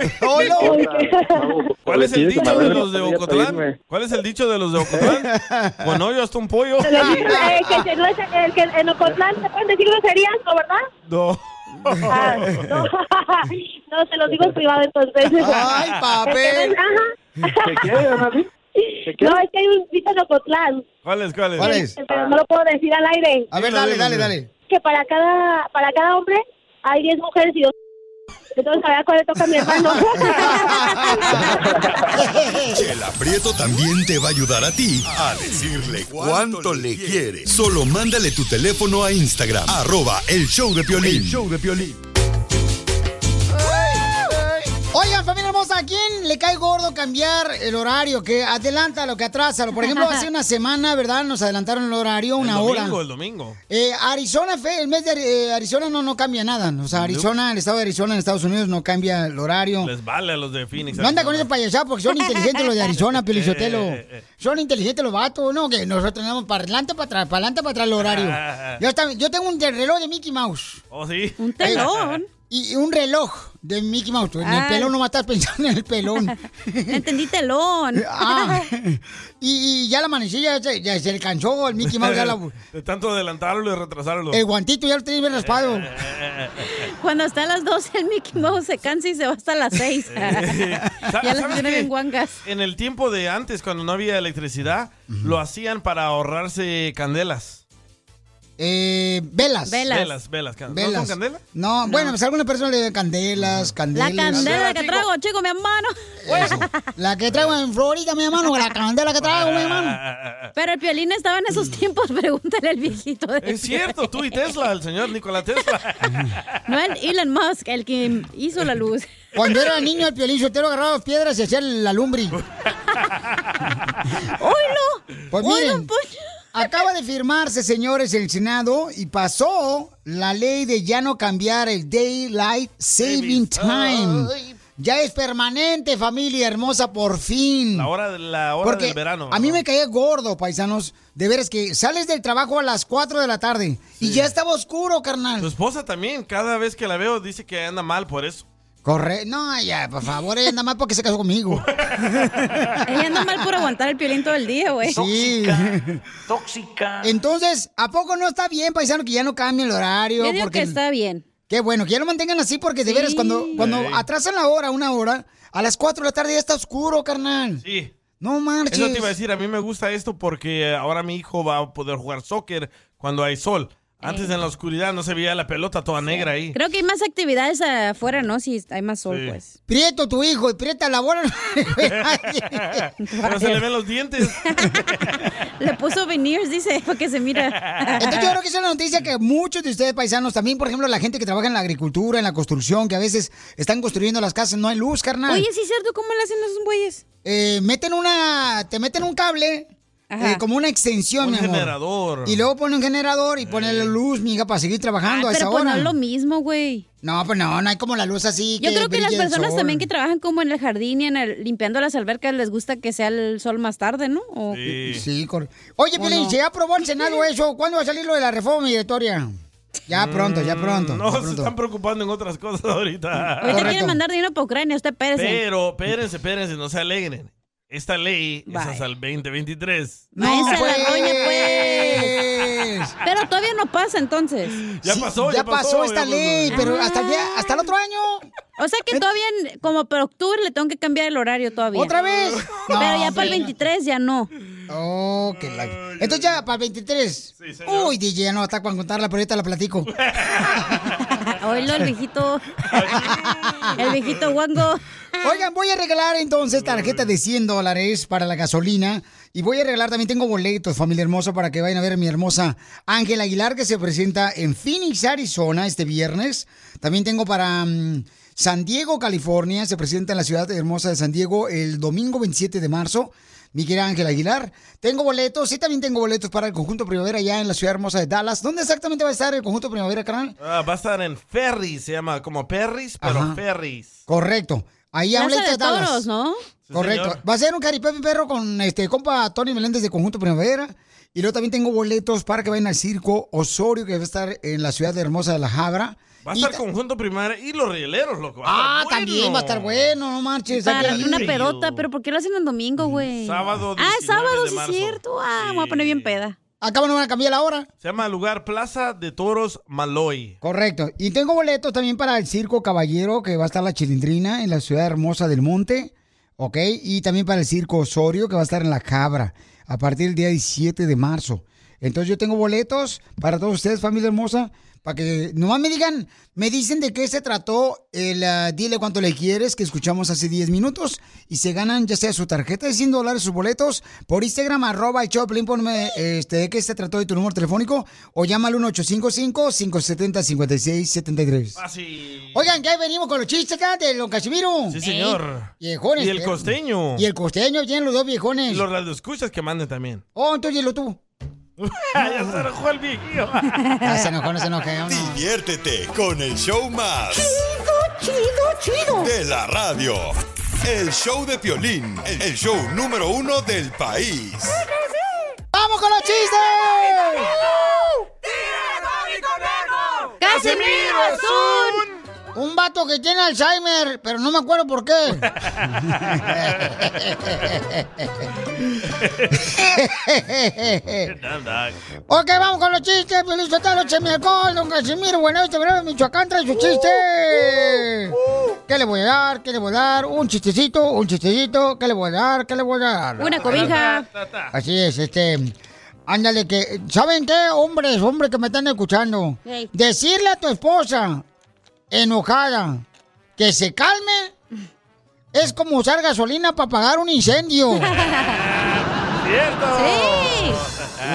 ¿Cuál es el Tienes que dicho de mandar los de una familia para irme. Ocotlán? ¿Cuál es el dicho de los de Ocotlán? Con hoyo hasta un pollo. Se le dice, eh, que se- no es- el que en Ocotlán te pueden decir groserías, ¿no, verdad? No. Ah, no, no, se los digo en privado entonces. Ay, papel. Este, pues, Ajá. ¿Te quieres, Mami? ¿Te No, es que hay un dicho en Ocotlán, ¿Cuál es? ¿Cuál es? pero no lo puedo decir al aire. A ver, dale, dale, dale. Que para cada, para cada hombre hay 10 mujeres y dos. Entonces, a ver cuál le toca a mi hermano. El aprieto también te va a ayudar a ti a decirle cuánto le quiere. Solo mándale tu teléfono a Instagram, arroba el show de Piolín. Oigan, familia hermosa, ¿a quién le cae gordo cambiar el horario? Que adelanta lo que atrasa. Por ejemplo, hace una semana, ¿verdad? Nos adelantaron el horario El una domingo, hora. el domingo. Eh, Arizona, fe- el mes de Ari- eh, Arizona no, no cambia nada. O sea, Arizona, el estado de Arizona en Estados Unidos no cambia el horario. Les vale a los de Phoenix. No anda con ese payasado porque son inteligentes los de Arizona, Pelizotelo. Eh, eh, eh. Son inteligentes los vatos, ¿no? Que nosotros tenemos para adelante, para atrás, para adelante, para atrás el horario. Yo, hasta- yo tengo un reloj de Mickey Mouse. ¿Oh, sí? Eh, Y y un reloj de Mickey Mouse. En el Ah. pelón nomás estás pensando en el pelón. Entendí telón. Ah, y, y ya la manecilla ya, se- ya se le cansó el Mickey Mouse. Ya la, De tanto adelantarlo y retrasarlo. Eh, el guantito ya lo tiene bien raspado. Cuando está a las 12, el Mickey Mouse se cansa y se va hasta las 6. Sa- ya las ¿sabes tiene qué? bien guangas. En el tiempo de antes, cuando no había electricidad, lo hacían para ahorrarse candelas. Eh, velas. Velas. Velas, velas, can- ¿no son candela? No, bueno, pues alguna persona le dio candelas, La candelas. candela que traigo, chico, mi hermano. La que traigo en Florida, mi hermano, la candela que traigo, mi hermano. Pero el piolín estaba en esos tiempos, pregúntale al viejito. de- Es cierto, tú y Tesla, el señor Nikola Tesla. No el Elon Musk, el que hizo la luz. Cuando era niño, el piolín soltero agarraba piedras y hacía la lumbre. Pues miren, acaba de firmarse, señores, el Senado y pasó la ley de ya no cambiar el Daylight Saving Time. Ya es permanente, familia hermosa, por fin. La hora, de- la hora Porque del verano. A mí me caía gordo, paisanos. De veras que sales del trabajo a las 4 de la tarde y ya estaba oscuro, carnal. Tu esposa también, cada vez que la veo, dice que anda mal por eso. Corre. No, ya, por favor, ella anda mal porque se casó conmigo. Ella anda mal por aguantar el piolín todo el día, güey. Sí. Tóxica. Entonces, ¿a poco no está bien, paisano, que ya no cambie el horario? Yo digo porque que está bien. Qué bueno, que ya lo mantengan así porque de Sí. veras, cuando, cuando Sí. atrasan la hora, una hora, a las 4 de la tarde ya está oscuro, carnal. Sí. No marches. Eso te iba a decir, a mí me gusta esto porque ahora mi hijo va a poder jugar soccer cuando hay sol. Antes en la oscuridad no se veía la pelota toda negra ahí. Creo que hay más actividades afuera, ¿no? Si hay más sol, Sí. pues. Prieto tu hijo y prieta la bola. Pero se le ven los dientes. Le puso veneers, dice, porque se mira. Entonces yo creo que es una noticia que muchos de ustedes paisanos, también por ejemplo la gente que trabaja en la agricultura, en la construcción, que a veces están construyendo las casas, no hay luz, carnal. Oye, sí es cierto, ¿cómo le hacen esos bueyes? Eh, meten una, te meten un cable, eh, como una extensión, Un mi amor. generador. Y luego pone un generador y pone la luz, miga, para seguir trabajando Ah, a esa pero pues no hora. es lo mismo, güey. No, pues no, no hay como la luz así. Yo creo que las brille el personas sol. también que trabajan como en el jardín y en el, limpiando las albercas les gusta que sea el sol más tarde, ¿no? O- Sí, cor- Oye, ¿O Piolín, no? ¿se ya aprobó el Senado eso? ¿Cuándo va a salir lo de la reforma migratoria? Ya Mm. pronto, ya pronto. No, ya se pronto. están preocupando en otras cosas ahorita. Ahorita quieren mandar dinero para Ucrania, usted pérese. Pero, espérense, espérense, no se alegren. Esta ley es Bye. hasta el 2023. Maestra pues. Larroña, pues. Pero todavía no pasa entonces. Ya pasó, ya ya pasó pasó, esta ya pasó. ley, pero hasta el día, hasta el otro año. O sea que todavía, en- como para octubre, le tengo que cambiar el horario todavía. ¿Otra vez? Pero No, ya para el hombre. 23 ya no. Oh, qué la... Entonces ya, para el 23. Uy, DJ, no, está con contarla, pero ahorita la platico. Oílo, el viejito. El viejito guango. Oigan, voy a regalar entonces tarjeta de 100 dólares para la gasolina. Y voy a regalar también, tengo boletos, familia hermosa, para que vayan a ver a mi hermosa Ángela Aguilar, que se presenta en Phoenix, Arizona, este viernes. También tengo para mm, San Diego, California, se presenta en la ciudad hermosa de San Diego el domingo 27 de marzo. Mi querida Ángela Aguilar. Tengo boletos, y también tengo boletos para el Conjunto Primavera ya en la ciudad hermosa de Dallas. ¿Dónde exactamente va a estar el Conjunto Primavera, canal? Ah, va a estar en Ferris, se llama como Perris, pero Ajá. Ferris. Correcto. Ahí Plaza hablaste de de Dallas. Toros, ¿no? Correcto. señor. Va a ser un caripé mi perro con este compa Tony Meléndez de Conjunto Primavera. Y luego también tengo boletos para que vayan al circo Osorio, que va a estar en la ciudad de Hermosa de la Jabra. Va a Y estar ta- conjunto primaria y los rieleros, loco. Ah, también va a estar bueno, no marches. hay que Para ir. una pedota, pero ¿por qué lo hacen el domingo, güey? Mm, Sábado Ah, 19 sábado, de sí es marzo. cierto. Ah, me voy a poner bien peda. Acá no van a cambiar la hora. Se llama el lugar Plaza de Toros Maloy. Correcto. Y tengo boletos también para el circo Caballero, que va a estar la Chilindrina en la ciudad hermosa del Monte. ¿Ok? Y también para el circo Osorio, que va a estar en la Cabra, a partir del día 17 de marzo. Entonces yo tengo boletos para todos ustedes, familia hermosa, para que nomás me digan, me dicen de qué se trató el ah, Dile cuánto le quieres, que escuchamos hace 10 minutos, y se ganan ya sea su tarjeta de 100 dólares, sus boletos, por Instagram, arroba el Choplin, ponme este, de qué se trató de tu número telefónico, o llama al Ah, 1855-570-5673. Así. Oigan, que ahí venimos con los chistes acá de Don Casimiro. Sí, señor. Ey, viejones. eh. Y el costeño. Y el costeño, bien, los dos viejones. Y los radioescuchas que manden también. Oh, entonces lo tú. ya se enojó el viejillo. Ah, se enojó, no se enojó. no. Diviértete con el show más. Chido, chido, chido. De la radio. El show de Piolín, el show número uno del país. ¡Vamos con los chistes! ¡Casimiro es un... vato que tiene Alzheimer, pero no me acuerdo por qué. ok, vamos con los chistes. Feliz Sotelo, Chemiacol, Don Casimiro, bueno, este breve Michoacán trae su chiste. ¿Qué le voy a dar? ¿Qué le voy a dar? Un chistecito, un chistecito. ¿Qué le voy a dar? ¿Qué le voy a dar? Una cobija. Así es, este. Ándale, que. ¿Saben qué, hombres, hombres que me están escuchando? Ey. Decirle a tu esposa, enojada, que se calme, es como usar gasolina para apagar un incendio. ¡Cierto! Sí.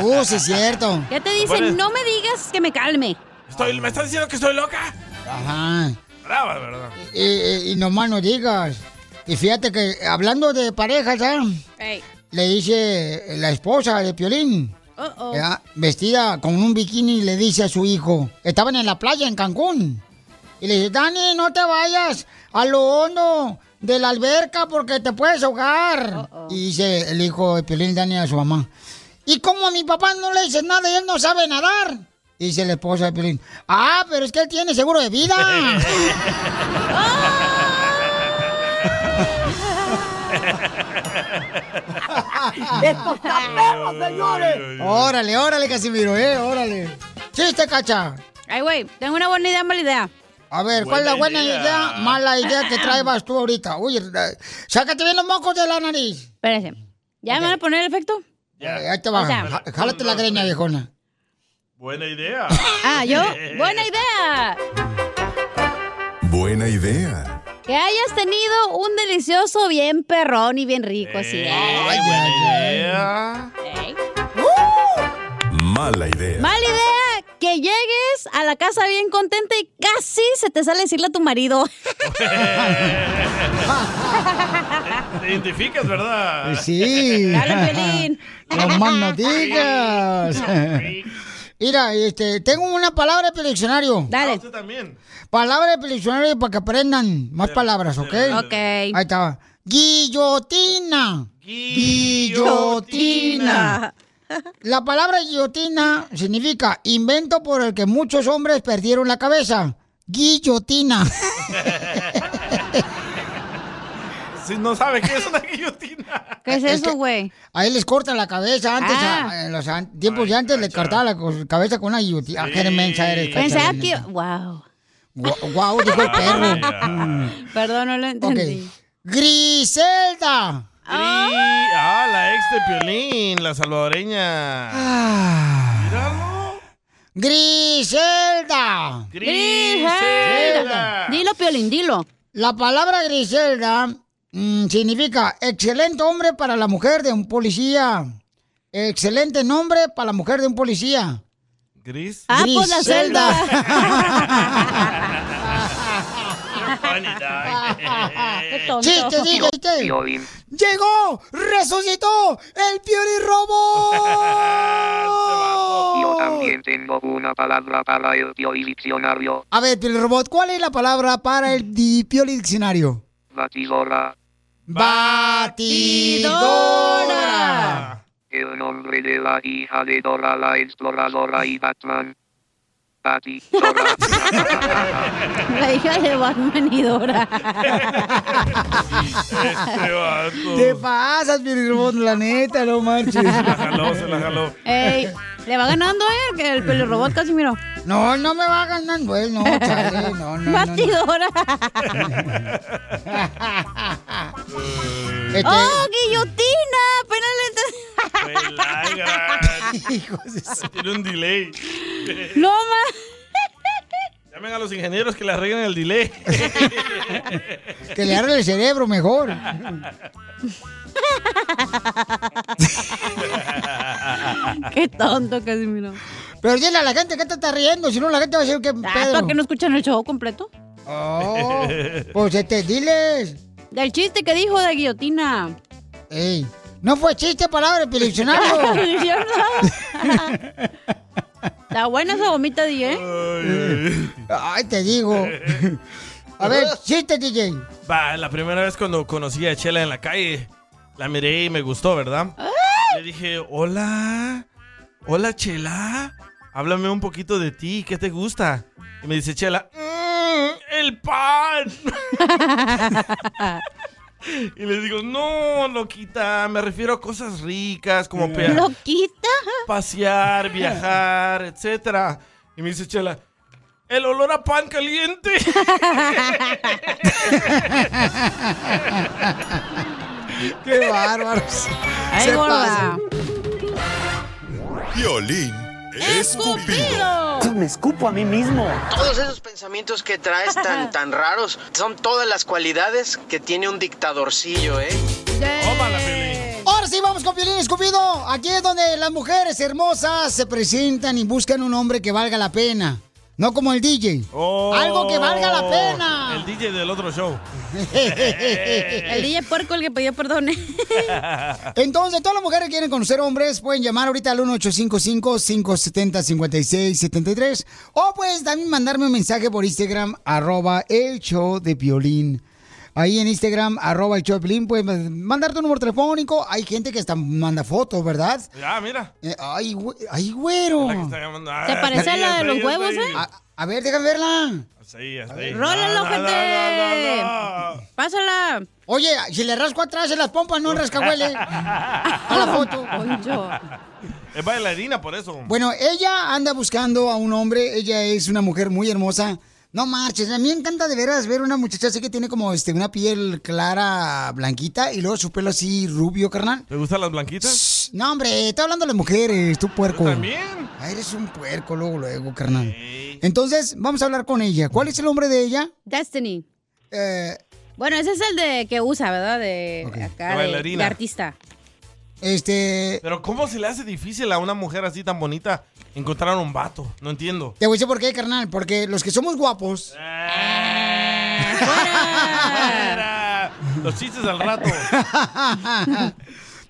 Uh, sí, es cierto. Ya te dicen, Bueno. no me digas que me calme. Estoy- ¿Me estás diciendo que estoy loca? Ajá. Brava, ¿verdad? Y, y- y nomás no digas. Y fíjate que, hablando de parejas, ¿ah? Le dice la esposa de Piolín. Oh, oh. ¿verdad? vestida con un bikini, le dice a su hijo. Estaban en la playa en Cancún. Y le dice, Dani, no te vayas a lo hondo de la alberca porque te puedes ahogar. Y dice el hijo de Piolín Dani a su mamá. ¿Y como a mi papá no le dice nada y él no sabe nadar? Dice la esposa de Piolín. Ah, pero es que él tiene seguro de vida. ¡Esto está perro, señores! Órale, órale, Casimiro, eh, órale. Chiste, cacha. Ay, güey, tengo una buena idea, mala idea. A ver, ¿cuál es la Buena buena idea. idea? mala idea que traebas tú ahorita? Uy, eh, sácate bien los mocos de la nariz. Espérense. ¿Ya me van a poner el efecto? Eh, Ahí te va. O sea- Ja- Jálate la greña, viejona. Buena idea. Ah, yo. Buena idea. Buena idea. Que hayas tenido un delicioso, bien perrón y bien rico, ¿eh? así. Eh. Ay, buena idea. Mala idea. ¡Uh! Mala idea que llegues a la casa bien contenta y casi se te sale decirle a tu marido. Te- Te identificas, ¿verdad? Sí. No más no à? digas. Mira, este, tengo una palabra del diccionario. Dale. Usted también. Palabra del diccionario para que aprendan más palabras, ¿ok? Ok. Ahí está. Guillotina. Guillotina. La palabra guillotina significa invento por el que muchos hombres perdieron la cabeza. Guillotina. Si no sabe qué es una guillotina. ¿Qué es eso, güey? Ahí les cortan la cabeza antes, Ah. a- en los an- tiempos de antes les cortaban la co- cabeza con una guillotina. Ah, qué mensa eres, Pensaba cachanilla. que. ¡Wow! Guau, guau, dijo el perro. Perdón, no lo entendí. Griselda. Y- ah, la ex de Piolín, la salvadoreña. Ah. Griselda. eh. Griselda. Dilo, Piolín, dilo. La palabra Griselda mm, significa excelente hombre para la mujer de un policía. Excelente nombre para la mujer de un policía. Gris. Ah, pues la Griselda. ¡Chiste, chiste, chiste! Piolín. ¡Llegó! ¡Resucitó! ¡El Piori Robot! Yo también tengo una palabra para el diccionario. A ver, Piori Robot, ¿cuál es la palabra para el di- Pioli Diccionario? Batidora. ¡Batidora! El nombre de la hija de Dora la exploradora y Batman. Patty. La hija de Batman y Dora. Te pasas, Pioli Robot, la neta, no manches. No, se la jaló. Ey, le va ganando, ¿eh? Que El pelirrobot casi miró. No, no me va ganando él, no, chale, no, no, no. Batidora. Este- ¡Oh, guillotina! Apenas Tiene un delay. le... ¡No, ma! Llamen a los ingenieros que le arreglen el delay. Que le arregle el cerebro mejor. Qué tonto casi miró. Pero dile a la gente que te está riendo, si no la gente va a decir que Ah, ¿Para pedo. qué no escuchan el show completo? Oh, pues este, diles. Del chiste que dijo de guillotina. Ey, no fue chiste palabra, el diccionario. La buena esa gomita, ¿eh? DJ. Ay, te digo. A ver, chiste, DJ. Va, la primera vez cuando conocí a Chela en la calle, la miré y me gustó, ¿verdad? Le dije, hola, hola Chela, háblame un poquito de ti, ¿qué te gusta? Y me dice Chela, "Mm, el pan. y le digo, no, loquita, me refiero a cosas ricas Mm. como pe- ¿Loquita? pasear, viajar, etcétera. Y me dice Chela, el olor a pan caliente. Qué bárbaros. Ay, Se gorda. pasan. Violín escupido. Me escupo a mí mismo. Todos esos pensamientos que traes tan, tan raros son todas las cualidades que tiene un dictadorcillo, ¿eh? Ahora sí, vamos con Piolín Escupido. Aquí es donde las mujeres hermosas se presentan y buscan un hombre que valga la pena. No como el DJ. Algo que valga la pena. Oh, El DJ del otro show. El DJ puerco el que pedía perdón. Entonces, todas las mujeres que quieren conocer hombres pueden llamar ahorita al 1855-570-5673 o puedes también mandarme un mensaje por Instagram, arroba el show de Piolín. Ahí en Instagram, arroba el show de Piolín, puedes mandar tu número telefónico. Hay gente que hasta manda fotos, ¿verdad? Ya, mira. Eh, ay, güe- ay, güero. Se parece a la de los huevos, ¿eh? A, a ver, déjame verla. Hasta ahí, hasta ahí. ¡Rólalo, No, no, gente! ¡Pásala! Oye, si le rasco atrás en las pompas, no rascahuele. A la foto. Es bailarina por eso. Bueno, ella anda buscando a un hombre, ella es una mujer muy hermosa No marches, a mí me encanta de veras ver una muchacha así que tiene como este una piel clara, blanquita y luego su pelo así rubio, carnal. ¿Te gustan las blanquitas? No, hombre, está hablando de las mujeres, tú puerco. también. Ah, eres un puerco luego, luego, carnal. Entonces, vamos a hablar con ella. ¿Cuál es el nombre de ella? Destiny. Bueno, ese es el de que usa, ¿verdad? De acá, La de- bailarina. de artista. Este. Pero ¿cómo se le hace difícil a una mujer así tan bonita encontrar un vato? No entiendo. Te voy a decir por qué, carnal, porque los que somos guapos. Los chistes al rato.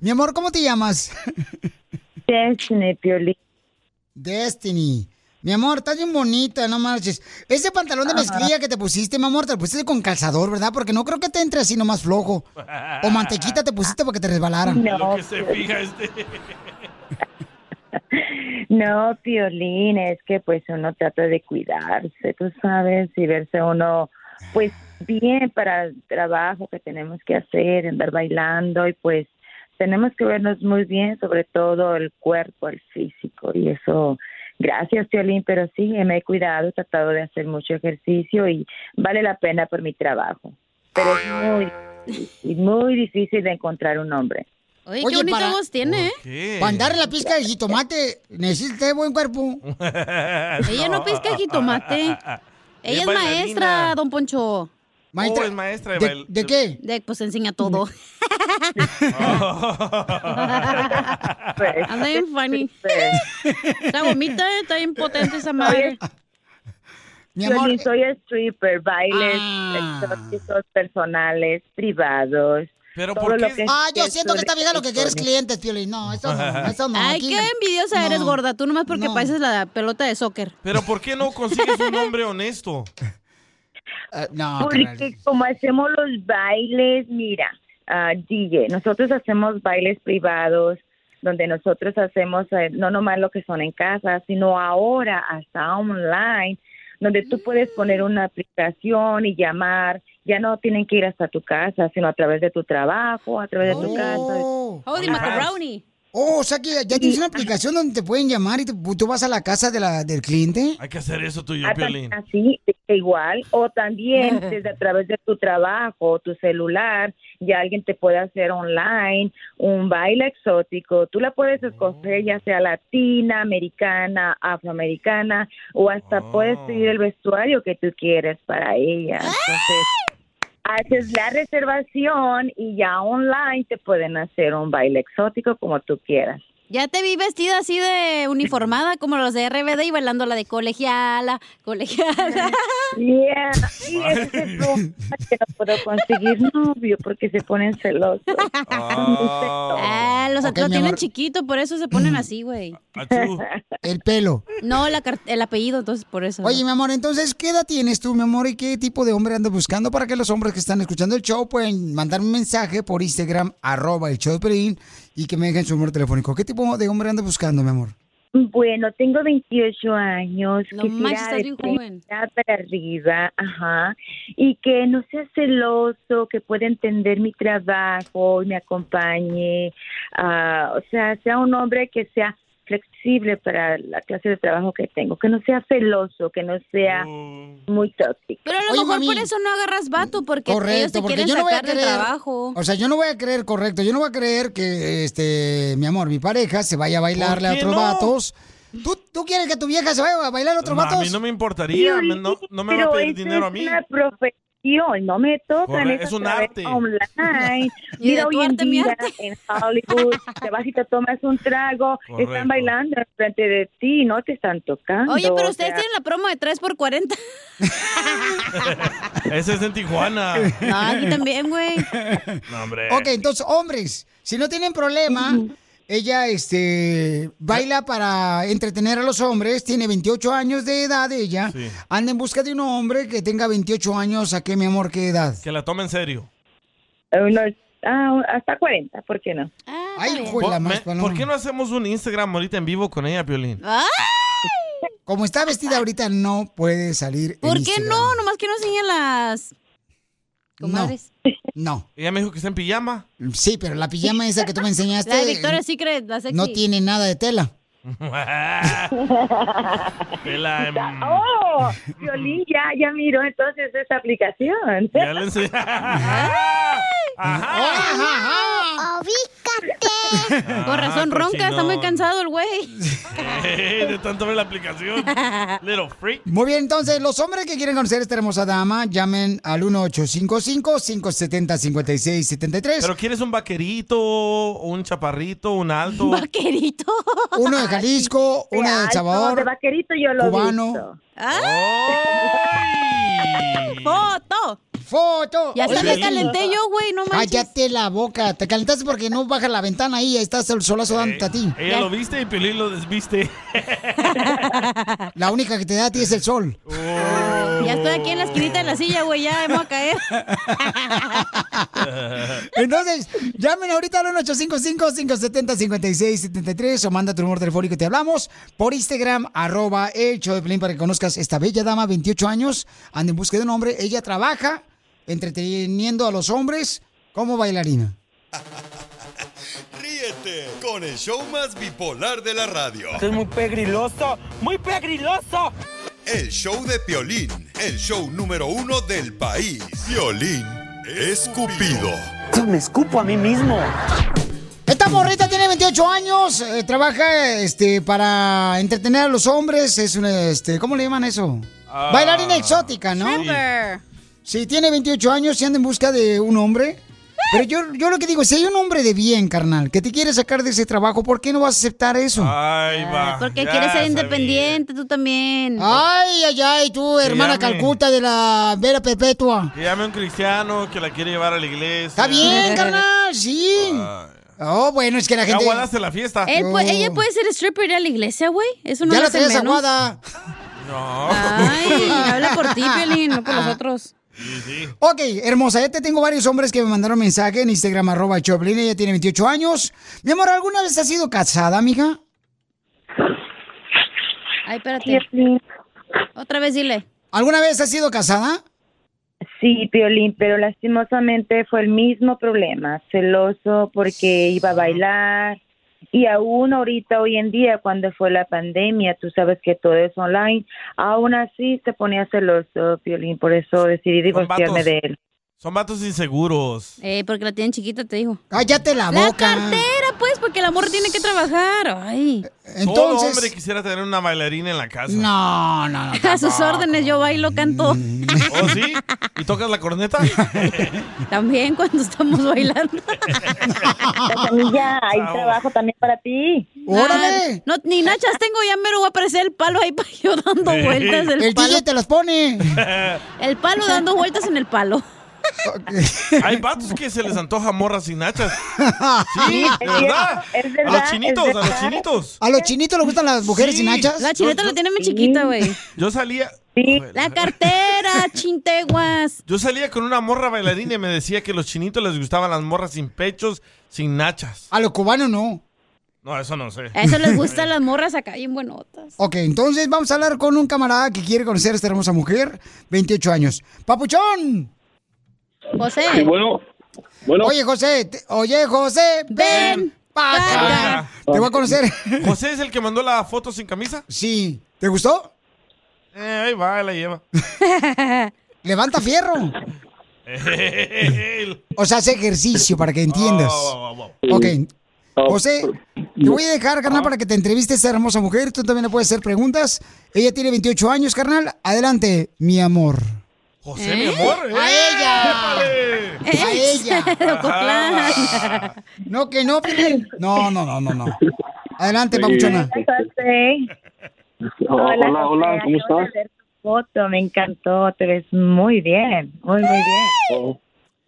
Mi amor, ¿cómo te llamas? Destiny, Piolín. Destiny. Mi amor, estás bien bonita, no marches. Ese pantalón de mezclilla que te pusiste, mi amor, te lo pusiste con calzador, ¿verdad? Porque no creo que te entre así nomás flojo. O mantequita te pusiste para que te resbalaran. No, no, Piolín, es que pues uno trata de cuidarse, tú sabes, y verse uno pues bien para el trabajo que tenemos que hacer, andar bailando y pues tenemos que vernos muy bien, sobre todo el cuerpo, el físico y eso. Gracias, Piolín, pero sí, me he cuidado, he tratado de hacer mucho ejercicio y vale la pena por mi trabajo. Pero es muy, difícil, muy difícil de encontrar un hombre. Oye, qué bonita voz tiene, ¿eh? Para andar la pizca de jitomate, necesitas buen cuerpo. Ella Ella no pesca jitomate. Ella es maestra, don Poncho. Maestra- Oh, es maestra de ¿De- bail- de qué? De, pues enseña todo. Anda bien funny. Está bonita, eh, está bien potente esa madre. Mi amor, Piolín, eh. soy stripper, bailes Ah. exóticos, personales, privados. Pero todo lo que- Ah, yo siento que esta vieja lo que quiere es Piolín. clientes, Piolín. No, eso no, eso no. Ay, aquí- qué envidiosa eres, no. gorda. Tú nomás porque pareces la pelota de soccer. Pero ¿por qué no consigues un hombre honesto? Ah, Porque como hacemos los bailes, mira, ah, DJ, nosotros hacemos bailes privados donde nosotros hacemos eh, no nomás lo que son en casa, sino ahora hasta online, donde tú puedes poner Mm. una aplicación y llamar, ya no tienen que ir hasta tu casa, sino a través de tu trabajo, a través de tu casa. Howdy, macaroni. Oh, o sea que ya tienes una aplicación donde te pueden llamar y te- tú vas a la casa de la, del cliente. Hay que hacer eso tú y yo, Ah, Piolín. también Así, e- igual, o también desde a través de tu trabajo, tu celular, ya alguien te puede hacer online un baile exótico. Tú la puedes escoger ya sea latina, americana, afroamericana, o hasta puedes pedir el vestuario que tú quieres para ella. Entonces, haces la reservación y ya online te pueden hacer un baile exótico como tú quieras. Ya te vi vestida así de uniformada como los de RBD y bailando la de colegiala, colegiala. Yeah, y ese es el problema, que no puedo conseguir novio porque se ponen celosos. Ah, los Ok, lo mi tienen amor. chiquito, por eso se ponen así, güey. Ah, El pelo. No, la car- el apellido, entonces por eso. Oye, mi amor, entonces, ¿qué edad tienes tú, mi amor? ¿Y qué tipo de hombre andas buscando para que los hombres que están escuchando el show pueden mandar un mensaje por Instagram, arroba el show de Pelín, y que me dejen su número telefónico? ¿Qué tipo de hombre andas buscando, mi amor? Bueno, tengo 28 años, No quisiera manches, estás de bien 30 joven. para arriba, ajá, y que no sea celoso, que pueda entender mi trabajo y me acompañe, ah, o sea, sea un hombre que sea flexible para la clase de trabajo que tengo, que no sea celoso, que no sea muy tóxico. Pero a lo mejor por eso no agarras vato, porque ellos te quieren sacar del trabajo. O sea, yo no voy a creer, correcto, yo no voy a creer que, este, mi amor, mi pareja se vaya a bailarle a ¿Por qué otros no? vatos. ¿Tú, ¿Tú quieres que tu vieja se vaya a bailar a otros A vatos? mí no me importaría, me- no, no me va a Pero pedir eso dinero a es mí. una profesión, no me tocan. Corre- eso es un otra vez arte. Online. Y de Mira, tu hoy en arte, mi día arte. en Hollywood, te vas y te tomas un trago, Correcto. están bailando enfrente de ti, no te están tocando. Oye, pero o ustedes sea, tienen la promo de 3x40. Ese es en Tijuana. No, aquí Ah, también, güey. No, hombre. Ok, entonces, hombres, si no tienen problema, ella este, baila para entretener a los hombres, tiene 28 años de edad ella, Sí. anda en busca de un hombre que tenga 28 años, ¿a qué, mi amor, qué edad? Que la tome en serio. unos- ah, hasta 40, ¿por qué no? Ah, Ay, hijo de la ¿Por, más me- ¿Por qué no hacemos un Instagram ahorita en vivo con ella, Piolín? Ah. Como está vestida ahorita, no puede salir en ¿Por qué Instagram. no? Nomás que no enseñen las comadres. No. Ella me dijo que está en pijama. Sí, pero la pijama esa que tú me enseñaste La de Victoria's Secret, la sexy. no tiene nada de tela. Ah, Pela, em, Oh, Violín ya, ya miró entonces esa aplicación. ya le enseñé. Con razón pues Ah, ronca, está muy cochinón. cansado el güey. Ey, de tanto ver la aplicación. Little freak. Muy bien, entonces, los hombres que quieren conocer a esta hermosa dama, llamen al 1855-570-5673. Pero quieres un vaquerito, un chaparrito, un alto. Vaquerito. Uno de Jalisco, De uno de El alto, Salvador. de vaquerito yo lo he Cubano. visto. ¿Ah? ¡Foto! ¡Foto! Ya hasta me calenté yo, güey, Ah, no manches. Cállate la boca. Te calentaste porque no baja la ventana ahí. Ahí estás el solazo dándote a ti. Ella lo viste y Piolín lo desviste. La única que te da a ti es el sol. Oh. Ya estoy aquí en la esquinita de la silla, güey, ya me voy a caer. Entonces, llamen ahorita al 1-855-570-5673 o manda tu número telefónico y te hablamos por Instagram, arroba el show de Pelín para que conozcas esta bella dama, 28 años, anda en busca de un hombre. Ella trabaja entreteniendo a los hombres como bailarina. Ríete con el show más bipolar de la radio. Esto es muy pegriloso, muy pegriloso. El show de Piolín, el show número uno del país. Piolín escupido. Me escupo a mí mismo. Esta morrita tiene 28 años, eh, trabaja este, para entretener a los hombres, es una, este, ¿cómo le llaman eso? Ah, Bailarina exótica, ¿no? sí. Stripper. Sí, tiene 28 años y anda en busca de un hombre. Pero yo, yo lo que digo, si hay un hombre de bien, carnal, que te quiere sacar de ese trabajo, ¿por qué no vas a aceptar eso? Ay, va. Porque Ya quieres ser sabía. independiente, tú también. Ay, ay, ay, tú, hermana llame. Calcuta de la Vera Perpetua. Que llame a un cristiano que la quiere llevar a la iglesia. Está bien, carnal, sí. Oh, bueno, es que la Ya gente... aguadaste la fiesta. Él pu- Ella pues- puede ser stripper y ir a la iglesia, güey. Eso no Ya la la hace traías menos. aguada. No. Ay, habla por ti, Piolín, no por Ah. los otros. Ok, hermosa, ya te tengo varios hombres que me mandaron mensaje en Instagram, arroba Choplin, ella tiene 28 años. Mi amor, ¿alguna vez has sido casada, mija? Ay, espérate. Otra vez dile. ¿Alguna vez has sido casada? Sí, Piolín, pero lastimosamente fue el mismo problema, celoso porque iba a bailar y aún ahorita, hoy en día, cuando fue la pandemia, tú sabes que todo es online, aún así se ponía celoso, Piolín, por eso decidí divorciarme vatos. de él. Son vatos inseguros. Eh, porque la tienen chiquita, te digo. Cállate la boca. La cartera, pues, porque el amor tiene que trabajar. Ay. Todo hombre quisiera tener una bailarina en la casa. No, no, no. A sus órdenes, yo bailo, canto. ¿Oh, sí? ¿Y tocas la corneta? También cuando estamos bailando. Cachanilla, hay trabajo también para ti. ¡Órale! no, ni nachas tengo, ya mero va a aparecer el palo ahí para yo dando vueltas. El, El palo, DJ te las pone. el palo dando vueltas en el palo. Hay vatos que se les antoja morras sin nachas. Sí, de verdad. es a verdad, los chinitos, es a los verdad. chinitos. ¿A los chinitos les gustan las mujeres Sí. sin hachas? La chineta la tiene muy chiquita, güey. Yo salía, La cartera, chinteguas. yo salía con una morra bailarina y me decía que los chinitos les gustaban las morras sin pechos, sin nachas. A los cubanos no. No, eso no sé. A eso les gustan las morras acá bien buenotas. Ok, entonces vamos a hablar con un camarada que quiere conocer a esta hermosa mujer, 28 años. ¡Papuchón! José. Sí, bueno, bueno. Oye, José, te- oye, José, ven, pa' acá. Te voy a conocer. Ah. ¿José es el que mandó la foto sin camisa? Sí. ¿Te gustó? Eh, ahí va, la lleva. Levanta fierro. Él. O sea, hace ejercicio para que entiendas. Oh, Ok. José, te voy a dejar, Ah. carnal, para que te entreviste a esta hermosa mujer. Tú también le puedes hacer preguntas. Ella tiene 28 años, carnal. Adelante, mi amor. José, ¿Eh? mi amor. ¿eh? ¡A ella! ¡A ella! No, que no, Piolín. No, no, no, no, no. Adelante, Sí. papuchona. Oh, Hola, hola, hola, ¿cómo acabo de estás? ver tu Foto, me encantó, te ves muy bien, muy, muy bien. Oh,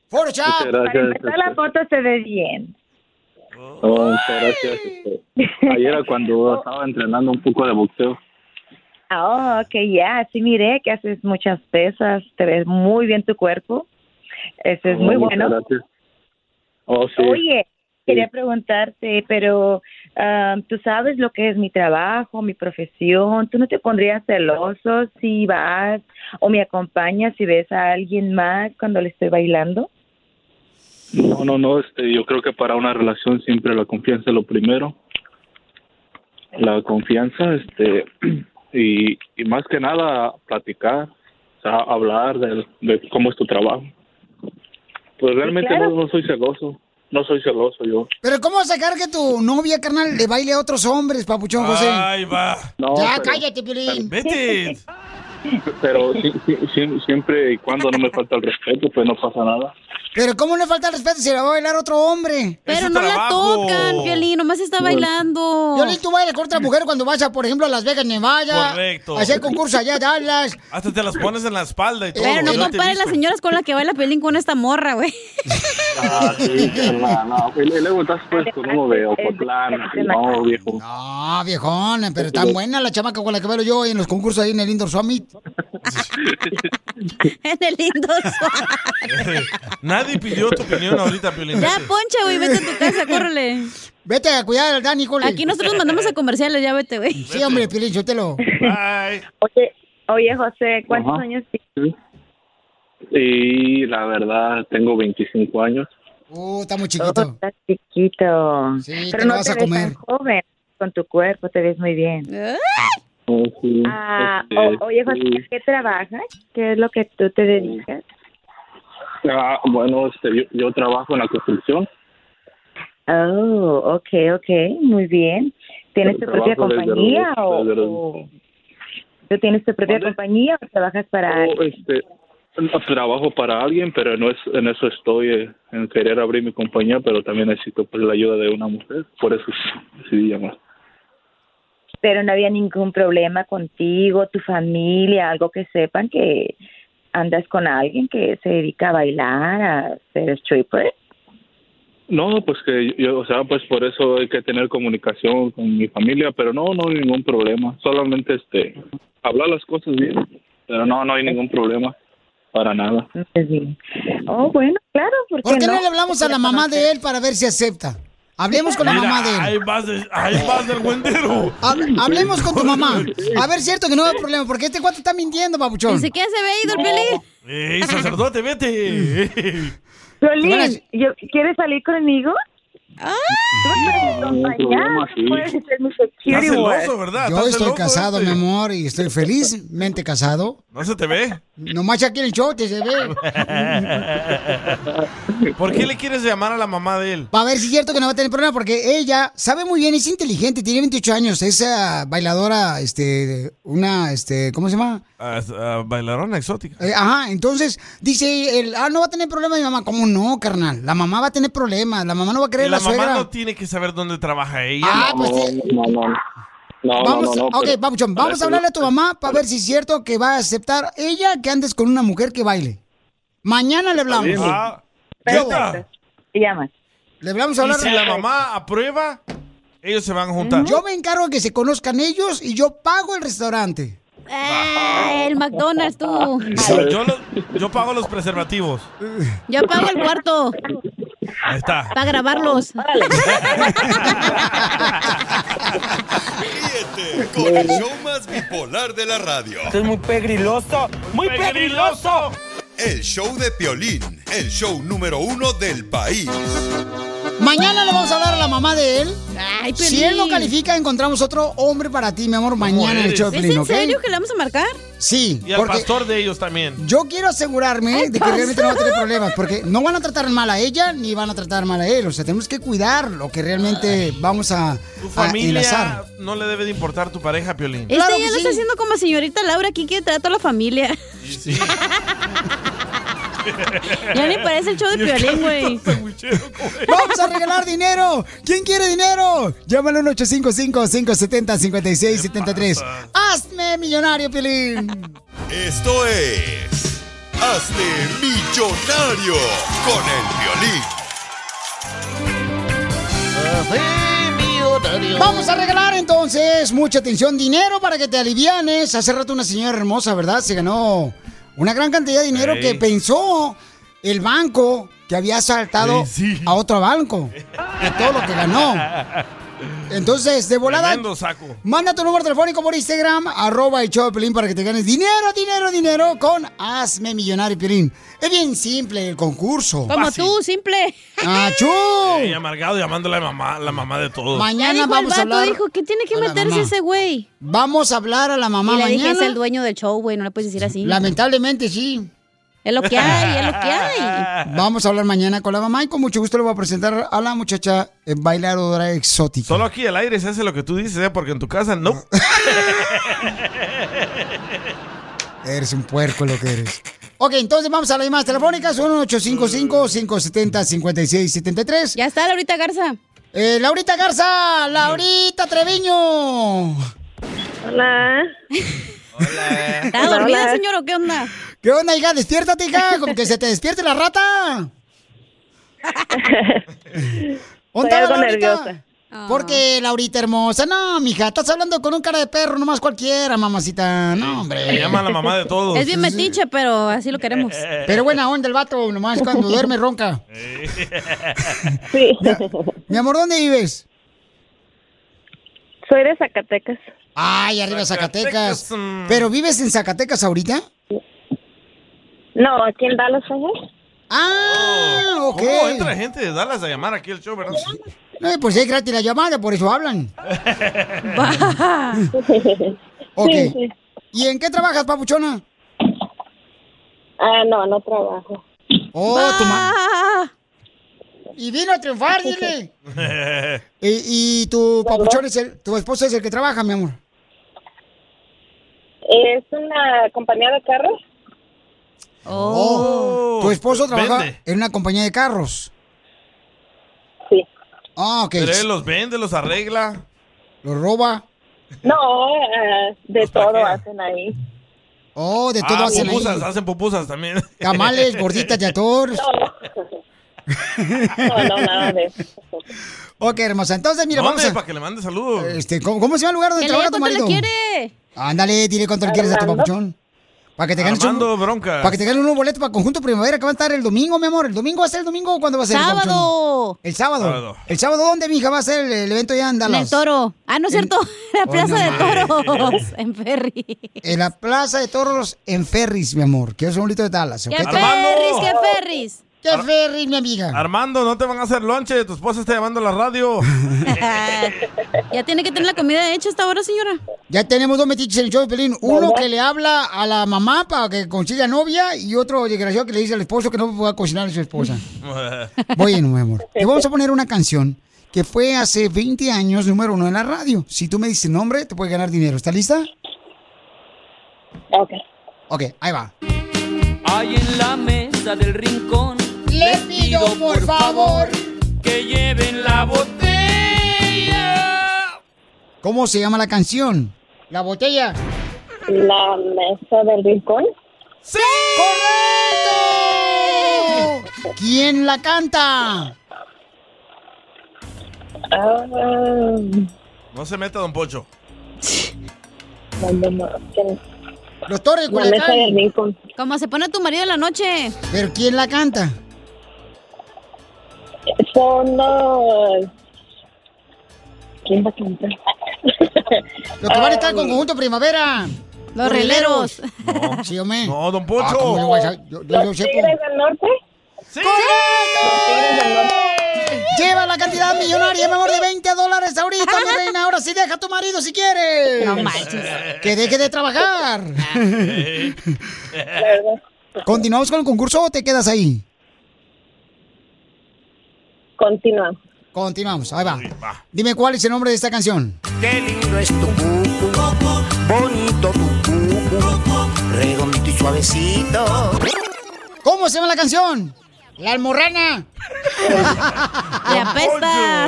Photoshop. Muchas gracias, Para empezar, la este. foto se ve bien. oh, muchas gracias. este. Ayer era cuando estaba entrenando un poco de boxeo. Ah, Oh, ok, ya, sí miré que haces muchas pesas, te ves muy bien tu cuerpo. Eso es Oh, muy muchas bueno. gracias. Oh, sí. Oye, quería preguntarte, pero ah, tú sabes lo que es mi trabajo, mi profesión, ¿tú no te pondrías celoso si vas o me acompañas si ves a alguien más cuando le estoy bailando? No, no, no, este, yo creo que para una relación siempre la confianza es lo primero. la confianza, este, y, y más que nada platicar, o sea, hablar de, de cómo es tu trabajo. Pues realmente claro. no, no soy celoso, no soy celoso yo. Pero ¿cómo vas a dejar que tu novia, carnal, le baile a otros hombres, papuchón José? Ahí va. No, ya, pero- cállate, Piolín. Vete. Pero sí- sí- sí- siempre y cuando no me falta el respeto, pues no pasa nada. Pero ¿cómo le falta el respeto si la va a bailar otro hombre? Pero no la tocan, Violín, nomás está bailando. Violín, tú bailas con otra mujer cuando vas, a, por ejemplo, a Las Vegas, Nevada. Correcto. a Ah, hacer concurso allá, a Dallas. Hasta te las pones en la espalda y todo. Pero yo no te he compares las señoras con la que baila Pelín con esta morra, güey. Ah, sí, carnal, no. Y y luego estás pues con un veo, por plan, no, viejo. Ah, viejona, pero tan buena la chamaca con la que bailo yo en los concursos ahí en el Indoor Summit. en el Indoor visto. Nadie pidió tu opinión ahorita, Piolín. Ya, poncha, güey, vete a tu casa, córrele. Vete a cuidar al Dani, córrele. Aquí nosotros mandamos a comerciales, ya vete, güey. Sí, hombre, Piolín, yo te lo... Oye, oye, José, ¿cuántos Ajá. años Y la verdad, tengo 25 años. Uh, está muy chiquito. estás Oh, chiquito? Sí, Pero te lo no vas te a ves comer. tan joven. Con tu cuerpo te ves muy bien. Oh, sí, Ah, este, o- oye, José, sí. ¿a ¿qué trabajas? ¿Qué es lo que tú te dedicas? Ah, bueno, este, yo, yo trabajo en la construcción. Oh, ok, ok, muy bien. ¿Tienes tu propia Trabajo desde compañía los- o, desde los- o- tú tienes tu propia compañía o trabajas para o, este, no, trabajo para alguien, pero no es, en eso estoy, eh, en querer abrir mi compañía, pero también necesito pues, la ayuda de una mujer. Por eso decidí llamar. pero no había ningún problema contigo, tu familia, algo que sepan que andas con alguien que se dedica a bailar, a ser stripper. No, pues que yo, o sea, pues por eso hay que tener comunicación con mi familia, pero no, no hay ningún problema. Solamente, este, hablar las cosas bien, pero no, no hay ningún problema para nada. Oh, bueno, claro, ¿por qué, ¿Por qué no le hablamos a la mamá de él para ver si acepta? Hablemos con la Mira, mamá de él. Ahí vas, de- ahí vas del guendero. Hab- hablemos con tu mamá. A ver, cierto que no hay problema, porque este cuate está mintiendo, papuchón. Dice que se ve ido el Piolín. ¡Ey, sacerdote, vete! Piolín, yo- ¿quieres salir conmigo? Tú me puedes acompañar, problema, tú sí. puedes ser mi security guard. Yo estoy casado, mi amor, y estoy felizmente casado. ¿No se te ve? Nomás aquí en el show te se ve. ¿Por qué le quieres llamar a la mamá de él? Para ver si es cierto que no va a tener problema, porque ella sabe muy bien, es inteligente, tiene 28 años, es ah, bailadora, este, una, este, ¿cómo se llama? Ah, es, ah, bailarona exótica. Eh, ajá, entonces dice, él, ah, no va a tener problema mi mamá. ¿Cómo no, carnal? La mamá va a tener problemas, la mamá no va a Y creer la la, mamá suegra. no tiene que saber dónde trabaja ella. Ah, pues No, no, no. No, vamos, no, no, no, ok, pero- papuchón, vamos a hablarle a tu mamá para ver si es cierto que va a aceptar ella que andes con una mujer que baile. Mañana le hablamos. Está bien. Ah, Perfecto. Te llamas. Le hablamos a Y hablar. si la mamá aprueba, ellos se van a juntar. Yo me encargo de que se conozcan ellos y yo pago el restaurante. Eh, el McDonald's, tú. Yo, lo- yo pago los preservativos. Yo pago el cuarto Ahí está. para grabarlos. Este Con el show más bipolar de la radio. Esto es muy pegriloso, muy pegriloso. El show de Piolín, el show número uno del país. Mañana le vamos a hablar a la mamá de él. Ay, Piolín. si él no califica, encontramos otro hombre para ti, mi amor, mañana en el eres? show de ¿Es Piolín, en ¿ok? serio que le vamos a marcar? Sí, Y al porque Ah, pastor de ellos también. yo quiero asegurarme de que realmente no va a tener problemas, porque no van a tratar mal a ella ni van a tratar mal a él. O sea, tenemos que cuidar lo que realmente vamos a, Tu a enlazar. familia no le debe de importar tu pareja, Piolín. Este ya lo está haciendo como señorita Laura aquí que trata a la familia. ya ni parece el show de Piolín, güey. ¡Vamos a regalar dinero! ¿Quién quiere dinero? Llámalo al 855-570-5673. ¡Hazme millonario, Piolín! Esto es. Hazte millonario con el violín. Vamos a regalar entonces, mucha atención, dinero para que te alivianes. Hace rato una señora hermosa, ¿verdad? Se ganó una gran cantidad de dinero Ey. que pensó el banco que había asaltado a otro banco. Y todo lo que ganó. Entonces, de volada. Tremendo saco. Manda tu número telefónico por Instagram, arroba el show de Piolín, para que te ganes dinero, dinero, dinero con Hazme Millonario Piolín. Es bien simple el concurso. Como tú, simple. ¡Achú! Y amargado llamándole a la mamá, la mamá de todos. Mañana dijo el vamos a vato, hablar. dijo, ¿qué tiene que a la meterse mamá? ese güey? Vamos a hablar a la mamá y le dije, mañana. es el dueño del show, güey, no le puedes decir así. Lamentablemente sí. Es lo que hay, es lo que hay. Vamos a hablar mañana con la mamá y con mucho gusto le voy a presentar a la muchacha eh, bailadora exótica. Solo aquí al aire se hace lo que tú dices, ¿eh? porque en tu casa no. Eres un puerco lo que eres. Ok, entonces vamos a las llamadas telefónicas, 1-855-570-5673. Ya está, Laurita Garza. Eh, Laurita Garza, Laurita Treviño. Hola. ¿Está dormida, señor, o qué onda? ¿Qué onda, hija? Despiértate, hija, como que se te despierte la rata. Estoy algo nerviosa. Ah. Porque, Laurita hermosa, no, mija, estás hablando con un cara de perro, nomás cualquiera, mamacita. No, hombre. Le llama a la mamá de todos. Es bien metiche, pero así lo queremos. Pero buena onda el vato, nomás cuando duerme ronca. Ya. Mi amor, ¿dónde vives? Soy de Zacatecas. Ay, arriba Zacatecas. mm. ¿Pero vives en Zacatecas ahorita? No, aquí en Dallas, Ángeles. Ah, ok. ¿Cómo Oh, entra gente de Dallas a llamar aquí el show, verdad? Eh, pues es gratis la llamada, por eso hablan. ok. Sí, sí. ¿Y en qué trabajas, papuchona? Ah, no, no trabajo. Oh, tu ma- Y vino a triunfar, dile. Y, y tu papuchón es el, tu esposo es el que trabaja, mi amor. Es una compañía de carros. Oh. Tu esposo trabaja Vende. en una compañía de carros. Sí. Ah, ok. Pero él los vende, los arregla. Los roba. No, ah, de todo hacen ahí. Oh, de todo Pues, Ah, hacen ahí. pupusas, hacen pupusas también. Tamales, gorditas de ator. No, no, nada de eso. Ok, hermosa. Entonces, mira, ¿Dónde? vamos a... Para que le mande saludos. Este, ¿cómo, cómo se llama el lugar donde Que le diga trabaja tu cuánto le marido? quiere. Ándale, dile cuánto le quieres a tu Armando. papuchón. Para que te ganes Armando un... Broncas. Para que te ganes un boleto para Conjunto Primavera que va a estar el domingo, mi amor. ¿El domingo va a ser el domingo o cuándo va a ser? el Sábado. papuchón? El sábado. Sábado. ¿El sábado dónde, mija, va a ser el, el evento ya en En Dallas? el toro. Ah, no es cierto. La Oh, plaza de no toros. manches. En Ferry. En la Plaza de Toros en Ferris, mi amor. Que es un bonito de Dallas. ¿ok? ¡Qué ferris, qué ferris! ¡Qué ferris, mi amiga! Armando, no te van a hacer lonche, tu esposa está llamando a la radio. ya tiene que tener la comida hecha hasta ahora, señora. Ya tenemos dos metiches en el show de Pelín. Uno ¿Verdad? que le habla a la mamá para que consiga novia y otro desgraciado que le dice al esposo que no pueda cocinar a su esposa. Voy en mi amor. Te vamos a poner una canción que fue hace 20 años número uno en la radio. Si tú me dices nombre, te puedes ganar dinero. ¿Está lista? Ok. Ok, ahí va. Hay en la mesa del rincón. Les pido por favor que lleven la botella. ¿Cómo se llama la canción? La botella. La mesa del rincón. ¡Sí! ¡Correcto! ¿Quién la canta? Ah. No se meta, don Pocho. Los Torres de Culiacán. Como se pone tu marido en la noche. ¿Pero quién la canta? Son los... ¿Quién va a cantar? Los que van a estar um, con Conjunto Primavera. Los releros. No. Sí, hombre. No, don Ah, Pocho. ¿cómo le voy a saber? Yo- yo- yo ¿Los sepo. Tigres del Norte? Lleva la cantidad millonaria, mi amor, de 20 dólares ahorita, mi reina. Ahora sí deja a tu marido si quieres. No manches. Que deje de trabajar. ¿Continuamos con el concurso o te quedas ahí? Continuamos. Continuamos, ahí va. Dime cuál es el nombre de esta canción. Qué lindo es tu cucu, bonito tu cucu, redondo y suavecito. ¿Cómo se llama la canción? La almorrana. Le apesta.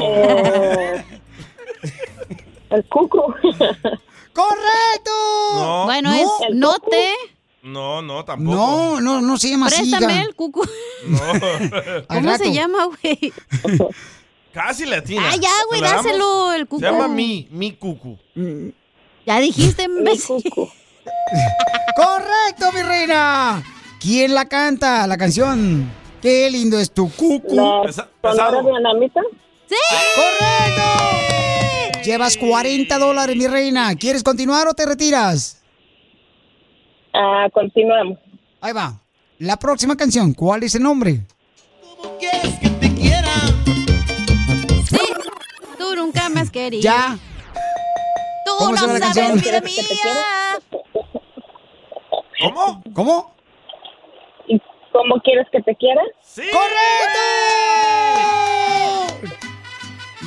El cuco. ¡Correcto! No. Bueno, No. es El note. No, no, tampoco. No, no, no se llama así. Préstame hija. el cucu. No. ¿Cómo se llama, güey? Casi latina. Ah, ya, güey, ¿Te la damos? dáselo el cucu. Mm. Se llama mi, mi cucu. Ah, Ya dijiste, imbécil. ¡Correcto, mi reina! ¿Quién la canta la canción? ¡Qué lindo es tu cucu! La sonora dinamita. ¡Sí! ¡Correcto! Llevas 40 dólares, mi reina. ¿Quieres continuar o te retiras? Ah, continuamos. Ahí va. La próxima canción, ¿cuál es el nombre? Tú nunca me has querido. Ya. Tú ¿Cómo no se llama la sabes, canción? vida mía. ¿Cómo? ¿Cómo? ¿Y cómo quieres que te quiera? ¡Correcto!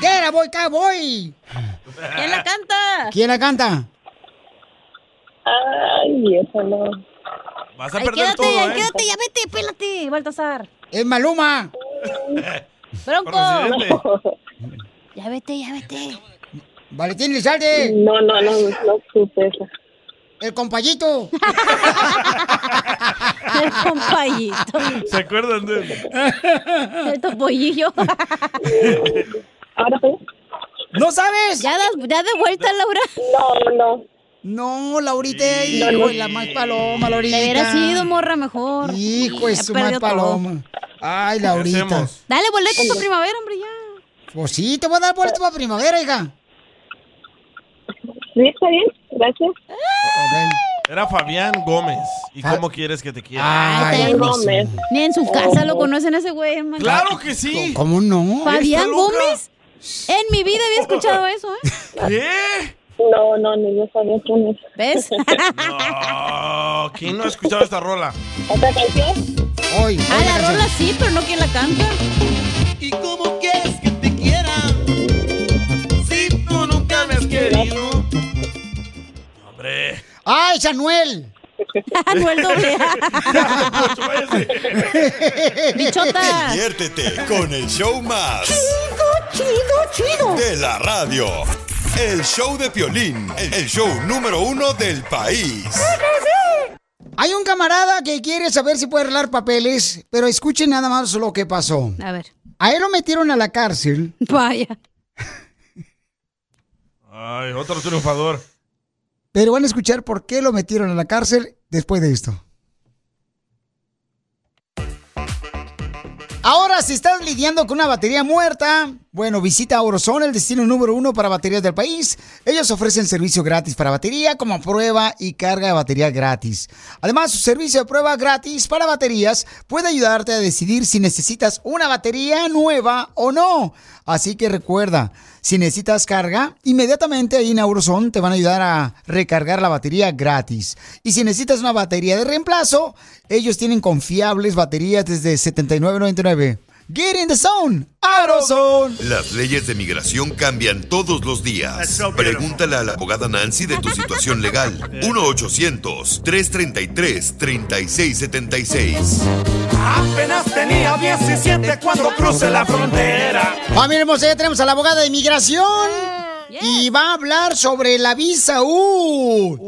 ¡Guerra, voy, cowboy! ¿Quién la canta? ¿Quién la canta? Ah, Ay, eso no. Vas Ay, quédate, ay, ¿eh? quédate, ya vete, pélate, Baltasar. ¡Es Maluma! ¡Bronco! Ya vete, ya vete. ¡Valentín Lizalde! No, no, no, no supe eso. ¡El compayito! El compayito. ¿Se acuerdan de él? El topollillo. ¿Ahora ¿No sabes? Ya das, ya de vuelta, Laura. No, no. No, Laurita, Sí. Este hijo de la más paloma, Laurita. Te hubiera sido morra mejor. Hijo de Ya su más perdió todo. paloma. Ay, Laurita. hacemos? Dale boletos para primavera, hombre, ya. Pues sí, te voy a dar boleto para primavera, hija. Sí, está bien, gracias. Era Fabián Gómez. ¿Y cómo quieres que te quiera? Ay, Ay, Dios mío. Ni en su casa Oh. lo conocen a ese güey, hermano. ¡Claro que sí! ¿Cómo no? ¿Fabián ¿Está Oh, loca? Gómez? En mi vida había escuchado eso, ¿eh? ¿Qué? No, no, ni yo sabía quién es. ¿Ves? No, Ah, ¿quién no ha escuchado esta rola? ¿Otra canción? Hoy. Ah, la rola sí, pero no quien la canta. ¿Y cómo quieres que te quiera? Si tú nunca me has querido. Hombre. ¡Ay, Sanuel! Anuel doble. Bichota. Diviértete con el show más Chido, chido, chido. de la radio. El show de Piolín, el show número uno del país. Hay un camarada que quiere saber si puede arreglar papeles, pero escuchen nada más lo que pasó. A ver. A él lo metieron a la cárcel. Vaya. Ay, otro triunfador. Pero van a escuchar por qué lo metieron a la cárcel después de esto. Ahora, si estás lidiando con una batería muerta, bueno, visita Orozone, el destino número uno para baterías del país. Ellos ofrecen servicio gratis para batería, como prueba y carga de batería gratis. Además, su servicio de prueba gratis para baterías puede ayudarte a decidir si necesitas una batería nueva o no. Así que recuerda, si necesitas carga, inmediatamente ahí en Auroson te van a ayudar a recargar la batería gratis. Y si necesitas una batería de reemplazo, ellos tienen confiables baterías desde $79.99. Get in the zone, AutoZone. Las leyes de migración cambian todos los días. Pregúntale a la abogada Nancy de tu situación legal. 1-800-333-3676. Apenas tenía 17 cuando crucé la frontera. Familia hermosa, ya tenemos a la abogada de inmigración y va a hablar sobre la visa U.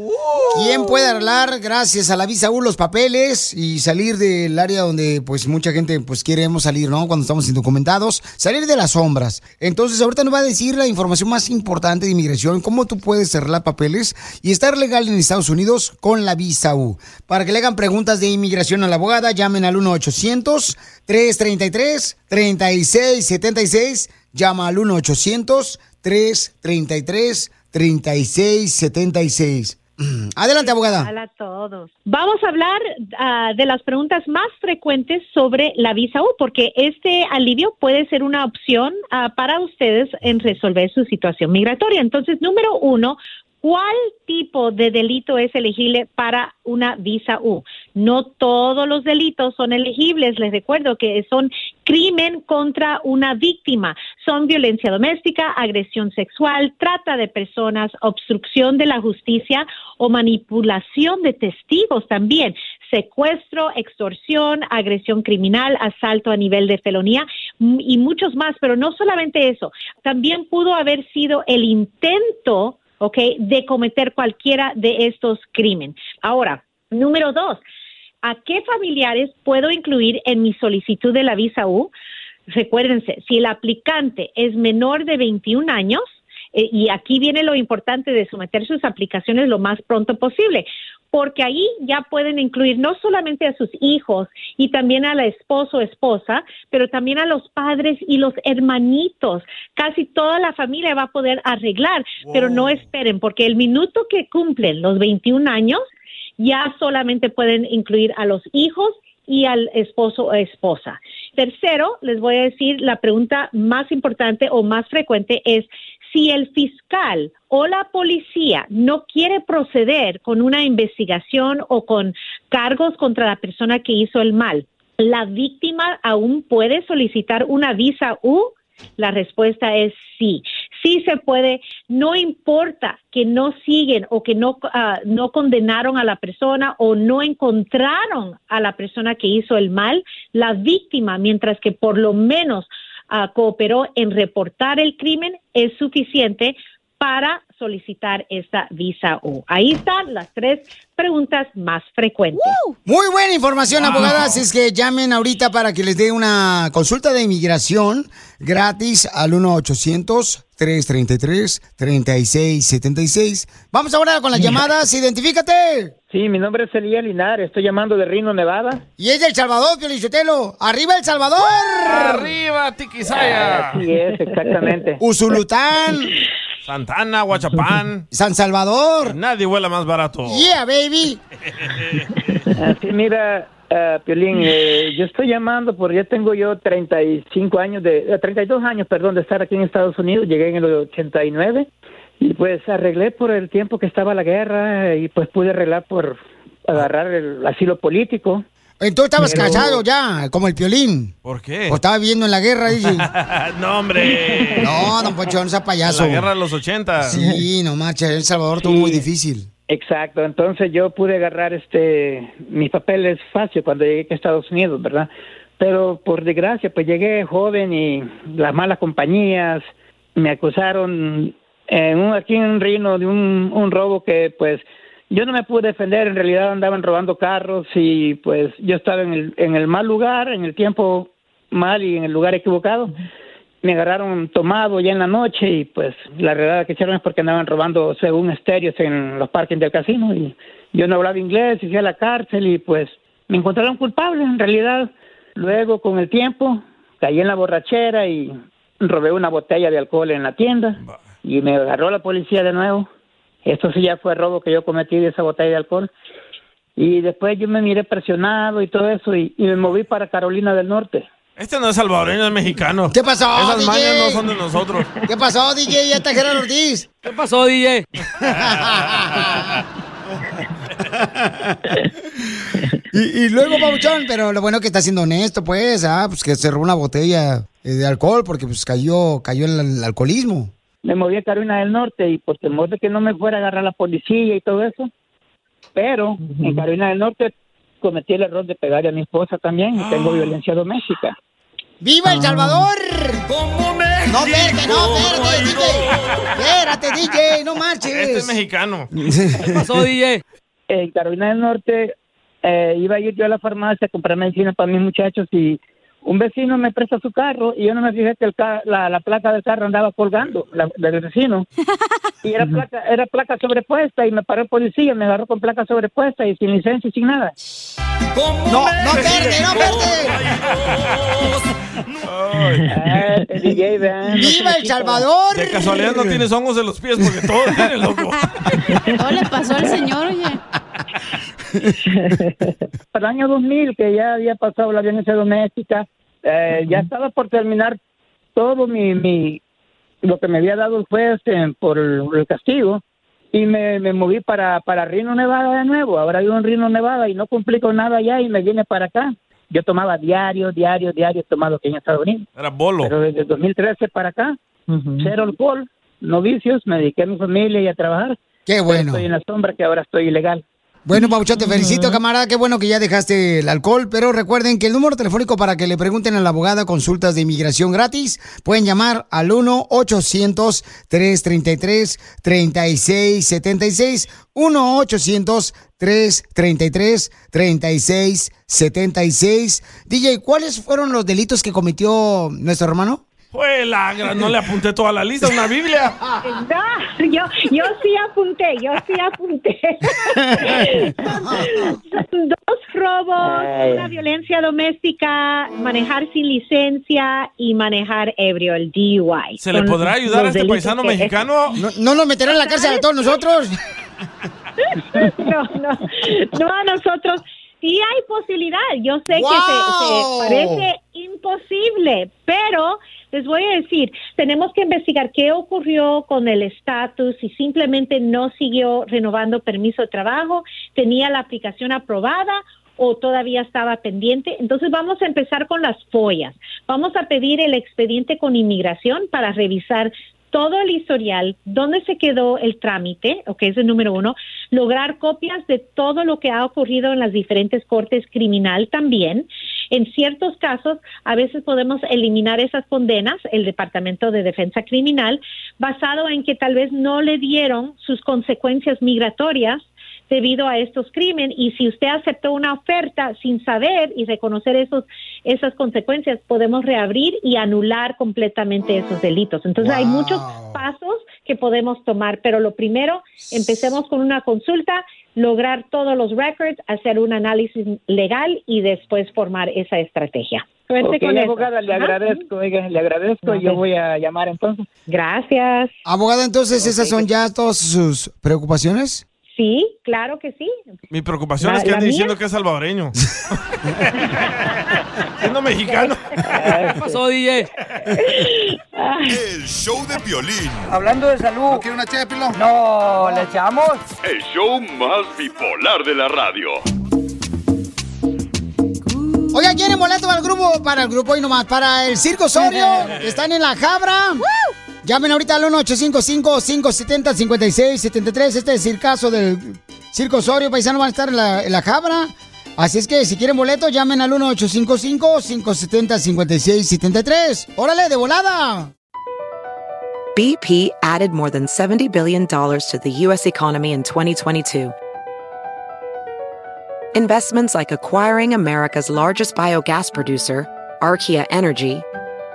¿Quién puede hablar gracias a la visa U los papeles y salir del área donde pues mucha gente pues queremos salir, ¿no? Cuando estamos indocumentados, salir de las sombras. Entonces ahorita nos va a decir la información más importante de inmigración, cómo tú puedes cerrar papeles y estar legal en Estados Unidos con la visa U. Para que le hagan preguntas de inmigración a la abogada, llamen al 1-800-333-3676. Llama al 1-800-333-3676. Adelante, abogada. Hola a todos. Vamos a hablar ah, de las preguntas más frecuentes sobre la visa U, porque este alivio puede ser una opción ah, para ustedes en resolver su situación migratoria. Entonces, número uno, ¿cuál tipo de delito es elegible para una visa U? No todos los delitos son elegibles. Les recuerdo que son crimen contra una víctima. Son violencia doméstica, agresión sexual, trata de personas, obstrucción de la justicia o manipulación de testigos también, secuestro, extorsión, agresión criminal, asalto a nivel de felonía mm, y muchos más. Pero no solamente eso, también pudo haber sido el intento, ¿ok?, de cometer cualquiera de estos crímenes. Ahora, número dos, ¿a qué familiares puedo incluir en mi solicitud de la visa U? Recuérdense, si el aplicante es menor de 21 años, eh, y aquí viene lo importante de someter sus aplicaciones lo más pronto posible. porque ahí ya pueden incluir no solamente a sus hijos y también a la esposo o esposa, pero también a los padres y los hermanitos. Casi toda la familia va a poder arreglar, pero no esperen, porque el minuto que cumplen los 21 años, ya solamente pueden incluir a los hijos y al esposo o esposa. Tercero, les voy a decir la pregunta más importante o más frecuente es si el fiscal o la policía no quiere proceder con una investigación o con cargos contra la persona que hizo el mal. ¿La víctima aún puede solicitar una visa U? La respuesta es sí. Sí se puede, no importa que no siguen o que no, ah, no condenaron a la persona o no encontraron a la persona que hizo el mal, la víctima, mientras que por lo menos ah, cooperó en reportar el crimen, es suficiente para solicitar esta visa O. Ahí están las tres preguntas más frecuentes. Muy buena información, abogada. Así es que llamen ahorita para que les dé una consulta de inmigración gratis al 1-800-333-3676. Vamos ahora con las llamadas. Identifícate. Sí, mi nombre es Elías Linares, estoy llamando de Rino, Nevada. Y es de El Salvador, Piolichotelo. ¡Arriba El Salvador! ¡Arriba, Tiquisaya! Así es, exactamente. ¡Usulután! Santana, Guachapán. San Salvador. Nadie huela más barato. ¡Yeah, baby! Así, mira, ah, Piolín, eh, yo estoy llamando porque ya tengo yo 35 años de, eh, 32 años, perdón, de estar aquí en Estados Unidos. Llegué en el 89 y pues arreglé por el tiempo que estaba la guerra eh, y pues pude arreglar por agarrar el asilo político. Entonces estabas Pero- casado ya, como el piolín. ¿Por qué? O estaba viviendo en la guerra, dice. no, hombre. No, don Poncho, no sea payaso. La guerra de los 80. Sí, no manches, El Salvador tuvo muy difícil. Exacto, entonces yo pude agarrar este mis papeles fácil cuando llegué aquí a Estados Unidos, ¿verdad? Pero por desgracia, pues llegué joven y las malas compañías me acusaron en un, aquí en Rino de un, un robo que pues yo no me pude defender, en realidad andaban robando carros y pues yo estaba en el, en el mal lugar, en el tiempo mal y en el lugar equivocado. Me agarraron tomado ya en la noche y pues la verdad que echaron es porque andaban robando según estéreos en los parques del casino y yo no hablaba inglés y fui a la cárcel y pues me encontraron culpable en realidad. Luego con el tiempo caí en la borrachera y robé una botella de alcohol en la tienda y me agarró la policía de nuevo. Esto sí ya fue robo que yo cometí de esa botella de alcohol. Y después yo me miré presionado y todo eso y, y me moví para Carolina del Norte. Este no es salvadoreño, es mexicano. ¿Qué pasó, Esas DJ? mañas no son de nosotros. ¿Qué pasó, DJ? Ya está Gerardo Ortiz. ¿Qué pasó, DJ? Y, y luego, Pauchón, pero lo bueno que está siendo honesto, pues, ah, pues que cerró una botella eh, de alcohol porque pues cayó, cayó el, el alcoholismo. me moví a Carolina del Norte y por temor de que no me fuera a agarrar la policía y todo eso. Pero en Carolina del Norte cometí el error de pegarle a mi esposa también y tengo violencia doméstica. ¡Viva El Salvador! No, verde, no, verde, DJ. Espérate, DJ, no marches. Este es mexicano. ¿Qué pasó, DJ? En Carolina del Norte eh, iba a ir yo a la farmacia a comprar medicina para mis muchachos y un vecino me presta su carro y yo no me fijé que el ca- la, la placa del carro andaba colgando la- del vecino. Y era placa, era placa sobrepuesta y me paró el policía, me agarró con placa sobrepuesta y sin licencia y sin nada. No, no verde, no verde. ¡Viva El Salvador! De casualidad no tienes hongos en los pies porque todo tiene loco. No Oh, le pasó al señor, oye. Para el año 2000, que ya había pasado la violencia doméstica, eh, ya estaba por terminar todo mi, mi lo que me había dado el juez en- por el, el castigo y me, me moví para, para Rino, Nevada de nuevo. Ahora vivo en Rino, Nevada y no cumplí con nada allá y me vine para acá. Yo tomaba diario, diario, diario, he tomado aquí en Estados Unidos. Era bolo. Pero desde el 2013 para acá, cero alcohol, no vicios, me dediqué a mi familia y a trabajar. Qué bueno. Estoy en la sombra que ahora estoy ilegal. Bueno, Pauchón, te felicito, camarada. Qué bueno que ya dejaste el alcohol. Pero recuerden que el número telefónico para que le pregunten a la abogada consultas de inmigración gratis, pueden llamar al 1-800-333-3676. 1-800-333-3676. DJ, ¿cuáles fueron los delitos que cometió nuestro hermano? Pues la gran, no le apunté toda la lista, una Biblia. No, yo, yo sí apunté, yo sí apunté. Dos robos, una violencia doméstica, manejar sin licencia y manejar ebrio, el DUI. ¿Se le Son podrá ayudar a los este delitos paisano que- mexicano? No, no nos meterán en la cárcel a todos nosotros. no, no, no a nosotros. Sí hay posibilidad, yo sé que ¡Wow! se- se, parece imposible, pero les voy a decir, tenemos que investigar qué ocurrió con el estatus, si simplemente no siguió renovando permiso de trabajo, tenía la aplicación aprobada o todavía estaba pendiente. Entonces vamos a empezar con las follas. Vamos a pedir el expediente con inmigración para revisar todo el historial, dónde se quedó el trámite, ok, ese es el número uno, lograr copias de todo lo que ha ocurrido en las diferentes cortes criminal también. En ciertos casos, a veces podemos eliminar esas condenas, el Departamento de Defensa Criminal, basado en que tal vez no le dieron sus consecuencias migratorias debido a estos crímenes y si usted aceptó una oferta sin saber y reconocer esos esas consecuencias podemos reabrir y anular completamente esos delitos. Entonces hay muchos pasos que podemos tomar, pero lo primero empecemos con una consulta, lograr todos los records, hacer un análisis legal y después formar esa estrategia. Suerte Ok, con eso. abogada, le Ajá. agradezco, oiga, le agradezco. Ok. Yo voy a llamar entonces. Gracias. Abogada, entonces, ¿esas son ya todas sus preocupaciones? Sí, claro que sí. Mi preocupación ¿La- es que la ande mía? diciendo que es salvadoreño. Siendo mexicano. ¿Qué pasó, DJ? El show de violín. Hablando de salud. ¿No quiere una No, ¿le echamos? El show más bipolar de la radio. Oiga, ¿quieren boleto para el grupo? Para el grupo y nomás, para el Circo Osorio, que están en la Jabra. Llamen ahorita al 1-855-570-5673. Este es el caso del Circo Osorio, paisano, van a estar en la, en la Jabra. Así es que si quieren boleto, llamen al 1-855-570-5673. ¡Órale, de volada! BP added more than $70 billion to the U.S. economy in 2022. Investments like acquiring America's largest biogas producer, Archaea Energy,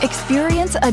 Experience a